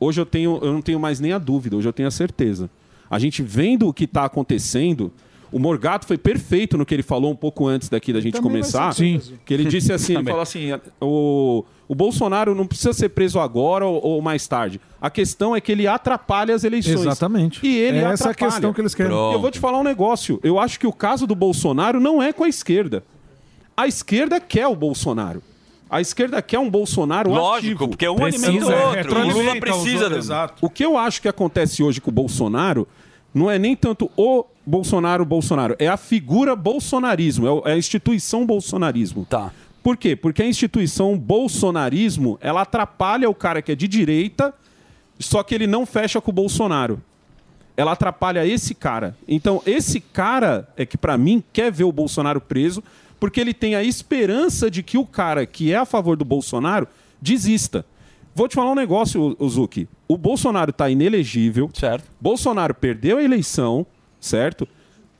Speaker 15: hoje eu tenho, eu não tenho mais nem a dúvida, hoje eu tenho a certeza. A gente vendo o que tá acontecendo, o Morgato foi perfeito no que ele falou um pouco antes daqui da gente
Speaker 3: Também vai
Speaker 15: começar.
Speaker 3: ser preso. Sim.
Speaker 15: Que ele disse assim, ele
Speaker 3: Também.
Speaker 15: falou assim, o, o Bolsonaro não precisa ser preso agora ou, ou mais tarde. A questão é que ele atrapalha as eleições.
Speaker 7: Exatamente.
Speaker 15: E ele
Speaker 7: É essa a
Speaker 15: atrapalha.
Speaker 7: questão que eles querem.
Speaker 15: E eu vou te falar um negócio. Eu acho que o caso do Bolsonaro não é com a esquerda. A esquerda quer o Bolsonaro. A esquerda quer um Bolsonaro
Speaker 25: Lógico,
Speaker 15: ativo.
Speaker 25: porque um Precisa, alimenta o é, outro. retroalimenta O Lula precisa os outros, do- exato.
Speaker 15: O que eu acho que acontece hoje com o Bolsonaro não é nem tanto o Bolsonaro, Bolsonaro. É a figura bolsonarismo, é o- é a instituição bolsonarismo. Tá. Por quê? Porque a instituição bolsonarismo, ela atrapalha o cara que é de direita, só que ele não fecha com o Bolsonaro. Ela atrapalha esse cara. Então, esse cara é que, pra mim, quer ver o Bolsonaro preso, porque ele tem a esperança de que o cara que é a favor do Bolsonaro desista. Vou te falar um negócio, o- o Zuki. O Bolsonaro tá inelegível. Certo. Bolsonaro perdeu a eleição, certo?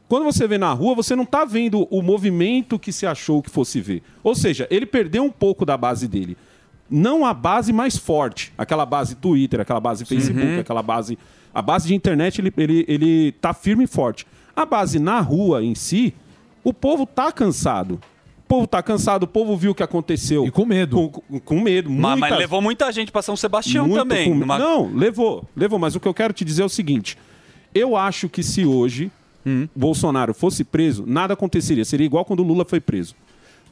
Speaker 15: Quando você vê na rua, você não tá vendo o movimento que se achou que fosse ver. Ou seja, ele perdeu um pouco da base dele. Não a base mais forte, aquela base Twitter, aquela base Facebook,
Speaker 3: Uhum.
Speaker 15: aquela base. A base de internet, ele, ele, ele tá firme e forte. A base na rua em si, o povo tá cansado. O povo tá cansado, o povo viu o que aconteceu. E com medo. Com, com- com medo.
Speaker 25: Mas, mas
Speaker 15: muitas-
Speaker 25: levou muita gente pra São Sebastião
Speaker 15: muito
Speaker 25: também.
Speaker 15: com-
Speaker 25: numa-
Speaker 15: Não, levou, levou. Mas o que eu quero te dizer é o seguinte: eu acho que se hoje
Speaker 25: Hum.
Speaker 15: Bolsonaro fosse preso, nada aconteceria. Seria igual quando o Lula foi preso.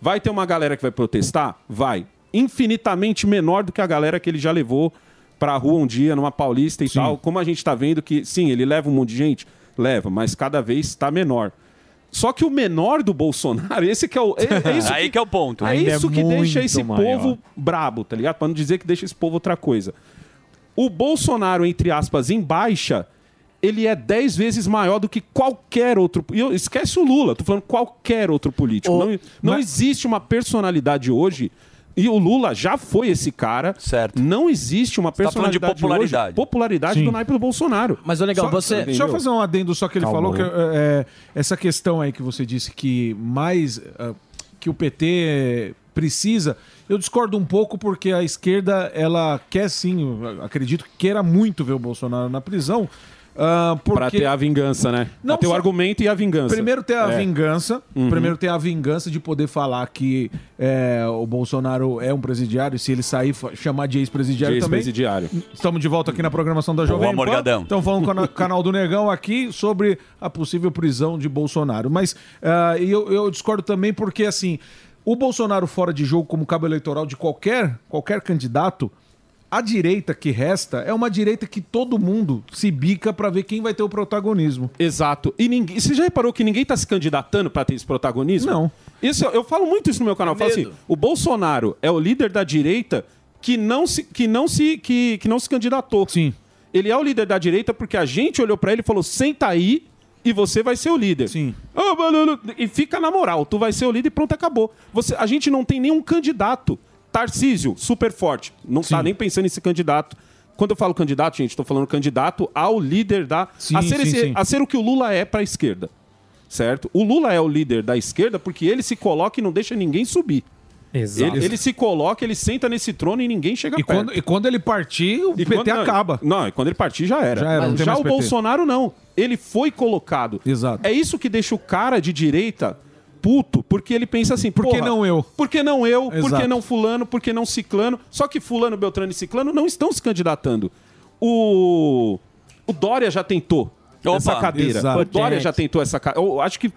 Speaker 15: Vai ter uma galera que vai protestar? Vai. Infinitamente menor do que a galera que ele já levou pra rua um dia, numa paulista e tal. Como a gente tá vendo que, sim, ele leva um monte de gente? Leva, mas cada vez está menor. Só que o menor do Bolsonaro, esse que é o. É, é isso
Speaker 25: Aí que é o ponto.
Speaker 15: É
Speaker 25: Ainda é
Speaker 15: isso que deixa
Speaker 25: muito
Speaker 15: esse
Speaker 25: maior.
Speaker 15: povo brabo, tá ligado? Pra não dizer que deixa esse povo outra coisa. O Bolsonaro, entre aspas, em baixa, ele é 10 vezes maior do que qualquer outro. E eu- esquece o Lula, tô falando qualquer outro político. não não existe uma personalidade hoje. E o Lula já foi esse cara. Certo. Não existe uma
Speaker 25: tá falando
Speaker 15: personalidade
Speaker 25: de popularidade.
Speaker 15: hoje. Popularidade
Speaker 7: Sim.
Speaker 15: do naipe do Bolsonaro.
Speaker 8: Mas, ô, Negão,
Speaker 7: Só-
Speaker 8: você-
Speaker 7: Deixa eu fazer um adendo só que ele
Speaker 8: Calma.
Speaker 7: falou que é, é, essa questão aí que você disse que mais é, que o PT precisa, eu discordo um pouco porque a esquerda ela quer sim, eu acredito que queira muito ver o Bolsonaro na prisão. ah, porque...
Speaker 15: Pra ter a vingança, né?
Speaker 7: Não
Speaker 15: pra ter o
Speaker 7: só-
Speaker 15: argumento e a vingança.
Speaker 7: Primeiro tem a
Speaker 15: É.
Speaker 7: vingança.
Speaker 15: Uhum.
Speaker 7: Primeiro tem a vingança de poder falar que é, o Bolsonaro é um presidiário. Se ele sair, fa- chamar de ex-presidiário
Speaker 15: De
Speaker 7: também.
Speaker 15: ex-presidiário.
Speaker 7: Estamos de volta aqui na programação da Jovem Pan.
Speaker 25: Morgadão.
Speaker 7: Estamos falando com o canal do Negão aqui sobre a possível prisão de Bolsonaro. Mas ah, e eu, eu discordo também porque, assim, o Bolsonaro fora de jogo como cabo eleitoral de qualquer, qualquer candidato, a direita que resta é uma direita que todo mundo se bica pra ver quem vai ter o protagonismo.
Speaker 15: Exato. E ninguém. Você já reparou que ninguém tá se candidatando pra ter esse protagonismo? Não. Isso, eu falo muito isso no meu canal. Eu falo assim: o Bolsonaro é o líder da direita que não se, que não se, que, que não se candidatou. Sim. Ele é o líder da direita porque a gente olhou pra ele e falou: senta aí e você vai ser o líder. Sim. E fica na moral, tu vai ser o líder e pronto, acabou. Você, a gente não tem nenhum candidato. Tarcísio, super forte. Não tá nem pensando em ser candidato. Quando eu falo candidato, gente, tô falando candidato ao líder da.
Speaker 7: Sim,
Speaker 15: a, ser
Speaker 7: sim,
Speaker 15: esse-
Speaker 7: sim.
Speaker 15: a ser o que o Lula é para a esquerda. Certo? O Lula é o líder da esquerda porque ele se coloca e não deixa ninguém subir.
Speaker 7: Exato.
Speaker 15: Ele, ele se coloca, ele senta nesse trono e ninguém chega
Speaker 7: E
Speaker 15: perto.
Speaker 7: quando, e quando ele partir, o
Speaker 15: E
Speaker 7: PT
Speaker 15: quando- não,
Speaker 7: acaba.
Speaker 15: Não, e quando ele partir já era.
Speaker 7: Já era, não
Speaker 15: Mas
Speaker 7: tem
Speaker 15: já
Speaker 7: mais
Speaker 15: o
Speaker 7: PT.
Speaker 15: Bolsonaro não. Ele foi colocado. Exato. É isso que deixa o cara de direita puto, porque ele pensa assim, por
Speaker 7: que não eu?
Speaker 15: Por que não eu? Por que
Speaker 7: Exato.
Speaker 15: não fulano? Por que não ciclano? Só que fulano, Beltrano e ciclano não estão se candidatando. O o Dória já tentou
Speaker 25: Opa,
Speaker 15: essa cadeira.
Speaker 25: exato.
Speaker 15: O Dória já tentou essa cadeira. Eu acho que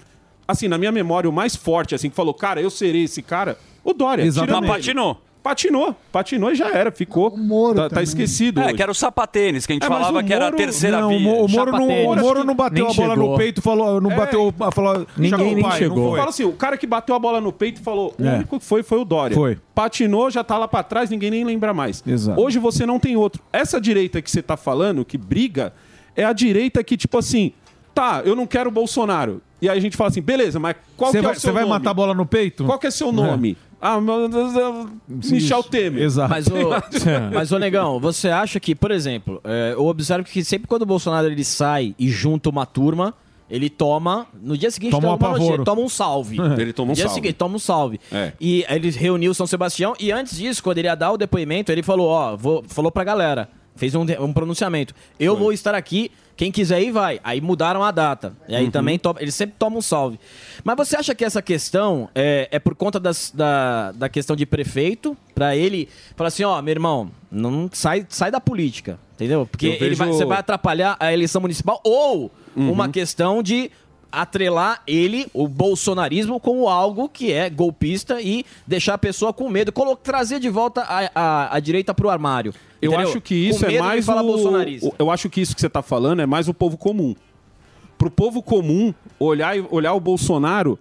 Speaker 15: assim, na minha memória, o mais forte assim que falou, cara, eu serei esse cara, o Dória.
Speaker 25: Exatamente.
Speaker 15: tirando
Speaker 25: Mas
Speaker 15: ele.
Speaker 25: patinou.
Speaker 15: Patinou, patinou e já era, ficou. tá, tá esquecido.
Speaker 25: É,
Speaker 15: hoje. É,
Speaker 25: que era o sapatênis, que a gente falava que era a terceira
Speaker 7: não, o
Speaker 25: via.
Speaker 7: Mo- O Moro, não, o Moro não bateu a bola no peito, falou, não
Speaker 15: É.
Speaker 7: bateu, falou, chegou o pai, não foi.
Speaker 15: Fala assim, o cara que bateu a bola no peito falou, o
Speaker 7: É.
Speaker 15: único que foi foi o Dória.
Speaker 7: Foi.
Speaker 15: Patinou, já tá lá pra trás, ninguém nem lembra mais.
Speaker 7: Exato.
Speaker 15: Hoje você não tem outro. Essa direita que você tá falando, que briga, é a direita que tipo assim, tá, eu não quero o Bolsonaro. E aí a gente fala assim, beleza, mas qual
Speaker 7: Você
Speaker 15: que é
Speaker 7: vai-
Speaker 15: o seu
Speaker 7: você vai
Speaker 15: nome?
Speaker 7: matar a bola no peito?
Speaker 15: Qual que é seu nome? Ah, meu Deus, eu- Michel Temer.
Speaker 7: Exato. É.
Speaker 8: Mas, ô, mas, ô Negão, você é, acha que, por exemplo, é, eu observo que sempre quando o Bolsonaro ele sai e junta uma turma, Ele toma. No dia seguinte,
Speaker 7: Toma um
Speaker 8: uma notícia,
Speaker 7: apavoro.
Speaker 8: ele toma um salve.
Speaker 7: Ele toma um
Speaker 8: No dia
Speaker 7: salve.
Speaker 8: seguinte, toma um salve.
Speaker 7: É.
Speaker 8: E aí ele reuniu São Sebastião. E antes disso, quando ele ia dar o depoimento, ele falou: Ó, vou, falou pra galera. Fez um, de- um pronunciamento. Eu vou estar aqui. Quem quiser ir, vai. Aí mudaram a data. E aí
Speaker 26: Uhum.
Speaker 8: também to- ele sempre toma um salve. Mas você acha que essa questão é, é por conta das- da, da questão de prefeito? Pra ele falar assim: ó, meu irmão, não sai, sai da política. Entendeu? Porque
Speaker 10: Eu
Speaker 8: ele vai-
Speaker 10: vejo-
Speaker 8: você vai atrapalhar a eleição municipal ou
Speaker 9: Uhum.
Speaker 8: uma questão de atrelar ele, o bolsonarismo, com algo que é golpista e deixar a pessoa com medo, colo- trazer de volta a, a, a direita pro armário.
Speaker 15: Eu
Speaker 8: entendeu?
Speaker 15: acho que
Speaker 8: Com
Speaker 15: isso
Speaker 8: medo
Speaker 15: é
Speaker 8: de
Speaker 15: mais
Speaker 8: falar
Speaker 15: o-
Speaker 8: bolsonarista.
Speaker 15: o- eu acho que isso que você está falando é mais o povo comum. Pro povo comum olhar e- olhar o Bolsonaro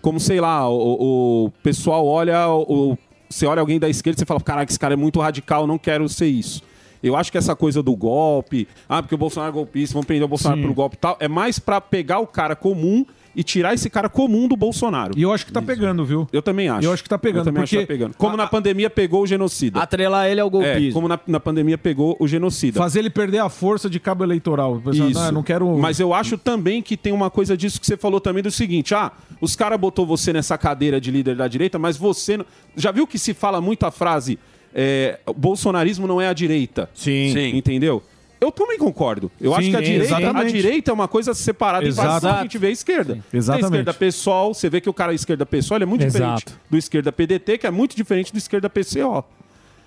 Speaker 15: como sei lá, o, o pessoal olha o, o- você olha alguém da esquerda e você fala, caraca, esse cara é muito radical, não quero ser isso. Eu acho que essa coisa do golpe, ah, porque o Bolsonaro é golpista, vamos prender o Bolsonaro pelo golpe e tal, é mais pra pegar o cara comum e tirar esse cara comum do Bolsonaro. E
Speaker 7: eu acho que tá pegando, viu?
Speaker 15: Eu também acho.
Speaker 7: Eu acho que tá pegando,
Speaker 15: Eu também acho que
Speaker 7: porque-
Speaker 15: tá pegando. Como na pandemia pegou o genocida. É.
Speaker 8: Atrelar ele ao
Speaker 15: golpismo. como na, na pandemia pegou o genocida.
Speaker 7: É. Fazer ele perder a força de cabo eleitoral. O pessoal,
Speaker 15: Isso.
Speaker 7: "Ah, não quero.
Speaker 15: Mas eu acho também que tem uma coisa disso que você falou também do seguinte: ah, os caras botou você nessa cadeira de líder da direita, mas você. não- Já viu que se fala muito a frase é, "O bolsonarismo não é a direita? Sim. Entendeu? Eu também concordo. Eu acho
Speaker 7: Sim,
Speaker 15: que a direita, a
Speaker 7: exatamente.
Speaker 15: direita é uma coisa separada
Speaker 7: Exato.
Speaker 15: e a gente vê a esquerda.
Speaker 7: Exatamente.
Speaker 15: Tem a esquerda pessoal, você vê que o cara esquerda pessoal ele é muito diferente
Speaker 7: Exato.
Speaker 15: do esquerda PDT, que é muito diferente do esquerda PCO.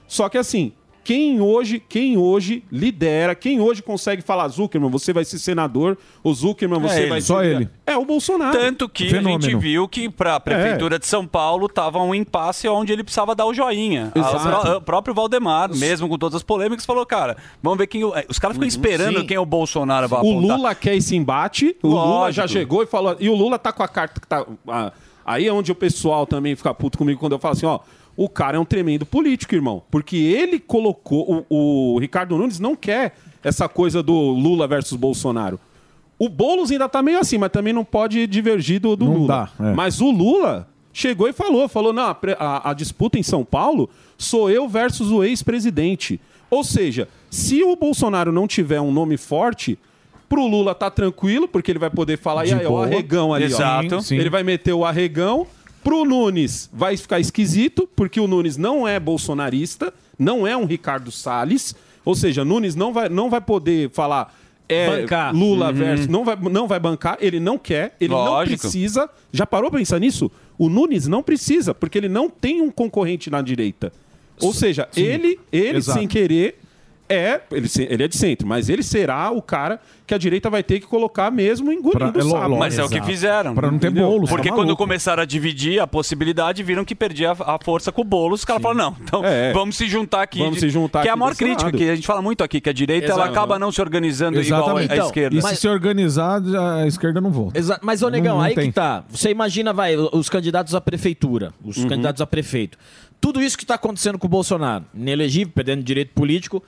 Speaker 15: Só que assim, quem hoje, quem hoje lidera, quem hoje consegue falar Zuckerman, você vai ser senador, o Zuckerman Então você
Speaker 9: ele,
Speaker 15: vai ser
Speaker 9: só
Speaker 15: É ele. É o Bolsonaro.
Speaker 9: Tanto que a gente viu que para a Prefeitura de São Paulo estava um impasse onde ele precisava dar o joinha. A-
Speaker 15: Exato.
Speaker 9: O pró- o próprio Valdemar, mesmo com todas as polêmicas, falou, cara, vamos ver quem... o- é, Os caras ficam esperando
Speaker 15: Uhum, sim.
Speaker 9: quem é o Bolsonaro vai
Speaker 15: O
Speaker 9: apontar.
Speaker 15: Lula quer esse embate, o Lula
Speaker 9: Lógico.
Speaker 15: já chegou e falou. E o Lula tá com a carta que tá. ah, aí é onde o pessoal também fica puto comigo quando eu falo assim, ó. O cara é um tremendo político, irmão. Porque ele colocou. O, o Ricardo Nunes não quer essa coisa do Lula versus Bolsonaro. O Boulos ainda tá meio assim, mas também não pode divergir do, do Lula. Mas o Lula chegou e falou: falou, não, a, pre- a- a disputa em São Paulo sou eu versus o ex-presidente. Ou seja, se o Bolsonaro não tiver um nome forte, pro Lula tá tranquilo, porque ele vai poder falar,
Speaker 9: De
Speaker 15: e aí, ó, o
Speaker 9: boa.
Speaker 15: arregão ali, ó.
Speaker 9: Exato. Sim, sim.
Speaker 15: Ele vai meter o arregão. Pro Nunes vai ficar esquisito, porque o Nunes não é bolsonarista, não é um Ricardo Salles. Ou seja, Nunes não vai, não vai poder falar é,
Speaker 9: Bancar.
Speaker 15: Lula
Speaker 9: Uhum.
Speaker 15: versus. Não vai, não vai bancar, ele não quer, ele não
Speaker 9: Lógico.
Speaker 15: precisa. Já parou pra pensar nisso? O Nunes não precisa, porque ele não tem um concorrente na direita. Ou seja,
Speaker 9: Sim.
Speaker 15: ele, ele
Speaker 9: Exato.
Speaker 15: sem querer, é. Ele, se- ele é de centro, mas ele será o cara que a direita vai ter que colocar mesmo engolindo o sapo.
Speaker 9: Mas é o que fizeram.
Speaker 15: Pra não ter bolos. tá
Speaker 9: Porque quando começaram a dividir a possibilidade, viram que perdia a a força com o bolo. Os caras falaram, não, então
Speaker 15: É, é.
Speaker 9: vamos se juntar aqui.
Speaker 15: Vamos
Speaker 9: de-
Speaker 15: se juntar
Speaker 9: Que é a
Speaker 15: aqui
Speaker 9: maior
Speaker 15: desse
Speaker 9: crítica,
Speaker 15: lado.
Speaker 9: que a gente fala muito aqui, que a direita ela
Speaker 15: Exato.
Speaker 9: acaba não se organizando igual a-
Speaker 8: Então,
Speaker 9: a, esquerda.
Speaker 7: Então, E se se organizar, a esquerda não volta.
Speaker 8: Exa- Mas, ô
Speaker 7: Não-
Speaker 8: Negão,
Speaker 7: não
Speaker 8: aí
Speaker 7: tem.
Speaker 8: que tá. Você imagina, vai, os candidatos à prefeitura, os
Speaker 7: Uhum.
Speaker 8: candidatos a prefeito. Tudo isso que tá acontecendo com o Bolsonaro, inelegível, perdendo direito político,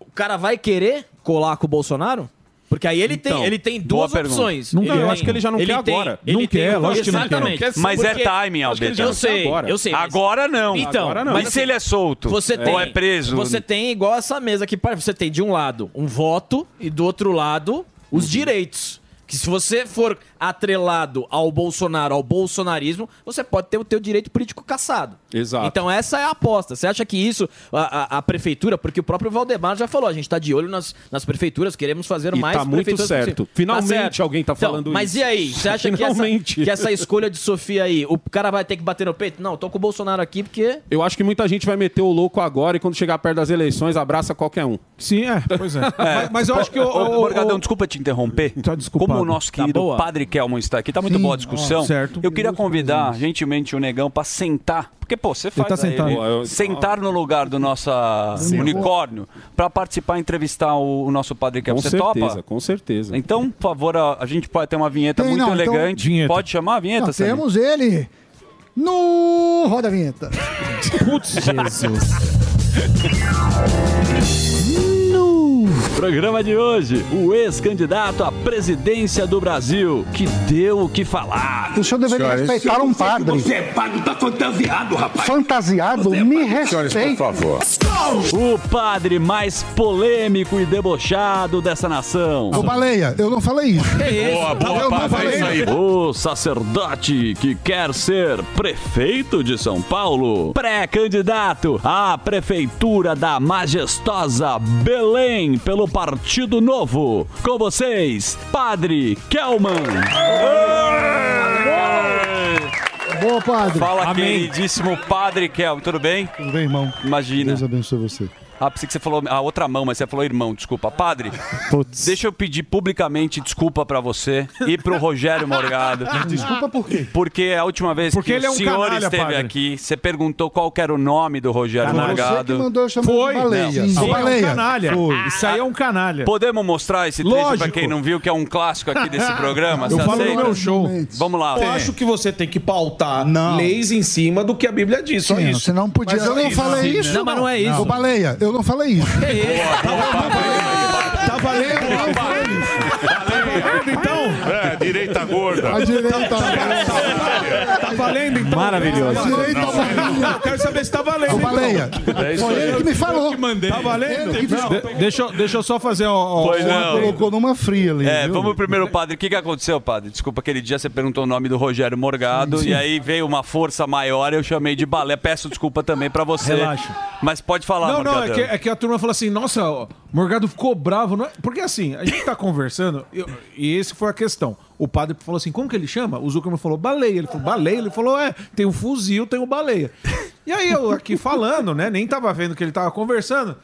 Speaker 8: o cara vai querer colar com o Bolsonaro? Porque aí ele
Speaker 9: Então,
Speaker 8: tem, ele tem
Speaker 9: boa
Speaker 8: duas
Speaker 9: pergunta.
Speaker 8: opções.
Speaker 9: Não quer, eu
Speaker 8: tem-
Speaker 9: acho que ele já não quer agora.
Speaker 8: ele
Speaker 9: Não quer,
Speaker 8: o-
Speaker 9: lógico que não quer.
Speaker 8: Exatamente.
Speaker 9: Não quer, Mas é
Speaker 8: Porque-
Speaker 9: timing,
Speaker 8: Acho que ele
Speaker 9: Alberto.
Speaker 8: já Eu sei,
Speaker 9: Agora.
Speaker 8: eu sei. mas-
Speaker 9: Agora não.
Speaker 8: Então,
Speaker 9: Agora não. Mas se ele é solto?
Speaker 8: Você
Speaker 9: Ou
Speaker 8: tem,
Speaker 9: é preso?
Speaker 8: Você tem igual essa mesa aqui. par- Você tem de um lado um voto e do outro lado
Speaker 15: Uhum.
Speaker 8: os direitos. Que se você for atrelado ao Bolsonaro, ao bolsonarismo, você pode ter o teu direito político caçado.
Speaker 15: Exato.
Speaker 8: Então essa é a aposta. Você acha que isso, a, a- a prefeitura, porque o próprio Valdemar já falou, a gente tá de olho nas, nas prefeituras, queremos fazer
Speaker 15: E
Speaker 8: mais
Speaker 15: tá muito
Speaker 8: prefeituras
Speaker 15: certo.
Speaker 8: possível.
Speaker 15: Finalmente alguém tá
Speaker 8: Então,
Speaker 15: falando
Speaker 8: mas
Speaker 15: isso.
Speaker 8: Mas e aí? Você acha que essa,
Speaker 15: Finalmente.
Speaker 8: que essa escolha de Sofia aí, o cara vai ter que bater no peito? Não, tô com o Bolsonaro aqui porque
Speaker 15: Eu acho que muita gente vai meter o louco agora e quando chegar perto das eleições, abraça qualquer um.
Speaker 7: Sim, é, pois é. Mas, mas eu acho que o.
Speaker 9: Ô,
Speaker 7: o-
Speaker 9: Morgadão,
Speaker 7: o-
Speaker 9: desculpa te interromper. Como o nosso
Speaker 7: Tá
Speaker 9: querido
Speaker 7: boa.
Speaker 9: Padre Kelman está aqui, tá muito
Speaker 7: Sim,
Speaker 9: boa a discussão.
Speaker 7: ó, certo.
Speaker 9: Eu queria convidar, gentilmente, o Negão para sentar. Porque, pô, você faz
Speaker 7: tá
Speaker 9: aí,
Speaker 7: sentado.
Speaker 9: né?
Speaker 7: Boa, eu-
Speaker 9: sentar no lugar do nosso
Speaker 15: Sim.
Speaker 9: unicórnio para participar e entrevistar é o, o nosso Padre Kelman.
Speaker 15: Com
Speaker 9: Você
Speaker 15: certeza,
Speaker 9: topa?
Speaker 15: com certeza.
Speaker 9: Então, por favor, a, a gente pode ter uma vinheta
Speaker 11: Tem,
Speaker 9: muito
Speaker 11: não, então-
Speaker 9: elegante.
Speaker 11: Vinheta.
Speaker 9: Pode chamar a vinheta,
Speaker 11: Nós
Speaker 9: Samir?
Speaker 11: temos ele no Roda a Vinheta.
Speaker 7: Putz, Jesus.
Speaker 11: No
Speaker 3: Programa de hoje, o ex-candidato à presidência do Brasil, que deu o que falar.
Speaker 12: O senhor deveria
Speaker 3: Senhores,
Speaker 12: respeitar um padre.
Speaker 3: Você é pago pra fantasiado, rapaz.
Speaker 12: Fantasiado,
Speaker 9: é
Speaker 12: me respeita.
Speaker 3: O padre mais polêmico e debochado dessa nação.
Speaker 12: Ô, Baleia, eu não falei isso. eu não falei
Speaker 3: O sacerdote que quer ser prefeito de São Paulo, pré-candidato à prefeitura da majestosa Belém pelo Partido Novo. Com vocês, Padre Kelman.
Speaker 27: Boa, padre.
Speaker 9: Fala,
Speaker 3: Amém.
Speaker 9: queridíssimo padre Kelman. Tudo bem?
Speaker 27: Tudo bem, irmão?
Speaker 9: Imagina.
Speaker 27: Deus abençoe você.
Speaker 9: Ah, pensei que você falou a outra mão, mas você falou irmão, desculpa. Padre, deixa eu pedir publicamente desculpa pra você e pro Rogério Morgado.
Speaker 27: Desculpa por quê?
Speaker 9: Porque a última vez
Speaker 27: Porque
Speaker 9: que
Speaker 27: ele é
Speaker 9: o
Speaker 27: um
Speaker 9: senhor
Speaker 27: canalha,
Speaker 9: esteve
Speaker 27: padre.
Speaker 9: aqui, você perguntou qual que era o nome do
Speaker 15: Tá
Speaker 9: Rogério
Speaker 27: Foi você
Speaker 9: Morgado.
Speaker 27: que mandou eu chamar de
Speaker 9: Foi.
Speaker 27: baleia.
Speaker 9: Não,
Speaker 27: Sim,
Speaker 9: sim.
Speaker 27: é um Baleia. canalha. Foi.
Speaker 9: Isso aí é um canalha. Podemos mostrar esse trecho pra
Speaker 7: Lógico.
Speaker 9: quem não viu, que é um clássico aqui desse programa?
Speaker 7: Eu
Speaker 9: Você
Speaker 7: falo no
Speaker 9: aceita?
Speaker 7: meu show.
Speaker 9: Vamos lá.
Speaker 7: Eu acho que você tem que pautar leis em cima do que a Bíblia diz. Só
Speaker 12: Sim,
Speaker 7: isso.
Speaker 12: Você não podia.
Speaker 7: Mas
Speaker 12: eu não falei isso.
Speaker 7: Não, mas não é isso.
Speaker 12: Ô, Baleia, eu não falei isso.
Speaker 7: Que É isso?
Speaker 9: Tá
Speaker 12: Tá valendo.
Speaker 7: Tá
Speaker 6: Então? É, direita gorda.
Speaker 12: A
Speaker 9: Tá
Speaker 12: direita
Speaker 6: gorda.
Speaker 7: Tá valendo, então?
Speaker 12: Maravilhoso. Direita
Speaker 7: Eu quero saber se tá valendo.
Speaker 12: Ô,
Speaker 7: então.
Speaker 12: Baleia, foi ele que me falou.
Speaker 7: Tá valendo?
Speaker 12: Ele que me
Speaker 7: De- deixa, eu- deixa eu só fazer ó, ó,
Speaker 9: Pois
Speaker 7: um
Speaker 9: não.
Speaker 7: apelo-
Speaker 12: colocou numa fria ali.
Speaker 9: É,
Speaker 12: viu?
Speaker 9: vamos primeiro, padre. O que, que aconteceu, padre? Desculpa, aquele dia você perguntou o nome do Rogério Morgado
Speaker 12: Sim, sim.
Speaker 9: e aí veio uma força maior eu chamei de balé. Peço desculpa também pra você.
Speaker 7: Relaxa.
Speaker 9: Mas pode falar,
Speaker 7: não, não, é
Speaker 9: Morgadão.
Speaker 7: que, é que a turma falou assim, nossa, ó, Morgado ficou bravo. não é?" Porque assim, a gente tá conversando, eu- e esse foi a questão. O padre falou assim, como que ele chama? O Zuckerman falou, baleia. Ele falou, baleia? Ele falou, é, tem um fuzil, tem um baleia. E aí eu aqui falando, né, nem tava vendo que ele tava conversando.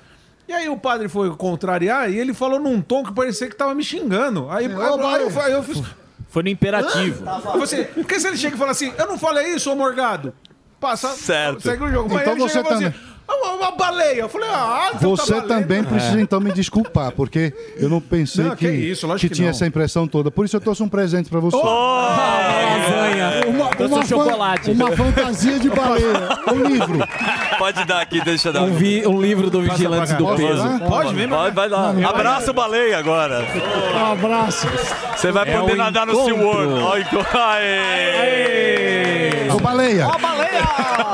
Speaker 7: E aí o padre foi contrariar e ele falou num tom que parecia que tava me xingando.
Speaker 12: É,
Speaker 7: Aí, aí eu, aí eu, aí eu fiz...
Speaker 8: Foi no imperativo.
Speaker 7: "Hã?" Você, porque se ele chega e fala assim, eu não falei isso, ô Morgado. Passa,
Speaker 9: Certo.
Speaker 7: segue o jogo. Mas
Speaker 12: Então
Speaker 7: ele chega
Speaker 12: você
Speaker 7: e fala assim,
Speaker 12: também.
Speaker 7: "Ah, uma, uma baleia. Eu falei, ah, então tá
Speaker 12: Você
Speaker 7: valendo."
Speaker 12: também precisa então me desculpar, porque eu não pensei
Speaker 7: Não,
Speaker 12: que,
Speaker 7: que isso, lógico
Speaker 12: que
Speaker 7: que
Speaker 12: tinha
Speaker 7: não.
Speaker 12: essa impressão toda. Por isso eu trouxe um presente pra você.
Speaker 9: É.
Speaker 12: Uma, Trouxe um fan- chocolate. uma fantasia de baleia. Um livro.
Speaker 9: Pode dar aqui, deixa eu dar.
Speaker 10: Um, vi- um livro do
Speaker 9: Passa
Speaker 10: Vigilantes
Speaker 9: pra cá.
Speaker 10: do
Speaker 9: Posso
Speaker 10: Peso.
Speaker 9: lá? Pode vir, vai, vai lá.
Speaker 10: Mano, vai.
Speaker 9: Abraça o baleia agora.
Speaker 12: Um abraço.
Speaker 9: Você vai
Speaker 12: É
Speaker 9: poder
Speaker 12: um
Speaker 9: nadar no
Speaker 12: encontro.
Speaker 9: SeaWorld. Ó, enco- Aê!
Speaker 12: Ô, baleia.
Speaker 9: Ó, baleia!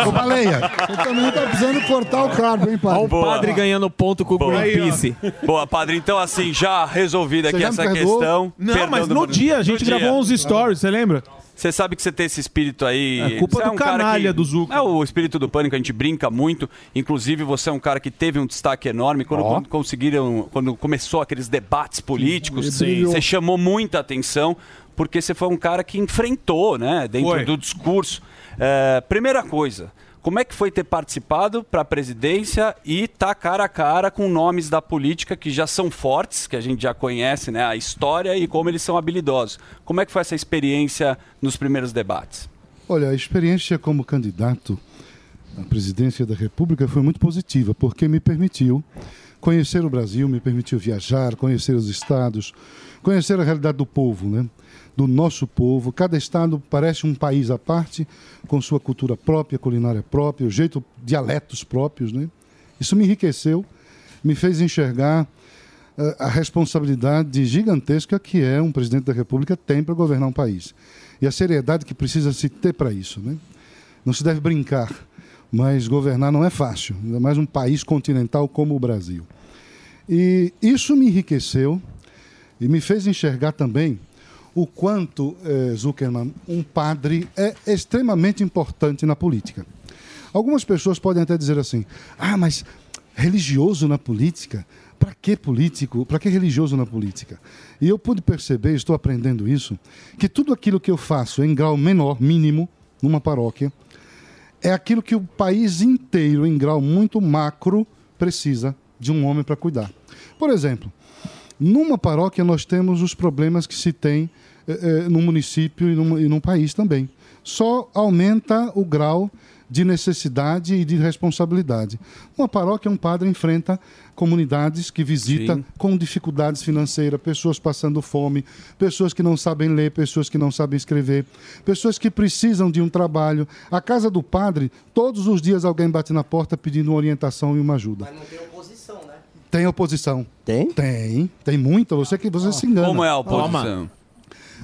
Speaker 12: Ô, baleia. Você também tá precisando cortar o carbo, hein, padre?
Speaker 9: Boa.
Speaker 10: ganhando ponto com o
Speaker 9: Boa.
Speaker 10: Greenpeace.
Speaker 9: Boa, padre. Então, assim, já resolvida
Speaker 10: Você
Speaker 9: aqui
Speaker 10: já me
Speaker 9: essa
Speaker 10: perdoou?
Speaker 9: questão.
Speaker 7: Não,
Speaker 9: Perdão
Speaker 7: mas
Speaker 9: do
Speaker 7: no
Speaker 9: Bruno.
Speaker 7: dia, a gente
Speaker 9: No dia.
Speaker 7: gravou uns stories, você lembra?
Speaker 9: Você sabe que você tem esse espírito aí.
Speaker 7: É culpa
Speaker 9: você um
Speaker 7: do canalha do
Speaker 9: Zuco. É o espírito do pânico, a gente brinca muito. Inclusive, você é um cara que teve um destaque enorme. Quando, quando conseguiram. Quando começou aqueles debates políticos,
Speaker 7: Sim. Brilhou.
Speaker 9: você chamou muita atenção, porque você foi um cara que enfrentou, né? Dentro
Speaker 7: Foi.
Speaker 9: do discurso. É, primeira coisa. Como é que foi ter participado para a presidência e estar cara a cara com nomes da política que já são fortes, que a gente já conhece, né, a história e como eles são habilidosos? Como é que foi essa experiência nos primeiros debates?
Speaker 12: Olha, a experiência como candidato à presidência da República foi muito positiva, porque me permitiu conhecer o Brasil, me permitiu viajar, conhecer os estados, conhecer a realidade do povo, né? do nosso povo. Cada estado parece um país à parte, com sua cultura própria, culinária própria, o jeito, dialetos próprios. Né? Isso me enriqueceu, me fez enxergar eh, a responsabilidade gigantesca que é um presidente da República tem para governar um país e a seriedade que precisa se ter para isso, né? Não se deve brincar, mas governar não é fácil, ainda mais um país continental como o Brasil. E isso me enriqueceu e me fez enxergar também o quanto, eh, Zuckerman, um padre é extremamente importante na política. Algumas pessoas podem até dizer assim: ah, mas religioso na política? Para que político? Para que religioso na política? E eu pude perceber, estou aprendendo isso, que tudo aquilo que eu faço em grau menor, mínimo, numa paróquia, é aquilo que o país inteiro, em grau muito macro, precisa de um homem para cuidar. Por exemplo, numa paróquia nós temos os problemas que se tem eh, eh, num município e num, e num país também. Só aumenta o grau de necessidade e de responsabilidade. Uma paróquia, um padre enfrenta comunidades que visita
Speaker 11: Sim.
Speaker 12: com dificuldades financeiras, pessoas passando fome, pessoas que não sabem ler, pessoas que não sabem escrever, pessoas que precisam de um trabalho. A casa do padre, todos os dias alguém bate na porta pedindo uma orientação e uma ajuda. Tem oposição. Tem? Tem. Tem muita. Você que você se engana.
Speaker 25: Como é a oposição?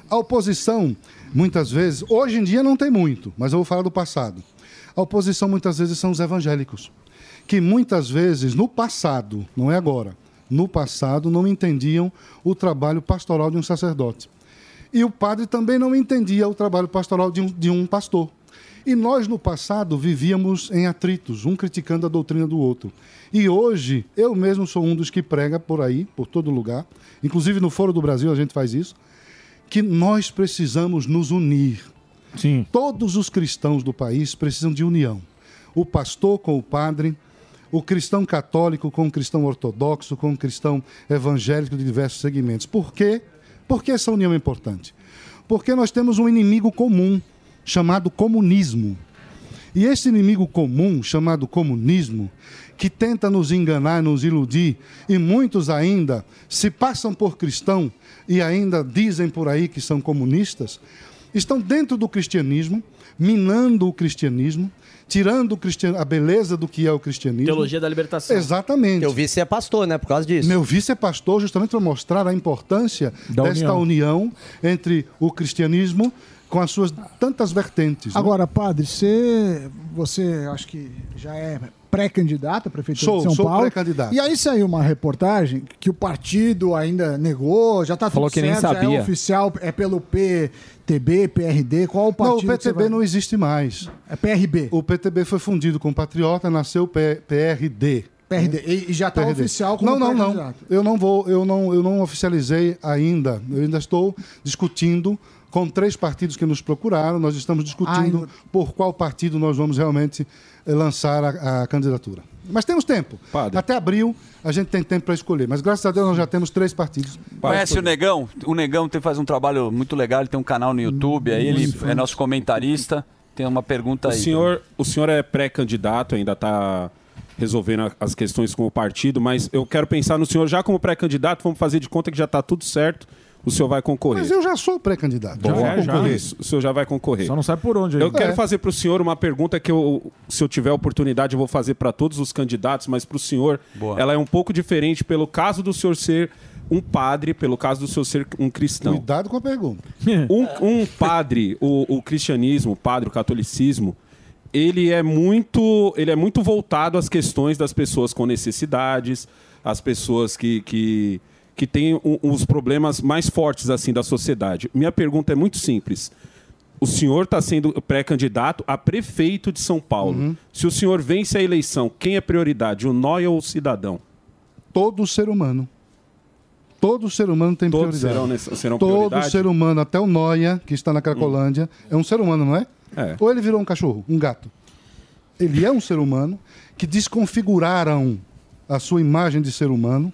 Speaker 12: A oposição, muitas vezes, hoje em dia não tem muito, mas eu vou falar do passado. A oposição, muitas vezes, são os evangélicos, que muitas vezes, no passado, não é agora, no passado não entendiam o trabalho pastoral de um sacerdote. E o padre também não entendia o trabalho pastoral de um, de um pastor. E nós, no passado, vivíamos em atritos, um criticando a doutrina do outro. E hoje, eu mesmo sou um dos que prega por aí, por todo lugar, inclusive no Foro do Brasil a gente faz isso, que nós precisamos nos unir. Sim. Todos os cristãos do país precisam de união. O pastor com o padre, o cristão católico com o cristão ortodoxo, com o cristão evangélico de diversos segmentos. Por quê? Por que essa união é importante? Porque nós temos um inimigo comum chamado comunismo. E esse inimigo comum, chamado comunismo, que tenta nos enganar, nos iludir, e muitos ainda se passam por cristão e ainda dizem por aí que são comunistas, estão dentro do cristianismo, minando o cristianismo, tirando o cristian... a beleza do que é o cristianismo.
Speaker 8: Teologia da libertação.
Speaker 12: Exatamente.
Speaker 4: Teu vice é pastor, né? Por causa disso.
Speaker 12: Meu vice é pastor justamente para mostrar a importância
Speaker 4: Da
Speaker 12: desta união. entre o cristianismo com as suas tantas vertentes. né?
Speaker 11: Agora, padre, você, você acho que já é pré-candidato à Prefeitura
Speaker 12: Sou,
Speaker 11: de São
Speaker 12: sou
Speaker 11: Paulo.
Speaker 12: pré-candidato.
Speaker 11: E aí saiu uma reportagem que o partido ainda negou, já está
Speaker 12: Falou
Speaker 11: tudo
Speaker 12: que nem
Speaker 11: certo, já
Speaker 12: sabia.
Speaker 11: é oficial, é pelo PTB, PRD, qual o partido
Speaker 12: Não, o
Speaker 11: que você
Speaker 12: PTB
Speaker 11: vai-
Speaker 12: não existe mais.
Speaker 11: É PRB.
Speaker 12: O PTB foi fundido com o Patriota, nasceu o P- PRD.
Speaker 11: PRD. E- e já tá
Speaker 12: PRD.
Speaker 11: oficial como
Speaker 12: Não, não, não.
Speaker 11: pré-candidato.
Speaker 12: Eu não vou, eu não, eu não oficializei ainda. Eu ainda estou discutindo com três partidos que nos procuraram. Nós estamos discutindo
Speaker 11: ainda-
Speaker 12: por qual partido nós vamos realmente eh, lançar a, a candidatura. Mas temos tempo. Até abril a gente tem tempo para escolher. Mas graças a Deus nós já temos três partidos.
Speaker 25: Conhece o Negão? O Negão tem, faz um trabalho muito legal, ele tem um canal no YouTube, aí ele é nosso comentarista. Tem uma
Speaker 9: Tá
Speaker 25: pergunta
Speaker 15: O
Speaker 25: aí.
Speaker 15: senhor,
Speaker 9: então.
Speaker 15: o senhor é pré-candidato, ainda está resolvendo a- as questões com o partido, mas eu quero pensar no senhor já como pré-candidato, vamos fazer de conta que já está tudo certo, o senhor vai concorrer.
Speaker 12: Mas eu já sou pré-candidato.
Speaker 15: Já
Speaker 12: Já vou
Speaker 15: é, já.
Speaker 12: concorrer.
Speaker 15: Isso, O senhor já vai concorrer. Só não
Speaker 11: sabe por onde.
Speaker 15: Eu
Speaker 12: ainda.
Speaker 15: quero
Speaker 12: É.
Speaker 15: fazer para o senhor uma pergunta que eu, se eu tiver oportunidade, eu vou fazer para todos os candidatos, mas para o senhor, ela é um pouco diferente pelo caso do senhor ser um padre, pelo caso do senhor ser um cristão.
Speaker 12: Cuidado com a pergunta.
Speaker 15: Um, um padre, o, o cristianismo, o padre, o catolicismo, ele é muito, ele é muito voltado às questões das pessoas com necessidades, às pessoas que, que, que têm o- os problemas mais fortes assim da sociedade. Minha pergunta é muito simples. O senhor está sendo pré-candidato a prefeito de São Paulo.
Speaker 12: Uhum.
Speaker 15: Se o senhor vence a eleição, quem é prioridade, o nóia ou o cidadão?
Speaker 12: Todo ser humano. Todo ser humano tem
Speaker 15: Todos
Speaker 12: prioridade.
Speaker 15: serão, nesse- serão
Speaker 12: Todo
Speaker 15: prioridade? Hum.
Speaker 12: ser humano, até o Noia, que está na Cracolândia, é um ser humano, não é?
Speaker 15: É.
Speaker 12: Ou ele virou um cachorro, um gato. Ele é um ser humano que desconfiguraram a sua imagem de ser humano,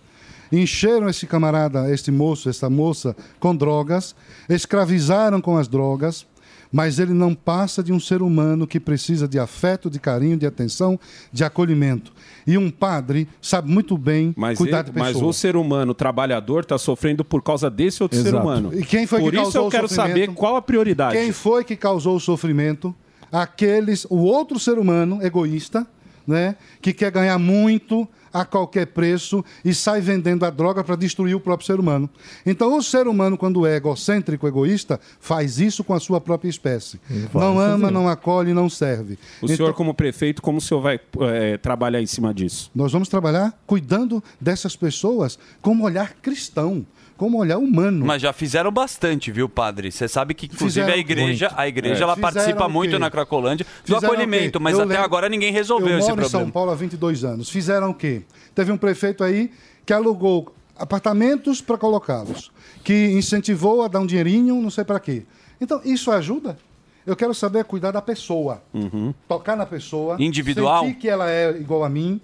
Speaker 12: encheram esse camarada, este moço, essa moça com drogas, escravizaram com as drogas, mas ele não passa de um ser humano que precisa de afeto, de carinho, de atenção, de acolhimento. E um padre sabe muito bem
Speaker 15: Mas,
Speaker 12: cuidar
Speaker 15: ele-
Speaker 12: de
Speaker 15: mas
Speaker 12: pessoas.
Speaker 15: o ser humano trabalhador está sofrendo por causa desse outro ser
Speaker 12: Exato.
Speaker 15: humano.
Speaker 12: E quem foi que
Speaker 15: por isso
Speaker 12: causou
Speaker 15: eu
Speaker 12: o
Speaker 15: quero
Speaker 12: sofrimento?
Speaker 15: saber qual a prioridade.
Speaker 12: Quem foi que causou o sofrimento? Aqueles, o outro ser humano egoísta, né, que quer ganhar muito a qualquer preço e sai vendendo a droga para destruir o próprio ser humano. Então, o ser humano, quando é egocêntrico, egoísta, faz isso com a sua própria espécie.
Speaker 15: vai
Speaker 12: Não ama,
Speaker 15: fazer.
Speaker 12: não acolhe, não serve. Então,
Speaker 15: O senhor, como prefeito, como o senhor vai eh, trabalhar em cima disso?
Speaker 12: Nós vamos trabalhar cuidando dessas pessoas com um olhar cristão, com um olhar humano.
Speaker 25: Mas já fizeram bastante, viu, padre? Você sabe que, inclusive,
Speaker 12: Fizeram
Speaker 25: a igreja,
Speaker 12: muito.
Speaker 25: a igreja
Speaker 12: É.
Speaker 25: ela
Speaker 12: Fizeram
Speaker 25: participa
Speaker 12: o quê?
Speaker 25: muito na Cracolândia do
Speaker 12: Fizeram o
Speaker 25: acolhimento,
Speaker 12: quê?
Speaker 25: mas
Speaker 12: Eu
Speaker 25: até
Speaker 12: lembro-
Speaker 25: agora ninguém
Speaker 12: eu
Speaker 25: resolveu
Speaker 12: moro
Speaker 25: esse
Speaker 12: em São
Speaker 25: problema.
Speaker 12: Paulo há 22 anos. Fizeram o quê? Teve um prefeito aí que alugou apartamentos para colocá-los, que incentivou a dar um dinheirinho, não sei para quê. Então, isso ajuda? Eu quero saber cuidar da pessoa,
Speaker 4: Uhum.
Speaker 12: tocar na pessoa,
Speaker 25: Individual?
Speaker 12: sentir que ela é igual a mim,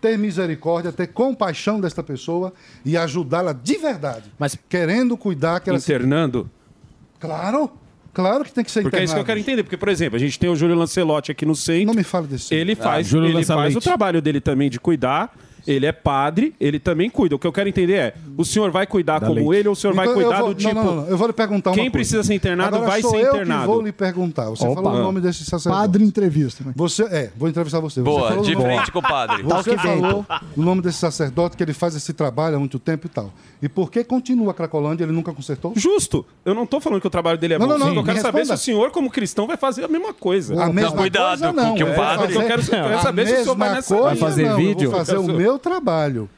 Speaker 12: ter misericórdia, ter compaixão desta pessoa e ajudá-la de verdade, mas querendo cuidar que ela se...
Speaker 15: Internando?
Speaker 12: Claro, claro que tem que ser
Speaker 15: Porque é isso que eu
Speaker 12: internado.
Speaker 15: quero entender. Porque, por exemplo, a gente tem o Júlio Lancelotti aqui no centro. Não
Speaker 12: me fala desse.
Speaker 15: Ele
Speaker 12: Ah,
Speaker 15: faz,
Speaker 12: Júlio
Speaker 15: ele faz
Speaker 12: Lancelotti.
Speaker 15: o trabalho dele também de cuidar. Ele é padre, ele também cuida. O que eu quero entender é, o senhor vai cuidar como ele ou o senhor vai
Speaker 12: Então, eu
Speaker 15: cuidar
Speaker 12: vou-
Speaker 15: do tipo...
Speaker 12: Não, não, não, eu vou lhe perguntar uma
Speaker 15: Quem
Speaker 12: coisa.
Speaker 15: precisa ser internado
Speaker 12: Agora
Speaker 15: vai
Speaker 12: sou
Speaker 15: ser
Speaker 12: eu
Speaker 15: internado.
Speaker 12: Que vou lhe perguntar. Você
Speaker 15: Opa.
Speaker 12: falou o nome desse sacerdote. Padre
Speaker 11: entrevista.
Speaker 12: Você é, vou entrevistar você.
Speaker 3: Boa,
Speaker 12: você falou
Speaker 3: de
Speaker 12: o nome-
Speaker 3: frente com o padre. Tá o
Speaker 12: Você
Speaker 3: que vem,
Speaker 12: falou
Speaker 3: então.
Speaker 12: o nome desse sacerdote que ele faz esse trabalho há muito tempo e tal. E por que continua a Cracolândia? Ele nunca consertou?
Speaker 15: Justo. Eu não tô falando que o trabalho dele é
Speaker 12: Não,
Speaker 15: bom.
Speaker 12: não, não,
Speaker 15: sim, eu quero
Speaker 12: me
Speaker 15: saber se
Speaker 12: responda.
Speaker 15: o senhor, como cristão, vai fazer a mesma coisa.
Speaker 12: A Não, mesma cuidado coisa não, com o que o eu vou padre- fazer-
Speaker 15: Eu quero, É, eu quero
Speaker 12: a
Speaker 15: saber se o senhor vai
Speaker 12: mesma
Speaker 15: nessa
Speaker 12: coisa
Speaker 15: linha.
Speaker 12: não, Eu vou fazer um o meu trabalho.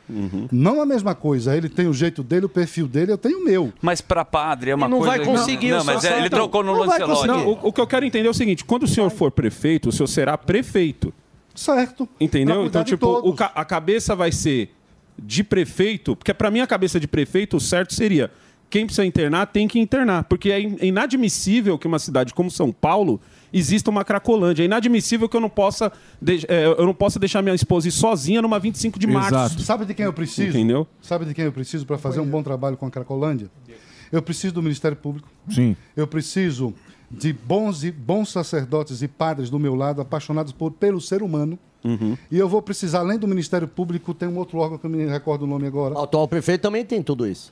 Speaker 12: Não a mesma coisa. Ele tem o jeito dele, o perfil dele, eu tenho o meu.
Speaker 25: Mas pra padre é uma coisa... Não, mas é, ele trocou no Lancelotti.
Speaker 15: então. Não, o, o que eu quero entender é o seguinte: quando o senhor for prefeito, o senhor será prefeito.
Speaker 12: Certo.
Speaker 15: Entendeu?
Speaker 12: Pra cuidar
Speaker 15: Então,
Speaker 12: de
Speaker 15: tipo, o ca- a cabeça vai ser de prefeito, porque pra mim a cabeça de prefeito, o certo seria. Quem precisa internar tem que internar, porque é in- é inadmissível que uma cidade como São Paulo exista uma cracolândia. É inadmissível que eu não possa, deix- é, eu não possa deixar minha esposa ir sozinha numa 25 de março.
Speaker 12: Sabe de quem eu preciso?
Speaker 15: Entendeu?
Speaker 12: Sabe de quem eu preciso para fazer um bom trabalho com a Cracolândia? Eu preciso do Ministério Público.
Speaker 7: Sim.
Speaker 12: Eu preciso de bons, e- bons sacerdotes e padres do meu lado, apaixonados por- pelo ser humano. E eu vou precisar, além do Ministério Público, tem um outro órgão que eu me recordo o nome agora.
Speaker 4: O atual prefeito também tem tudo isso.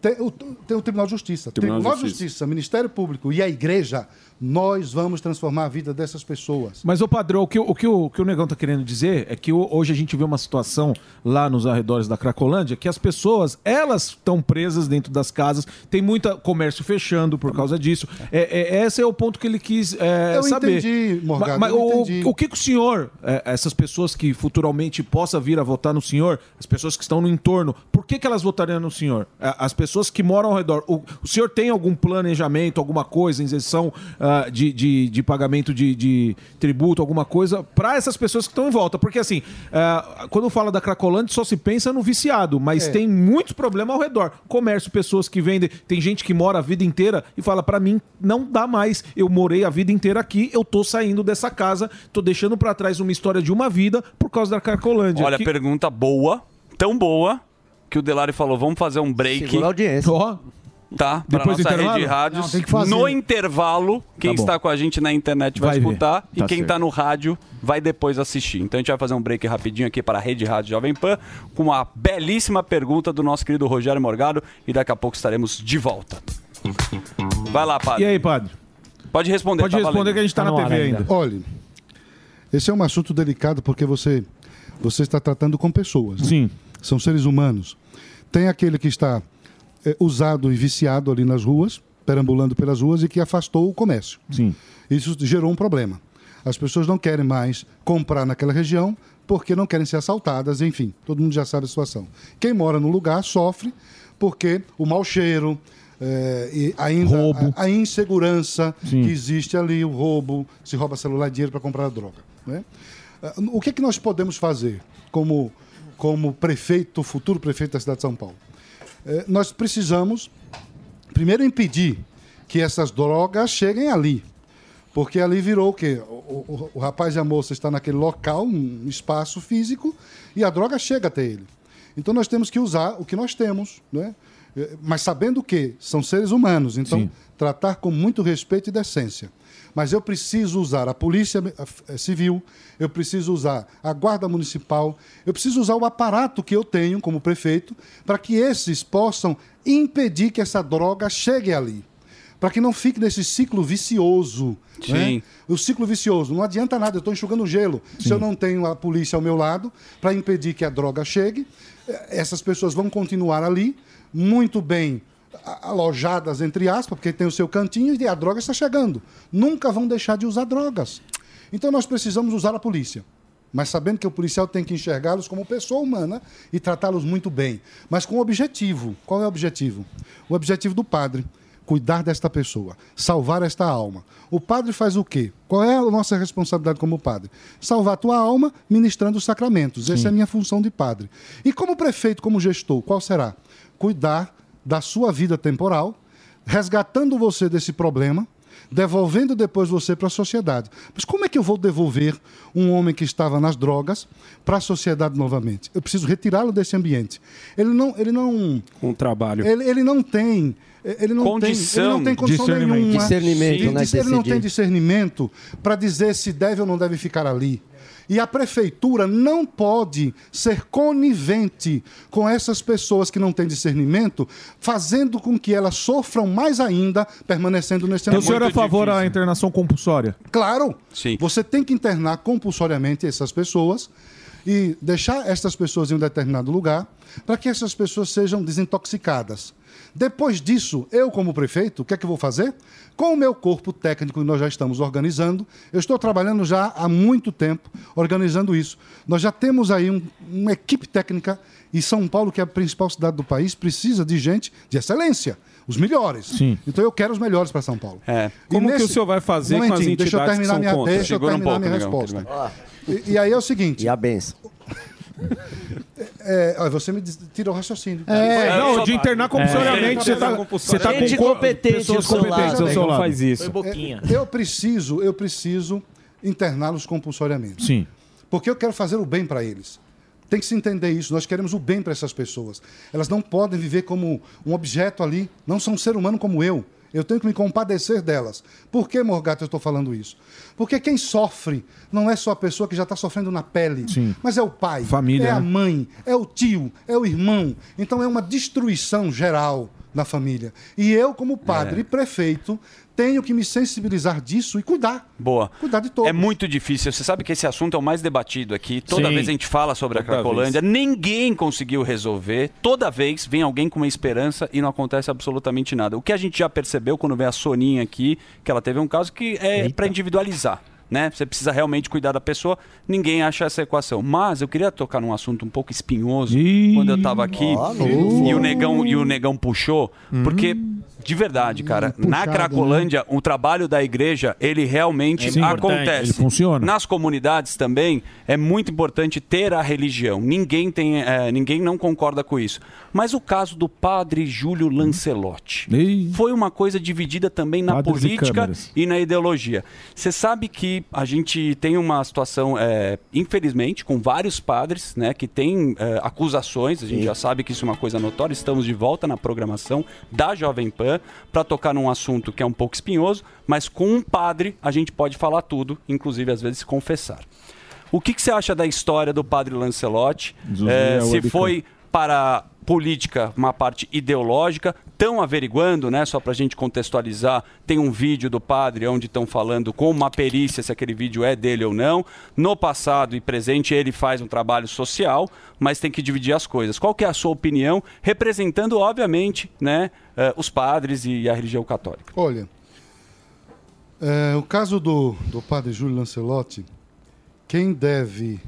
Speaker 12: Tem o, tem o Tribunal de Justiça.
Speaker 4: Tribunal
Speaker 12: Tribunal,
Speaker 4: de
Speaker 12: de Justiça. Ministério Público e a Igreja, nós vamos transformar a vida dessas pessoas.
Speaker 7: Mas, ô Padrão, o que, o- o que o, o que o Negão tá querendo dizer é que o- hoje a gente vê uma situação lá nos arredores da Cracolândia que as pessoas, elas estão presas dentro das casas, tem muito comércio fechando por causa disso. É, é- esse é o ponto que ele quis é,
Speaker 12: Eu
Speaker 7: saber.
Speaker 12: entendi, Morgado,
Speaker 7: Mas, mas
Speaker 12: eu
Speaker 7: o,
Speaker 12: entendi.
Speaker 7: o que, que o senhor, é, essas pessoas que futuramente possa vir a votar no senhor, as pessoas que estão no entorno, por que, que elas votariam no senhor? É, As pessoas que moram ao redor, o, o senhor tem algum planejamento, alguma coisa, isenção ah, de, de, de pagamento de, de tributo, alguma coisa, para essas pessoas que estão em volta? Porque assim, ah, quando fala da Cracolândia, só se pensa no viciado, mas
Speaker 12: É.
Speaker 7: tem muito problema ao redor. Comércio, pessoas que vendem, tem gente que mora a vida inteira e fala pra mim não dá mais. Eu morei a vida inteira aqui, eu tô saindo dessa casa, tô deixando pra trás uma história de uma vida por causa da Carcolândia.
Speaker 25: Olha,
Speaker 7: Que-
Speaker 25: pergunta boa, tão boa, que o Delari falou, vamos fazer um break.
Speaker 7: Segura a audiência. Ó.
Speaker 25: Tá, pra
Speaker 7: Depois do
Speaker 25: nossa rede
Speaker 7: intervalo?
Speaker 25: de rádios.
Speaker 7: Não, tem que fazer.
Speaker 25: No intervalo, quem
Speaker 7: Tá bom.
Speaker 25: está com a gente na internet vai,
Speaker 7: Vai ver.
Speaker 25: escutar e
Speaker 7: Tá
Speaker 25: quem
Speaker 7: certo.
Speaker 25: tá no rádio vai depois assistir. Então a gente vai fazer um break rapidinho aqui para a Rede Rádio Jovem Pan com uma belíssima pergunta do nosso querido Rogério Morgado e daqui a pouco estaremos de volta. Vai lá, padre.
Speaker 7: E aí, padre?
Speaker 25: Pode responder.
Speaker 7: Pode
Speaker 25: tá
Speaker 7: responder
Speaker 25: valendo.
Speaker 7: que a gente tá na TV ainda.
Speaker 12: Olha, esse é um assunto delicado porque você, você está tratando com pessoas. né?
Speaker 7: Sim.
Speaker 12: São seres humanos. Tem aquele que está eh, usado e viciado ali nas ruas, perambulando pelas ruas e que afastou o comércio.
Speaker 7: Sim.
Speaker 12: Isso gerou um problema. As pessoas não querem mais comprar naquela região porque não querem ser assaltadas, enfim, todo mundo já sabe a situação. Quem mora no lugar sofre porque o mau cheiro, eh, e ainda A, a insegurança
Speaker 7: Sim.
Speaker 12: que existe ali, o roubo, se rouba celular e dinheiro para comprar droga. Né? Ah, O que, que nós podemos fazer como, como prefeito, futuro prefeito da cidade de São Paulo? Eh, Nós precisamos, primeiro, impedir que essas drogas cheguem ali. Porque ali virou o quê? O, o- o rapaz e a moça está naquele local, um espaço físico, e a droga chega até ele. Então nós temos que usar o que nós temos, né? Eh, mas sabendo que são seres humanos, então tratar com muito respeito e decência. Mas eu preciso usar a polícia eh, civil, eu preciso usar a guarda municipal, eu preciso usar o aparato que eu tenho como prefeito para que esses possam impedir que essa droga chegue ali para que não fique nesse ciclo vicioso.
Speaker 25: Sim.
Speaker 12: né? O ciclo vicioso. Não adianta nada, eu estou enxugando gelo. Se eu não tenho a polícia ao meu lado para impedir que a droga chegue, eh, essas pessoas vão continuar ali, muito bem a- alojadas, entre aspas, porque tem o seu cantinho e a droga está chegando. Nunca vão deixar de usar drogas. Então nós precisamos usar a polícia. Mas sabendo que o policial tem que enxergá-los como pessoa humana e tratá-los muito bem. Mas com objetivo. Qual é o objetivo? O objetivo do padre. Cuidar desta pessoa, salvar esta alma. O padre faz o quê? Qual é a nossa responsabilidade como padre? Salvar a tua alma ministrando os sacramentos. Essa é a minha função de padre. E como prefeito, como gestor, qual será? Cuidar da sua vida temporal, resgatando você desse problema, devolvendo depois você para a sociedade. Mas como é que eu vou devolver um homem que estava nas drogas para a sociedade novamente? Eu preciso retirá-lo desse ambiente. Ele não, ele não
Speaker 15: Com o trabalho.
Speaker 12: ele, ele não tem eh, ele não, tem, ele
Speaker 9: Condição,
Speaker 12: não tem condição
Speaker 9: discernimento.
Speaker 12: nenhuma.
Speaker 9: Discernimento,
Speaker 12: ele,
Speaker 9: né,
Speaker 12: dis- ele não
Speaker 9: decidir.
Speaker 12: tem discernimento para dizer se deve ou não deve ficar ali. E a prefeitura não pode ser conivente com essas pessoas que não têm discernimento, fazendo com que elas sofram mais ainda permanecendo nesse
Speaker 7: Então o senhor é a favor à internação compulsória?
Speaker 12: Claro. Você tem que internar compulsoriamente essas pessoas e deixar essas pessoas em um determinado lugar para que essas pessoas sejam desintoxicadas. Depois disso, eu, como prefeito, o que é que eu vou fazer? Com o meu corpo técnico que nós já estamos organizando, eu estou trabalhando já há muito tempo organizando isso. Nós já temos aí um- uma equipe técnica e São Paulo, que é a principal cidade do país, precisa de gente de excelência, os melhores.
Speaker 7: Sim.
Speaker 12: Então eu quero os melhores para São Paulo.
Speaker 28: É.
Speaker 12: E
Speaker 28: Como que
Speaker 12: nesse-
Speaker 28: o senhor vai fazer com as
Speaker 12: Momentinho,
Speaker 28: entidades
Speaker 12: deixa eu terminar
Speaker 28: que são
Speaker 12: minha,
Speaker 28: contra?
Speaker 12: Deixa eu
Speaker 28: Segura um
Speaker 12: terminar
Speaker 28: pouco,
Speaker 12: minha
Speaker 28: Negão,
Speaker 12: resposta.
Speaker 28: tudo bem.
Speaker 12: E, e aí é o seguinte.
Speaker 29: E a benção.
Speaker 12: É, olha, você me des- tirou o raciocínio.
Speaker 7: É, não, de internar compulsoriamente, você tá- você tá com Gente co- competente pessoas ao seu competentes lado. ao seu Não lado. faz isso. Foi boquinha.
Speaker 12: É, Eu preciso, eu preciso interná-los compulsoriamente.
Speaker 7: Sim.
Speaker 12: Porque eu quero fazer o bem para eles. Tem que se entender isso. Nós queremos o bem para essas pessoas. Elas não podem viver como um objeto ali. Não são um ser humano como eu. Eu tenho que me compadecer delas. Por que, Morgato, eu estou falando isso? Porque quem sofre não é só a pessoa que já está sofrendo na pele, mas é o pai,
Speaker 7: Família,
Speaker 12: é a
Speaker 7: né?
Speaker 12: mãe, é o tio, é o irmão. Então é uma destruição geral na família. E eu, como padre
Speaker 7: É.
Speaker 12: e prefeito, tenho que me sensibilizar disso e cuidar.
Speaker 9: Boa.
Speaker 12: Cuidar de todos.
Speaker 9: É muito difícil. Você sabe que esse assunto é o mais debatido aqui. Toda
Speaker 10: Sim.
Speaker 9: vez a gente fala sobre a
Speaker 10: Toda
Speaker 9: Cracolândia. Ninguém conseguiu resolver. Toda vez vem alguém com uma esperança e não acontece absolutamente nada. O que a gente já percebeu quando vem a Soninha aqui, que ela teve um caso que é para individualizar. Né? Você precisa realmente cuidar da pessoa, ninguém acha essa equação. Mas eu queria tocar num assunto um pouco espinhoso quando eu estava aqui e, o negão, e o negão puxou, porque de verdade, cara, na
Speaker 7: puxado, né?
Speaker 9: Cracolândia. Índia, o trabalho da igreja, ele realmente
Speaker 7: Sim.
Speaker 9: acontece.
Speaker 7: Importante, ele funciona.
Speaker 9: Nas comunidades também é muito importante ter a religião. Ninguém tem, eh, ninguém não concorda com isso. Mas o caso do padre Júlio Lancelotti foi uma coisa dividida também na
Speaker 7: Padres e
Speaker 9: política
Speaker 7: câmeras.
Speaker 9: e na ideologia. Você sabe que a gente tem uma situação, eh, infelizmente, com vários padres, né, que tem eh, acusações. A gente já sabe que isso é uma coisa notória. Estamos de volta na programação da Jovem Pan para tocar num assunto que é um pouco espinhoso, mas com um padre a gente pode falar tudo, inclusive às vezes se confessar. O que, que você acha da história do padre Lancelotti?
Speaker 7: Zuzu, é
Speaker 9: Eh,
Speaker 7: a
Speaker 9: se
Speaker 7: webcam.
Speaker 9: foi para a política, uma parte ideológica, estão averiguando, né? Só para a gente contextualizar, tem um vídeo do padre onde estão falando com uma perícia se aquele vídeo é dele ou não. No passado e presente ele faz um trabalho social, mas tem que dividir as coisas. Qual que é a sua opinião, representando obviamente, né, eh, os padres e a religião católica?
Speaker 12: Olha, é, o caso do, do padre Júlio Lancelotti, quem deve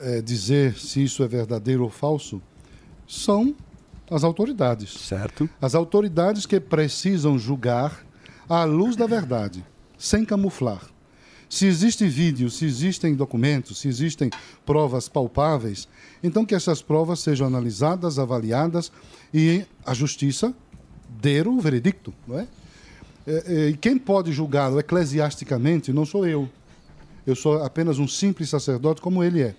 Speaker 12: é, dizer se isso é verdadeiro ou falso são as autoridades.
Speaker 9: Certo.
Speaker 12: As autoridades que precisam julgar à luz da verdade, sem camuflar. Se existe vídeo, se existem documentos, se existem provas palpáveis, então que essas provas sejam analisadas, avaliadas e a justiça dê o veredicto, não é? É, é, E quem pode julgá-lo eclesiasticamente não sou eu. Eu sou apenas um simples sacerdote como ele é.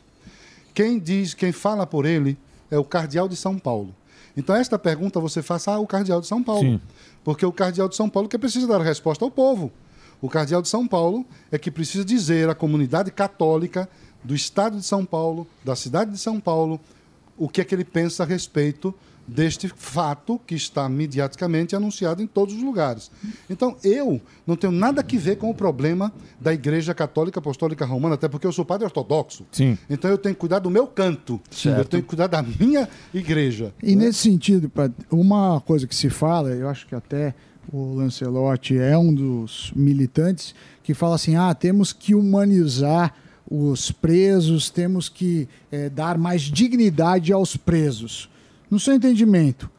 Speaker 12: Quem diz, quem fala por ele é o cardeal de São Paulo. Então esta pergunta você faça ao cardeal de São Paulo.
Speaker 7: Sim.
Speaker 12: Porque o cardeal de São Paulo que precisa dar a resposta ao povo. O cardeal de São Paulo é que precisa dizer à comunidade católica do estado de São Paulo, da cidade de São Paulo, o que é que ele pensa a respeito deste fato que está mediaticamente anunciado em todos os lugares. Então, eu não tenho nada que ver com o problema da Igreja Católica Apostólica Romana, até porque eu sou padre ortodoxo.
Speaker 7: Sim.
Speaker 12: Então, eu tenho que cuidar do meu canto.
Speaker 7: Certo.
Speaker 12: Eu tenho que cuidar da minha igreja.
Speaker 11: E nesse sentido, Pat, uma coisa que se fala, eu acho que até o Lancelotti é um dos militantes, que fala assim: ah, temos que humanizar os presos, temos que eh, dar mais dignidade aos presos. No seu entendimento,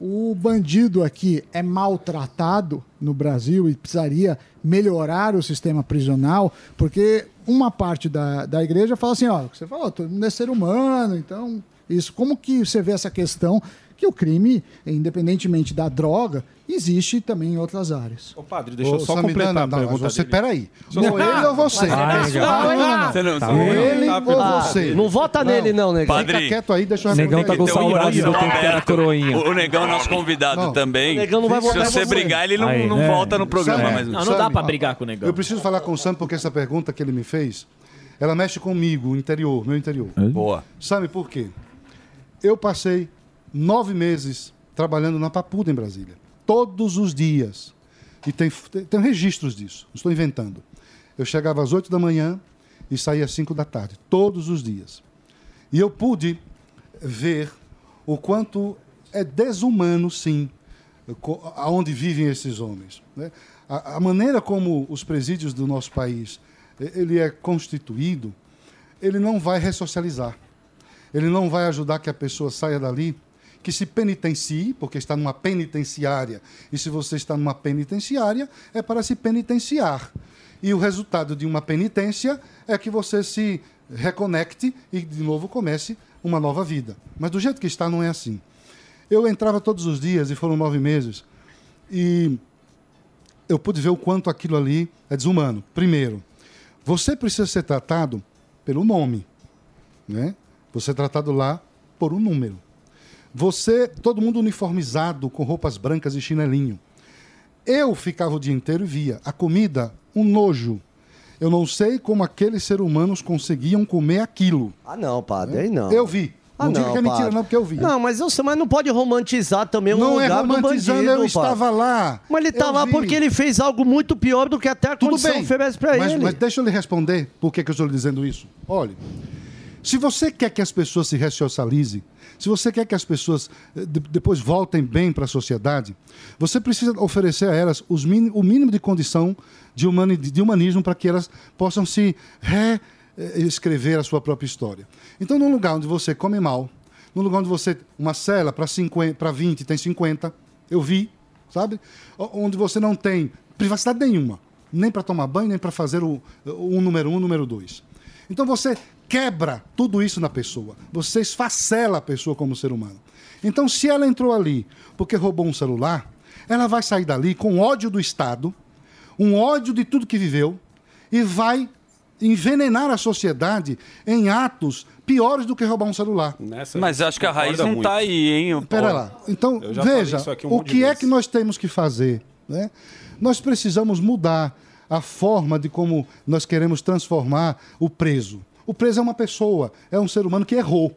Speaker 11: o bandido aqui é maltratado no Brasil e precisaria melhorar o sistema prisional, porque uma parte da, da igreja fala assim, ó, o que você falou, todo mundo é ser humano, então Isso, como que você vê essa questão que o crime, independentemente da droga, existe também em outras áreas?
Speaker 15: Ô, padre, deixa eu
Speaker 11: Ô,
Speaker 15: só
Speaker 11: Samidana,
Speaker 15: completar
Speaker 11: não,
Speaker 15: a
Speaker 11: mas
Speaker 15: pergunta
Speaker 11: você-
Speaker 15: dele.
Speaker 11: peraí.
Speaker 15: Só-
Speaker 11: Ou ele ou você?
Speaker 15: Ah, legal.
Speaker 11: Ah, não, não, não.
Speaker 15: Você não-
Speaker 11: Tá
Speaker 15: você
Speaker 11: bom. Ele
Speaker 15: tá
Speaker 11: ou
Speaker 15: perguntando
Speaker 11: você?
Speaker 15: dele.
Speaker 11: Não vota nele, não, negão.
Speaker 15: Padre,
Speaker 11: Fica quieto aí, deixa eu
Speaker 6: Negão
Speaker 11: responder.
Speaker 6: tá com
Speaker 12: um
Speaker 11: Então,
Speaker 6: saudade do
Speaker 11: Roberto,
Speaker 6: tempo que era coroinha. O Negão é nosso convidado também.
Speaker 11: o Negão não vai
Speaker 6: Se
Speaker 11: votar em
Speaker 6: você
Speaker 11: você.
Speaker 6: brigar, ele não, não volta no programa.
Speaker 12: Sabe,
Speaker 6: Mas...
Speaker 12: sabe, ó, Eu preciso falar com o Sam porque essa pergunta que ele me fez, ela mexe comigo, o interior, meu interior.
Speaker 6: Boa.
Speaker 12: Sabe por quê? Eu passei nove meses trabalhando na Papuda, em Brasília. Todos os dias. E tem, tem registros disso, não estou inventando. Eu chegava às oito da manhã e saía às cinco da tarde, todos os dias. E eu pude ver o quanto é desumano, sim, co- aonde vivem esses homens. né? A, a maneira como os presídios do nosso país eh, ele é constituído, ele não vai ressocializar. Ele não vai ajudar que a pessoa saia dali, que se penitencie, porque está numa penitenciária. E se você está numa penitenciária, é para se penitenciar. E o resultado de uma penitência é que você se reconecte e de novo comece uma nova vida. Mas do jeito que está, não é assim. Eu entrava todos os dias, e foram nove meses, e eu pude ver o quanto aquilo ali é desumano. Primeiro, você precisa ser tratado pelo nome, né? Você é tratado lá por um número. Você, todo mundo uniformizado, com roupas brancas e chinelinho. Eu ficava o dia inteiro e via a comida, um nojo. Eu não sei como aqueles seres humanos conseguiam comer aquilo.
Speaker 4: Ah, não, padre, aí não.
Speaker 12: Eu vi.
Speaker 4: Ah,
Speaker 12: não,
Speaker 4: não,
Speaker 12: diga que é mentira,
Speaker 4: padre.
Speaker 12: não, porque eu vi.
Speaker 4: Não, mas, eu, mas não pode romantizar também o
Speaker 12: Não é
Speaker 4: um lugar
Speaker 12: romantizando,
Speaker 4: do bandido,
Speaker 12: eu estava lá.
Speaker 4: Mas ele tá
Speaker 12: Eu
Speaker 4: lá
Speaker 12: vi.
Speaker 4: porque ele fez algo muito pior do que até a
Speaker 12: Tudo
Speaker 4: condição
Speaker 12: bem.
Speaker 4: oferece pra
Speaker 12: mas,
Speaker 4: ele.
Speaker 12: mas deixa eu lhe responder por que, que eu estou lhe dizendo isso. Olhe, se você quer que as pessoas se ressocializem, se você quer que as pessoas eh, de- depois voltem bem para a sociedade, você precisa oferecer a elas os mini- o mínimo de condição de, humani- de humanismo para que elas possam se re eh, escrever a sua própria história. Então, num lugar onde você come mal, num lugar onde você. Uma cela para 50 para 20 tem 50, eu vi, sabe? O- Onde você não tem privacidade nenhuma, nem para tomar banho, nem para fazer o, o número um, o número dois. Então você quebra tudo isso na pessoa, você esfacela a pessoa como ser humano. Então, se ela entrou ali porque roubou um celular, ela vai sair dali com ódio do Estado, um ódio de tudo que viveu e vai envenenar a sociedade em atos piores do que roubar um celular.
Speaker 25: Mas acho que a raiz
Speaker 12: Concorda
Speaker 25: não tá
Speaker 12: muito.
Speaker 25: aí, hein?
Speaker 12: Pera
Speaker 25: Paulo?
Speaker 12: lá. Então,
Speaker 25: Eu já falei
Speaker 12: veja,
Speaker 25: isso aqui um
Speaker 12: o
Speaker 25: monte de
Speaker 12: que é
Speaker 25: vezes.
Speaker 12: que nós temos que fazer? Né? Nós precisamos mudar a forma de como nós queremos transformar o preso. O preso é uma pessoa, é um ser humano que errou.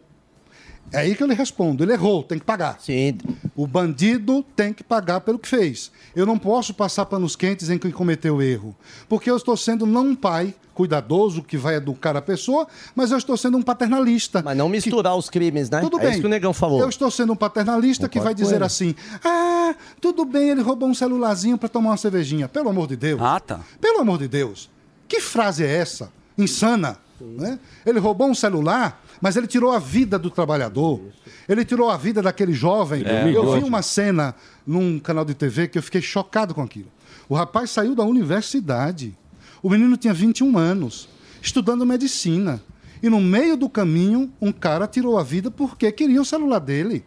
Speaker 12: É aí que eu lhe respondo. Ele errou, tem que pagar.
Speaker 4: Sim.
Speaker 12: O bandido tem que pagar pelo que fez. Eu não posso passar panos quentes em quem cometeu erro. Porque eu estou sendo não um pai cuidadoso que vai educar a pessoa, mas eu estou sendo um paternalista. Mas não
Speaker 4: misturar os crimes, né?
Speaker 12: Tudo
Speaker 4: É
Speaker 12: bem.
Speaker 4: isso que o Negão falou.
Speaker 12: Eu estou sendo um paternalista que vai
Speaker 4: Concordo com
Speaker 12: dizer
Speaker 4: ele.
Speaker 12: assim: ah, tudo bem, ele roubou um celularzinho para tomar uma cervejinha. Pelo amor de Deus. Ah, tá. Pelo amor de Deus. Que frase é essa? Insana. Né? Ele roubou um celular, mas ele tirou a vida do trabalhador. Ele tirou a vida daquele jovem.
Speaker 3: É,
Speaker 12: eu vi
Speaker 3: humilhou.
Speaker 12: uma cena num canal de TV que eu fiquei chocado com aquilo. O rapaz saiu da universidade. O menino tinha 21 anos, estudando medicina. E no meio do caminho, um cara tirou a vida porque queria o celular dele.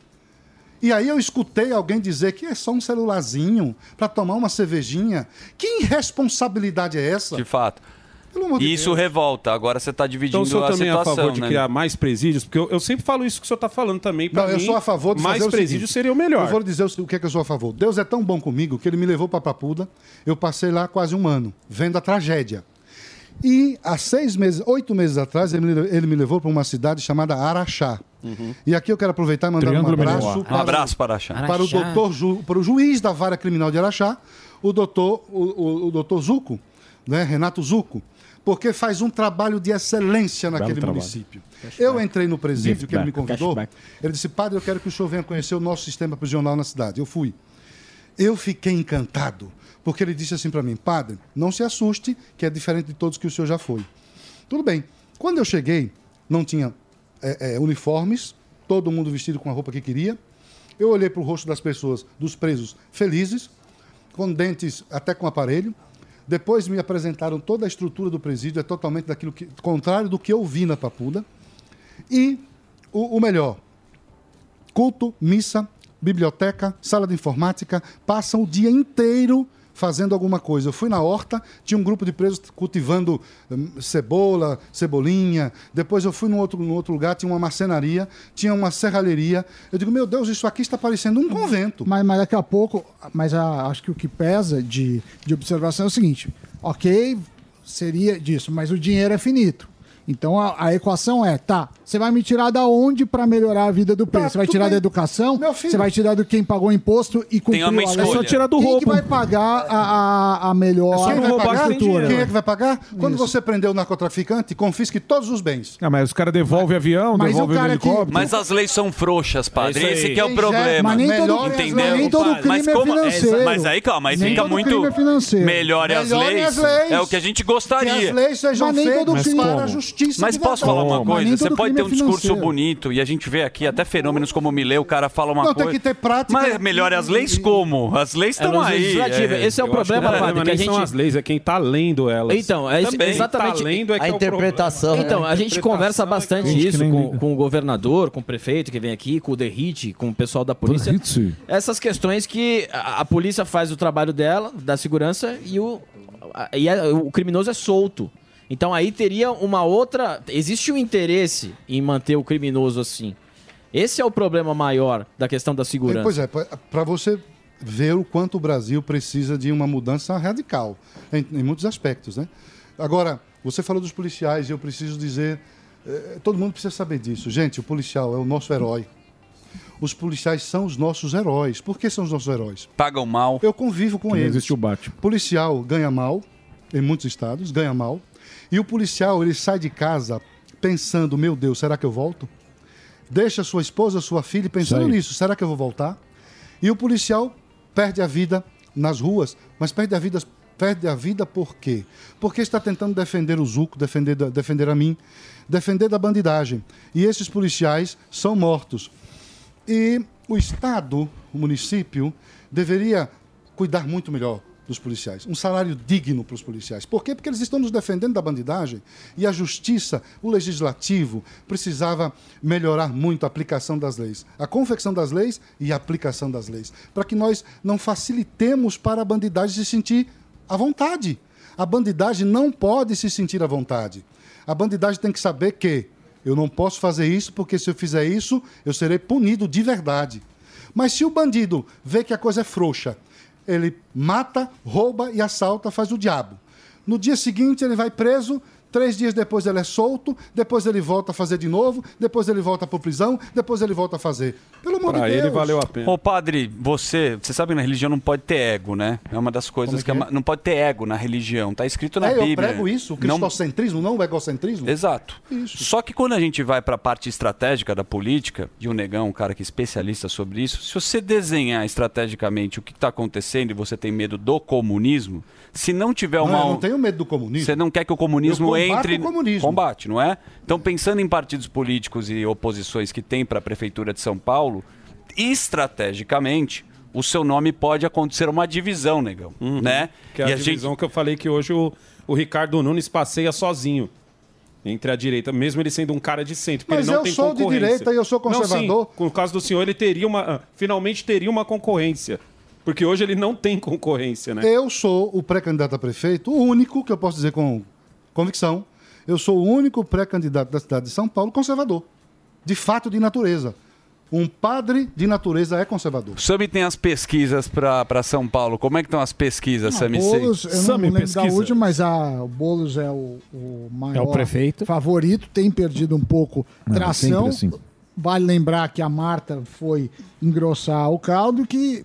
Speaker 12: E aí eu escutei alguém dizer que é só um celularzinho para tomar uma cervejinha. Que irresponsabilidade é essa?
Speaker 25: De fato. E isso revolta. Agora você tá dividindo
Speaker 15: Então o senhor
Speaker 25: a
Speaker 15: também é a
Speaker 25: situação,
Speaker 15: favor de
Speaker 25: né?
Speaker 15: criar mais presídios? Porque eu, eu sempre falo isso que o senhor tá falando também. Pra
Speaker 12: Não, eu
Speaker 15: mim,
Speaker 12: sou a favor de
Speaker 15: Mais
Speaker 12: fazer
Speaker 15: presídios
Speaker 12: o seguinte.
Speaker 15: seria o melhor.
Speaker 12: Eu vou lhe dizer o o que, é que eu sou a favor. Deus é tão bom comigo que ele me levou para Papuda. Eu passei lá quase um ano, vendo a tragédia. E há seis meses, oito meses atrás, ele me, ele me levou para uma cidade chamada Araxá.
Speaker 25: Uhum.
Speaker 12: E aqui eu quero aproveitar e mandar um
Speaker 25: Triângulo Mineiro.
Speaker 12: abraço.
Speaker 25: Um abraço para Araxá.
Speaker 12: Para o
Speaker 25: Araxá.
Speaker 12: doutor, Ju- para o juiz da vara criminal de Araxá, o doutor, o, o- o doutor Zuco, né, Renato Zuco, porque faz um trabalho de excelência naquele
Speaker 15: trabalho.
Speaker 12: município. Eu entrei no presídio, que ele me
Speaker 15: Cashback,
Speaker 12: convidou.
Speaker 15: cashback.
Speaker 12: Ele disse, padre, eu quero que o senhor venha conhecer o nosso sistema prisional na cidade. Eu fui. Eu fiquei encantado, porque ele disse assim para mim, padre, não se assuste, que é diferente de todos que o senhor já foi. Tudo bem. Quando eu cheguei, não tinha eh, eh, uniformes, todo mundo vestido com a roupa que queria. Eu olhei para o rosto das pessoas, dos presos, felizes, com dentes até com aparelho. Depois me apresentaram toda a estrutura do presídio, é totalmente daquilo que, contrário do que eu vi na Papuda. E o, o melhor, culto, missa, biblioteca, sala de informática, passam o dia inteiro fazendo alguma coisa. Eu fui na horta, tinha um grupo de presos cultivando hum, cebola, cebolinha. Depois eu fui num outro, num outro lugar, tinha uma marcenaria, tinha uma serralheria. Eu digo, meu Deus, isso aqui está parecendo um convento.
Speaker 11: Mas, mas daqui a pouco, mas a- acho que o que pesa de, de observação é o seguinte: ok, seria disso, mas o dinheiro é finito. Então a, a equação é, tá, você vai me tirar da onde para melhorar a vida do preso? você vai
Speaker 12: Tá, tudo
Speaker 11: tirar da
Speaker 12: bem.
Speaker 11: educação?
Speaker 12: Meu filho.
Speaker 11: Você vai tirar do quem pagou imposto e cumpriu
Speaker 12: uma
Speaker 11: a lei?
Speaker 12: escolha. É só tirar do
Speaker 11: quem
Speaker 12: roubo. É
Speaker 11: que vai pagar a, a, a melhor
Speaker 12: Quem vai, pagar?
Speaker 11: estrutura?
Speaker 12: Quem é que vai pagar? Quando você prender o narcotraficante, confisque todos os bens.
Speaker 10: Ah, mas os caras devolvem avião,
Speaker 12: Mas o
Speaker 10: devolvem
Speaker 12: cara que-
Speaker 10: helicóptero.
Speaker 9: Mas as leis são frouxas, padre.
Speaker 10: É isso aí.
Speaker 9: Esse que é o
Speaker 10: Pois é,
Speaker 9: problema.
Speaker 10: mas nem todo-
Speaker 9: Melhorem as
Speaker 10: entendeu?
Speaker 9: leis.
Speaker 10: nem todo crime
Speaker 9: mas
Speaker 10: é
Speaker 9: como,
Speaker 10: financeiro.
Speaker 9: Mas aí, calma, aí
Speaker 10: Nem
Speaker 9: fica
Speaker 10: todo
Speaker 9: muito.
Speaker 10: crime é financeiro.
Speaker 9: Melhore as
Speaker 10: Melhorem
Speaker 9: leis.
Speaker 10: as leis.
Speaker 9: É o que a gente gostaria.
Speaker 10: Que as leis sejam
Speaker 12: Mas nem feitas todo crime-
Speaker 9: como?
Speaker 12: para a justiça
Speaker 9: Mas
Speaker 12: de
Speaker 9: posso
Speaker 12: verdade.
Speaker 9: falar uma
Speaker 12: Como? Mas
Speaker 9: coisa?
Speaker 12: nem
Speaker 9: Você
Speaker 12: todo
Speaker 9: pode ter um
Speaker 12: crime é
Speaker 9: discurso
Speaker 12: financeiro.
Speaker 9: bonito e a gente vê aqui até fenômenos como o Milei, o cara fala uma
Speaker 12: Não, tem
Speaker 9: coisa.
Speaker 12: que ter prática
Speaker 9: Mas melhore as leis como? As
Speaker 15: É,
Speaker 9: leis estão aí. é.
Speaker 15: Eu acho que é O problema nem são as leis, é quem tá lendo elas.
Speaker 8: Então, é isso-
Speaker 15: Também.
Speaker 8: exatamente
Speaker 15: Quem tá lendo é que é o problema.
Speaker 8: Então, a gente conversa bastante
Speaker 15: Gente que
Speaker 8: isso
Speaker 15: nem
Speaker 8: com, com o governador, com o prefeito que vem aqui, com o Derrite, com o pessoal da polícia. Essas questões que a, a polícia faz o trabalho dela, da segurança, e o, a- e a- o criminoso é solto. Então aí teria uma outra. Existe um interesse em manter o criminoso assim. Esse é o problema maior da questão da segurança.
Speaker 12: Pois é, para você ver o quanto o Brasil precisa de uma mudança radical, em, em muitos aspectos. Né? Agora, você falou dos policiais, e eu preciso dizer: eh, todo mundo precisa saber disso. Gente, o policial é o nosso herói. Os policiais são os nossos heróis. Por que são os nossos heróis?
Speaker 9: Pagam mal.
Speaker 12: Eu convivo com
Speaker 9: Que não
Speaker 12: eles.
Speaker 9: existe
Speaker 10: o Batman.
Speaker 12: Policial ganha mal, em muitos estados, ganha mal. E o policial, ele sai de casa pensando: meu Deus, será que eu volto? Deixa sua esposa, sua filha pensando
Speaker 10: Isso aí.
Speaker 12: nisso: será que eu vou voltar? E o policial perde a vida nas ruas, mas perde a vida. Perde a vida por quê? Porque está tentando defender o Zuco, defender, da- defender a mim, defender da bandidagem. E esses policiais são mortos. E o Estado, o município, deveria cuidar muito melhor dos policiais. Um salário digno para os policiais. Por quê? Porque eles estão nos defendendo da bandidagem. E a justiça, o legislativo, precisava melhorar muito a aplicação das leis. A confecção das leis e a aplicação das leis. Para que nós não facilitemos para a bandidagem se sentir à vontade. A bandidagem não pode se sentir à vontade. A bandidagem tem que saber que eu não posso fazer isso porque se eu fizer isso, eu serei punido de verdade. Mas se o bandido vê que a coisa é frouxa, ele mata, rouba e assalta, faz o diabo. No dia seguinte ele vai preso, três dias depois ele é solto, depois ele volta a fazer de novo, depois ele volta para prisão, depois ele volta a fazer. Pelo
Speaker 5: um
Speaker 12: amor de Deus.
Speaker 9: Ô, padre, você, você sabe que na religião não pode ter ego, né? É uma das coisas
Speaker 12: Como é
Speaker 9: que,
Speaker 12: que
Speaker 9: é
Speaker 12: é?
Speaker 9: ma- não pode ter ego na religião. Tá escrito na
Speaker 12: É,
Speaker 9: Bíblia.
Speaker 12: eu prego isso, o
Speaker 9: Não- É
Speaker 12: cristocentrismo, não, o egocentrismo.
Speaker 9: Exato. Só que quando a gente vai para a parte estratégica da política, e o Negão, um cara que é especialista sobre isso, se você desenhar estrategicamente o que está acontecendo e você tem medo do comunismo, se não tiver
Speaker 12: Não,
Speaker 9: uma.
Speaker 12: eu não tenho medo do comunismo.
Speaker 9: Você não quer que o comunismo
Speaker 12: Eu combato
Speaker 9: entre.
Speaker 12: o comunismo.
Speaker 9: Combate, não é? Então, pensando em partidos políticos e oposições que tem para a Prefeitura de São Paulo, estrategicamente. O seu nome pode acontecer uma divisão, negão. Né?
Speaker 15: Que é a
Speaker 9: E
Speaker 15: divisão que eu falei que hoje o, o Ricardo Nunes passeia sozinho entre a direita, mesmo ele sendo um cara de centro, porque
Speaker 12: Mas
Speaker 15: ele não
Speaker 12: eu
Speaker 15: tem
Speaker 12: sou de
Speaker 15: concorrência.
Speaker 12: direita e eu sou
Speaker 15: Não, sim,
Speaker 12: conservador.
Speaker 15: com o caso do senhor, ele teria uma, ah, finalmente teria uma concorrência, porque hoje ele não tem concorrência, né?
Speaker 11: É.
Speaker 12: Eu sou o pré-candidato a prefeito, o único, que eu posso dizer com convicção, eu sou o único pré-candidato da cidade de São Paulo conservador. De fato, de natureza. Um padre de natureza é conservador.
Speaker 9: O Sami tem as pesquisas para São Paulo. Como é que estão as pesquisas, Sami?
Speaker 11: Boulos, eu não lembro da
Speaker 9: pesquisa.
Speaker 11: última, mas a, o Boulos é o, o maior
Speaker 9: É o prefeito.
Speaker 11: favorito, tem perdido um pouco
Speaker 9: Não,
Speaker 11: tração.
Speaker 9: sempre assim.
Speaker 11: Vale lembrar que a Marta foi engrossar o caldo, que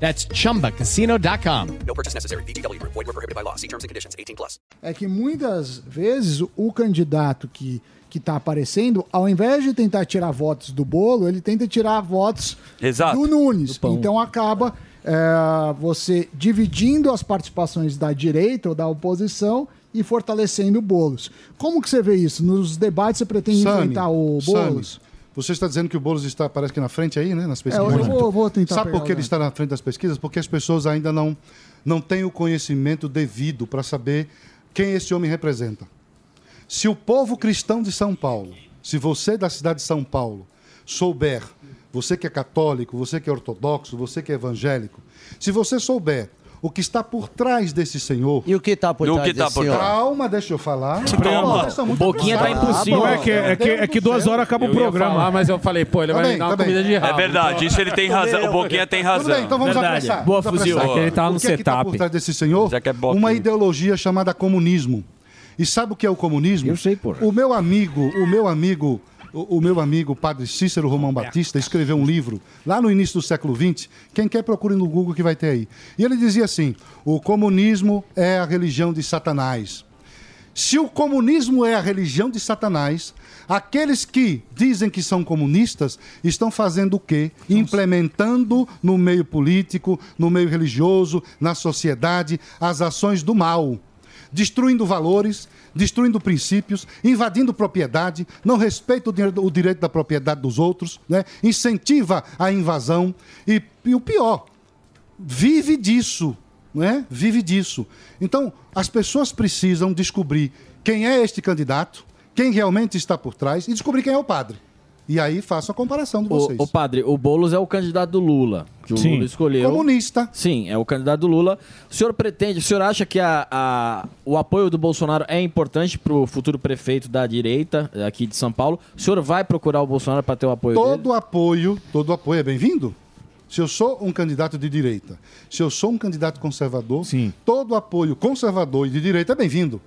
Speaker 14: That's chumbacasino.com.
Speaker 13: No purchase necessary. VGW Group. Void were prohibited by law. See terms and conditions. 18 plus.
Speaker 11: É que muitas vezes o candidato que que está aparecendo, ao invés de tentar tirar votos do bolo, ele tenta tirar votos
Speaker 9: Exato.
Speaker 11: do Nunes.
Speaker 9: Do pão.
Speaker 11: então acaba é, você dividindo as participações da direita ou da oposição e fortalecendo o Boulos. Como que você vê isso? Nos debates você pretende enfrentar o Boulos?
Speaker 12: Sami, você está dizendo que o Boulos está, parece que na frente aí, né? Nas pesquisas.
Speaker 11: É, eu vou- vou tentar
Speaker 12: Sabe por
Speaker 11: pegar
Speaker 12: que
Speaker 11: o
Speaker 12: ele
Speaker 11: gancho.
Speaker 12: está na frente das pesquisas? Porque as pessoas ainda não, não têm o conhecimento devido para saber quem esse homem representa. Se o povo cristão de São Paulo, se você da cidade de São Paulo souber, você que é católico, você que é ortodoxo, você que é evangélico, se você souber o que está por trás desse senhor. E
Speaker 4: o que está
Speaker 12: por
Speaker 6: E o trás que tá desse por senhor? trás?
Speaker 12: Calma, deixa eu falar.
Speaker 6: Calma.
Speaker 12: Vocês estão muito
Speaker 6: Boquinha tá
Speaker 12: atrasados.
Speaker 6: impossível.
Speaker 12: Ah, bom.
Speaker 6: É que- é que- é que duas horas acaba o
Speaker 12: Eu ia
Speaker 6: programa.
Speaker 12: falar,
Speaker 15: mas eu falei, pô, ele
Speaker 12: Tá
Speaker 15: vai
Speaker 12: bem,
Speaker 15: me dar uma
Speaker 12: tá bem.
Speaker 15: comida de rabo.
Speaker 9: É verdade, isso ele tem razão. O Boquinha tem razão.
Speaker 12: Tudo bem, então vamos apressar.
Speaker 15: Boa,
Speaker 12: vamos
Speaker 15: fuzil.
Speaker 12: apressar.
Speaker 15: É que ele tava no
Speaker 12: o que é que tá
Speaker 15: setup.
Speaker 12: por trás desse senhor?
Speaker 9: é
Speaker 12: Uma ideologia chamada comunismo. E sabe o que é o comunismo? Eu sei, porra. O meu amigo, o meu amigo, o, o meu amigo Padre Cícero Romão Batista escreveu um livro lá no início do século XX. Quem quer procure no Google que vai ter aí. E ele dizia assim: o comunismo é a religião de Satanás. Se o comunismo é a religião de Satanás, aqueles que dizem que são comunistas estão fazendo o quê? Implementando no meio político, no meio religioso, na sociedade, as ações do mal. Destruindo valores, destruindo princípios, invadindo propriedade, não respeita o, dinheiro- o direito da propriedade dos outros, né? incentiva a invasão e, e o pior, vive disso, não é? Vive disso. Então, as pessoas precisam descobrir quem é este candidato, quem realmente está por trás e descobrir quem é o padre. E aí faço a comparação de vocês.
Speaker 8: O, padre, o Boulos é o candidato do Lula, que o
Speaker 12: Sim.
Speaker 8: Lula escolheu.
Speaker 12: Comunista.
Speaker 8: Sim, é o candidato do Lula. O senhor pretende, o senhor acha que a, a- o apoio do Bolsonaro é importante para o futuro prefeito da direita eh, aqui de São Paulo? O senhor vai procurar o Bolsonaro para ter o apoio dele?
Speaker 12: Todo apoio, todo apoio é bem-vindo. Se eu sou um candidato de direita, se eu sou um candidato conservador, todo apoio conservador e de direita é bem-vindo.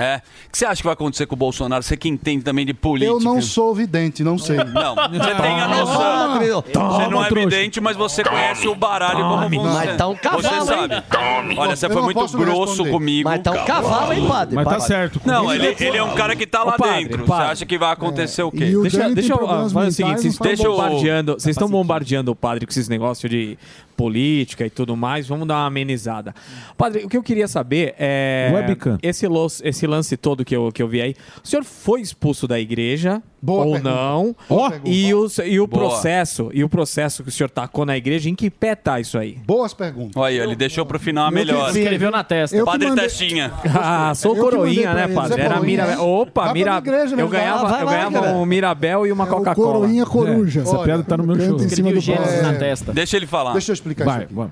Speaker 9: É. O que você acha que vai acontecer com o Bolsonaro? Você que entende também de política.
Speaker 12: Eu não sou vidente, não sei.
Speaker 9: Não, você tem a
Speaker 12: Toma,
Speaker 9: noção.
Speaker 12: Adriano.
Speaker 9: você não
Speaker 12: Toma,
Speaker 9: é
Speaker 12: trouxa.
Speaker 9: evidente, mas você conhece o baralho
Speaker 12: Tome.
Speaker 9: como funciona.
Speaker 12: Mas tá um cavalo,
Speaker 9: Você
Speaker 12: hein?
Speaker 9: sabe.
Speaker 12: Tome.
Speaker 9: Olha, você
Speaker 12: Eu
Speaker 9: foi
Speaker 12: não
Speaker 9: muito
Speaker 12: posso
Speaker 9: grosso
Speaker 12: responder.
Speaker 9: comigo.
Speaker 12: Mas tá um cavalo, hein, padre? Mas tá Padre. certo.
Speaker 9: Não,
Speaker 12: Com
Speaker 9: ele,
Speaker 12: isso-
Speaker 9: ele é um cara que tá lá
Speaker 12: Ô, padre,
Speaker 9: dentro.
Speaker 12: padre.
Speaker 9: Você acha que vai acontecer o
Speaker 12: É,
Speaker 9: quê?
Speaker 10: Deixa- deixa, eu ah, fazer o seguinte, vocês
Speaker 12: tá
Speaker 10: estão
Speaker 9: deixa eu-
Speaker 10: bombardeando, vocês estão bombardeando o padre com esses negócios de política e tudo mais. Vamos dar uma amenizada. Padre, o que eu queria saber é
Speaker 6: Webcam.
Speaker 10: esse, lo- esse lance todo que eu, que eu vi aí. O senhor foi expulso da igreja ou
Speaker 6: pergunta.
Speaker 10: não?
Speaker 6: Boa
Speaker 10: e o, e o
Speaker 9: Boa.
Speaker 10: processo, e o processo que o senhor tacou na igreja, em que pé tá isso aí?
Speaker 12: Boas perguntas.
Speaker 9: Olha aí, ele deixou pro final a
Speaker 10: Eu que
Speaker 9: melhor.
Speaker 10: vi. Escreveu na testa. Eu que
Speaker 9: Padre
Speaker 10: mandei-
Speaker 9: Testinha.
Speaker 10: Ah, sou
Speaker 9: Eu que mandei
Speaker 10: coroinha,
Speaker 9: pra
Speaker 10: né,
Speaker 9: eles,
Speaker 10: padre?
Speaker 9: é
Speaker 10: Era
Speaker 9: coroinha.
Speaker 10: mira...
Speaker 9: Vai
Speaker 10: Opa,
Speaker 9: pra
Speaker 10: mira...
Speaker 9: igreja,
Speaker 10: eu
Speaker 9: meu irmão.
Speaker 10: ganhava,
Speaker 9: Vai lá,
Speaker 10: eu ganhava
Speaker 9: galera. É,
Speaker 10: um Mirabel e uma Coca-Cola.
Speaker 11: coroinha coruja.
Speaker 10: Essa piada tá no meu show.
Speaker 11: cima do Gênesis na
Speaker 10: testa.
Speaker 9: É. Deixa ele falar.
Speaker 12: É. Deixa eu explicar isso aqui.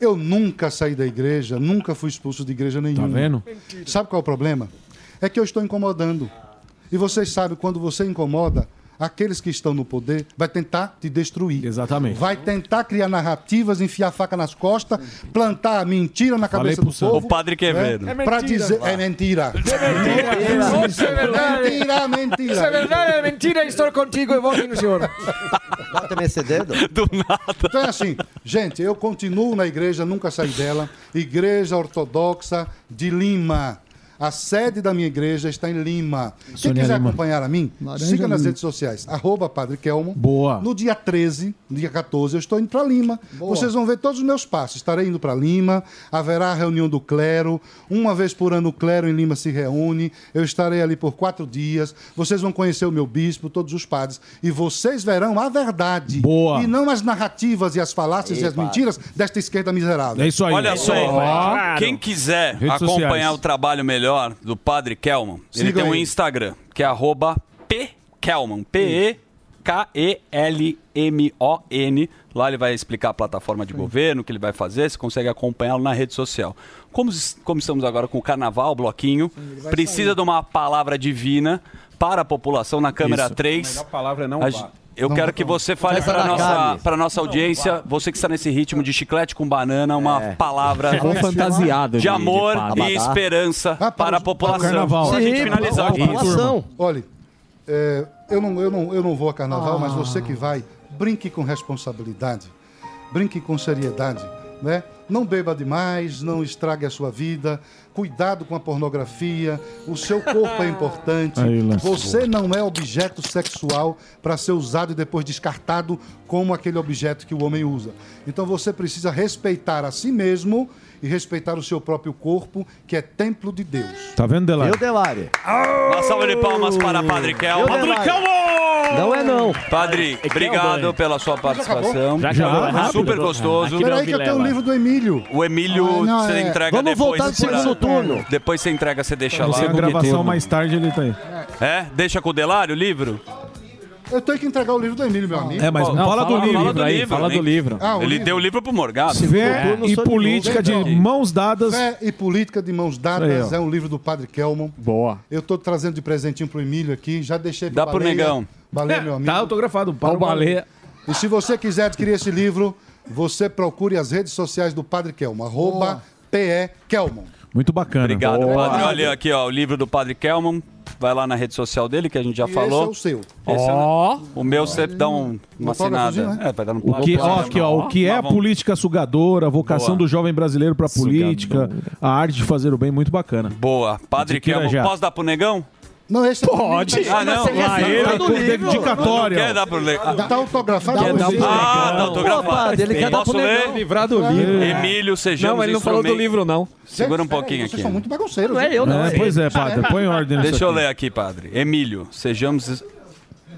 Speaker 12: Eu nunca saí da igreja, nunca fui expulso de igreja nenhuma.
Speaker 6: vendo?
Speaker 12: Sabe qual é o problema? É que eu estou incomodando. E vocês sabem, quando você incomoda, aqueles que estão no poder vai tentar te destruir. Exatamente. Vai tentar criar narrativas, enfiar faca nas costas, plantar mentira na
Speaker 9: Falei
Speaker 12: cabeça
Speaker 9: pro
Speaker 12: do
Speaker 9: Sam.
Speaker 12: povo.
Speaker 9: O padre Quevedo.
Speaker 12: né?
Speaker 9: É
Speaker 12: Pra
Speaker 9: mentira.
Speaker 12: dizer... É mentira.
Speaker 30: Isso é verdade.
Speaker 12: Mentira, mentira.
Speaker 30: Isso é verdade, é mentira. Estou contigo e voto no senhor.
Speaker 12: Bota nesse dedo?
Speaker 9: Do nada.
Speaker 12: Então é assim, gente, eu continuo na igreja, nunca saí dela. Igreja Ortodoxa de Lima. A sede da minha igreja está em Lima. Quem
Speaker 6: Sônia
Speaker 12: quiser
Speaker 6: Lima.
Speaker 12: acompanhar a mim,
Speaker 6: Laranja
Speaker 12: siga nas
Speaker 6: Lima.
Speaker 12: redes sociais. Arroba Padre Kelmo. Boa. No dia 13, no dia 14, eu estou indo para Lima. Vocês vão ver todos os meus passos. Estarei indo para Lima, haverá a reunião do clero. Uma vez por ano o clero em Lima se reúne. Eu estarei ali por quatro dias. Vocês vão conhecer o meu bispo, todos os padres. E vocês verão a verdade. Boa. E não as narrativas e as falácias e,
Speaker 9: Ei,
Speaker 12: as
Speaker 9: padre.
Speaker 12: mentiras desta esquerda miserável.
Speaker 6: É isso aí.
Speaker 9: Olha só,
Speaker 6: Ó.
Speaker 9: quem quiser
Speaker 6: Redes
Speaker 9: acompanhar
Speaker 6: sociais.
Speaker 9: o trabalho melhor do Padre Kelman, ele
Speaker 6: Siga
Speaker 9: tem um
Speaker 6: ele.
Speaker 9: Instagram, que é arroba pkelman, P-E-K-E-L-M-O-N. Lá ele vai explicar a plataforma de governo, o que ele vai fazer, você consegue acompanhá-lo na rede social. Como, es- como estamos agora com o carnaval, o bloquinho, precisa de uma palavra divina para a população na câmera
Speaker 15: Isso.
Speaker 9: 3.
Speaker 15: A melhor palavra é não
Speaker 9: A
Speaker 15: vá.
Speaker 9: gen- Eu
Speaker 15: Não
Speaker 9: quero
Speaker 15: vá
Speaker 9: que
Speaker 15: tomar.
Speaker 9: você fale
Speaker 15: Essa
Speaker 9: para
Speaker 15: da
Speaker 9: nossa,
Speaker 15: Carne.
Speaker 9: para nossa audiência, você que está nesse ritmo de chiclete com banana, uma
Speaker 12: É.
Speaker 9: palavra
Speaker 10: Falou fantasiado
Speaker 9: de
Speaker 10: de-
Speaker 9: amor
Speaker 10: de padre.
Speaker 9: e esperança para a população. Para a gente finalizar aqui.
Speaker 12: Olha, é, eu, não, eu, não, eu não vou a carnaval, mas você que vai, brinque com responsabilidade. brinque com seriedade, né? Não beba demais, não estrague a sua vida. Cuidado com a pornografia. O seu corpo é importante.
Speaker 7: Aí, Lance.
Speaker 12: Você não é objeto sexual para ser usado e depois descartado como aquele objeto que o homem usa. Então você precisa respeitar a si mesmo e respeitar o seu próprio corpo, que é templo de Deus.
Speaker 7: Tá vendo, Delari?
Speaker 12: Delari?
Speaker 9: Uma salva de palmas para Padre Kel.
Speaker 12: Eu
Speaker 9: Padre
Speaker 12: demais.
Speaker 9: Kelmo!
Speaker 12: Não é não. é.
Speaker 9: Padre, obrigado pela sua participação.
Speaker 12: Já acabou? Já?
Speaker 7: é
Speaker 9: Foi Super
Speaker 12: Rápido. é
Speaker 9: gostoso. né?
Speaker 12: Peraí que eu tenho o livro do Emílio.
Speaker 9: O Emílio
Speaker 12: Ah, não,
Speaker 9: você
Speaker 12: é.
Speaker 9: entrega
Speaker 12: Vamos
Speaker 9: depois.
Speaker 12: voltar no
Speaker 9: pra-
Speaker 12: segundo turno.
Speaker 9: Depois você entrega, você deixa
Speaker 7: Você
Speaker 9: lá.
Speaker 7: a gravação mais tarde, ele tá aí.
Speaker 9: É? Deixa com o Delário o livro?
Speaker 12: Eu tenho que entregar o livro do Emílio, meu amigo.
Speaker 7: É, mas Não, fala do livro
Speaker 9: Fala do
Speaker 7: aí,
Speaker 9: livro.
Speaker 7: fala do
Speaker 9: hein?
Speaker 7: livro. Ah, o
Speaker 9: Ele
Speaker 7: livro.
Speaker 9: deu o livro pro Morgado.
Speaker 7: Fé e política de mãos dadas.
Speaker 12: então. Fé e política de mãos
Speaker 7: Isso
Speaker 12: dadas
Speaker 7: aí, ó.
Speaker 12: é um livro do Padre Kelmon. Boa. Eu tô trazendo de presentinho pro Emílio aqui, já deixei
Speaker 7: Dá pro
Speaker 12: Baleia.
Speaker 7: negão.
Speaker 12: Baleia,
Speaker 7: É,
Speaker 12: meu
Speaker 7: tá
Speaker 12: amigo. Então,
Speaker 7: autografado para Ó o o Baleia.
Speaker 12: E se você quiser adquirir esse livro, você procure as redes sociais do Padre Kelmon, arroba PE Kelmon.
Speaker 7: Muito bacana.
Speaker 9: Obrigado, padre. Olha aqui, ó, o livro do padre Kelman. Vai lá na rede social dele, que a gente já
Speaker 12: E
Speaker 9: falou.
Speaker 12: esse é o seu.
Speaker 9: Esse é o-
Speaker 7: Ó.
Speaker 9: O meu sempre dá um- uma assinada.
Speaker 7: autógrafozinho,
Speaker 11: né?
Speaker 12: né?
Speaker 9: É, vai dar no
Speaker 7: O que, ó, aqui, ó, o que é a política sugadora, a vocação
Speaker 9: Boa.
Speaker 7: do jovem brasileiro para política, a arte de fazer o bem, muito bacana.
Speaker 9: Boa. Padre
Speaker 7: Adquira
Speaker 9: Kelman,
Speaker 7: já.
Speaker 9: posso dar pro negão?
Speaker 12: Não, esse
Speaker 9: Pode. Ah, não.
Speaker 12: Lá ele,
Speaker 9: Tá
Speaker 12: com
Speaker 9: no livro.
Speaker 12: dedicatória.
Speaker 9: Não Quer dar pro negão?
Speaker 12: Tá
Speaker 7: um
Speaker 12: autografado.
Speaker 9: Quer dar pro Ah, tá autografado. Posso ler?
Speaker 15: Livrar do livro.
Speaker 9: Emílio, sejamos
Speaker 15: Não, ele não falou do
Speaker 9: instrumentos.
Speaker 15: livro, não.
Speaker 9: Segura um pouquinho aqui.
Speaker 12: Muito bagunceiro. Ah,
Speaker 15: Não é eu, não,
Speaker 7: É, é pois ele. é, padre, põe em ordem nisso
Speaker 9: Deixa eu
Speaker 7: aqui.
Speaker 9: ler aqui, padre. Emílio, sejamos...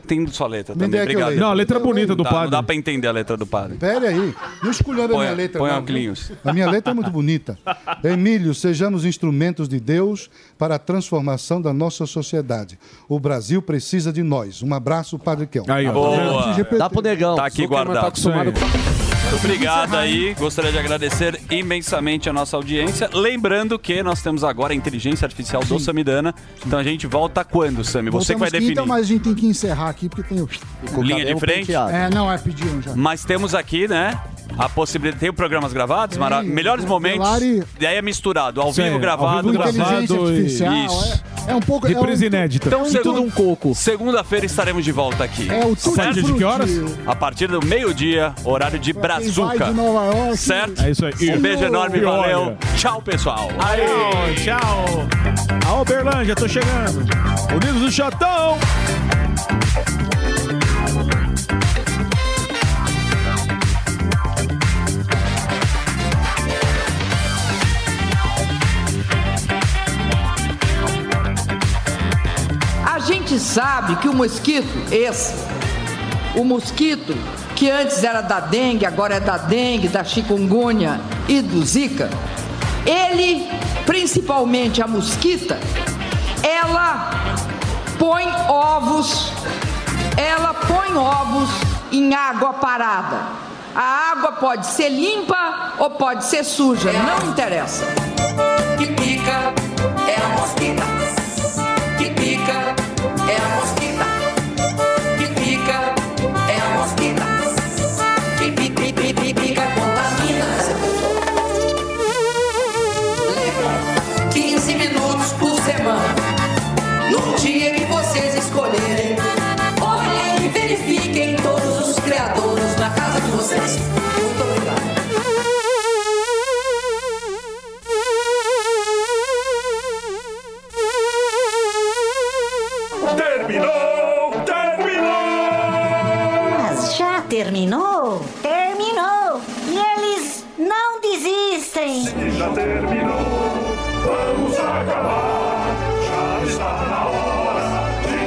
Speaker 9: Tem sua letra
Speaker 12: Me
Speaker 9: também,
Speaker 12: dê aqui
Speaker 9: obrigado.
Speaker 12: eu leio. Não, a letra é bonita do
Speaker 9: Tá,
Speaker 12: padre.
Speaker 9: Não dá pra entender a letra do
Speaker 7: um-
Speaker 9: padre.
Speaker 12: Pera aí, não escolhendo a
Speaker 9: Põe-
Speaker 12: minha letra.
Speaker 9: põe
Speaker 12: não,
Speaker 9: o Clinhos.
Speaker 12: viu? A minha letra é muito bonita. Emílio, sejamos instrumentos de Deus para a transformação da nossa sociedade. O Brasil precisa de nós. Um abraço, Padre Kel.
Speaker 7: Aí, tá
Speaker 9: ó. Boa.
Speaker 12: Dá pro é negão.
Speaker 9: Tá aqui guardado. Muito obrigado aí. Gostaria de agradecer imensamente a nossa audiência. Lembrando que nós temos agora a inteligência artificial do Samidana. Então a gente volta quando, Sami? Você que vai definir.
Speaker 11: Então, mas a gente tem que encerrar aqui, porque tem o...
Speaker 9: Linha de frente?
Speaker 11: É, não, é pedir um já.
Speaker 9: Mas temos aqui, né? A possibilidade. Tem programas gravados, mara- melhores momentos.
Speaker 11: Delari-
Speaker 9: E aí é misturado. Ao
Speaker 7: Sim,
Speaker 9: vivo
Speaker 7: ao
Speaker 9: gravado.
Speaker 7: vivo Inteligência gravado e- artificial,
Speaker 9: Isso.
Speaker 11: É um pouco... é um-
Speaker 9: Então,
Speaker 11: tudo
Speaker 9: um coco. Segunda-feira estaremos de volta aqui.
Speaker 11: É o tudo
Speaker 9: Certo?
Speaker 11: A partir de que horas? tudo.
Speaker 9: A partir do meio-dia, horário de Brazuca.
Speaker 11: de Nova York.
Speaker 9: Certo?
Speaker 11: É isso aí.
Speaker 9: Um beijo
Speaker 11: E
Speaker 9: enorme,
Speaker 11: olha.
Speaker 9: valeu. Tchau, pessoal.
Speaker 7: Tchau, tchau. Aô, Berlândia, tô chegando. Unidos do Chatão.
Speaker 2: A gente sabe que o mosquito, esse, o mosquito que antes era da dengue, agora é da dengue, da chikungunya e do zika, ele, principalmente a mosquita, ela põe ovos, ela põe ovos em água parada. A água pode ser limpa ou pode ser suja, não interessa. Que pica é a mosquita. Que pica é a mosquita. Que pica é a mosquita. Que pi- pi- pi- pi- pica contamina. Leva 15 minutos por semana. No dia que vocês escolherem. Olhem e verifiquem todos os criadores na casa de vocês. Muito obrigado.
Speaker 6: Terminou! Terminou! Mas já terminou? Terminou! E eles não desistem! Se já terminou, vamos acabar! Já está na hora de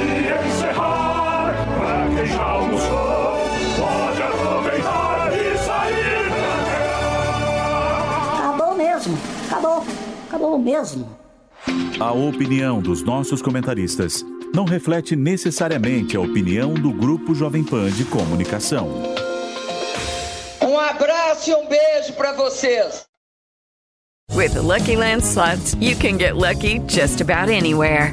Speaker 6: encerrar! Pra quem já almoçou, pode aproveitar e sair pra cá! Acabou mesmo! Acabou! Acabou mesmo!
Speaker 3: A opinião dos nossos comentaristas não reflete necessariamente a opinião do Grupo Jovem Pan de Comunicação.
Speaker 2: Um abraço e um beijo para vocês.
Speaker 16: With the Lucky Land slots, you can get lucky just about anywhere.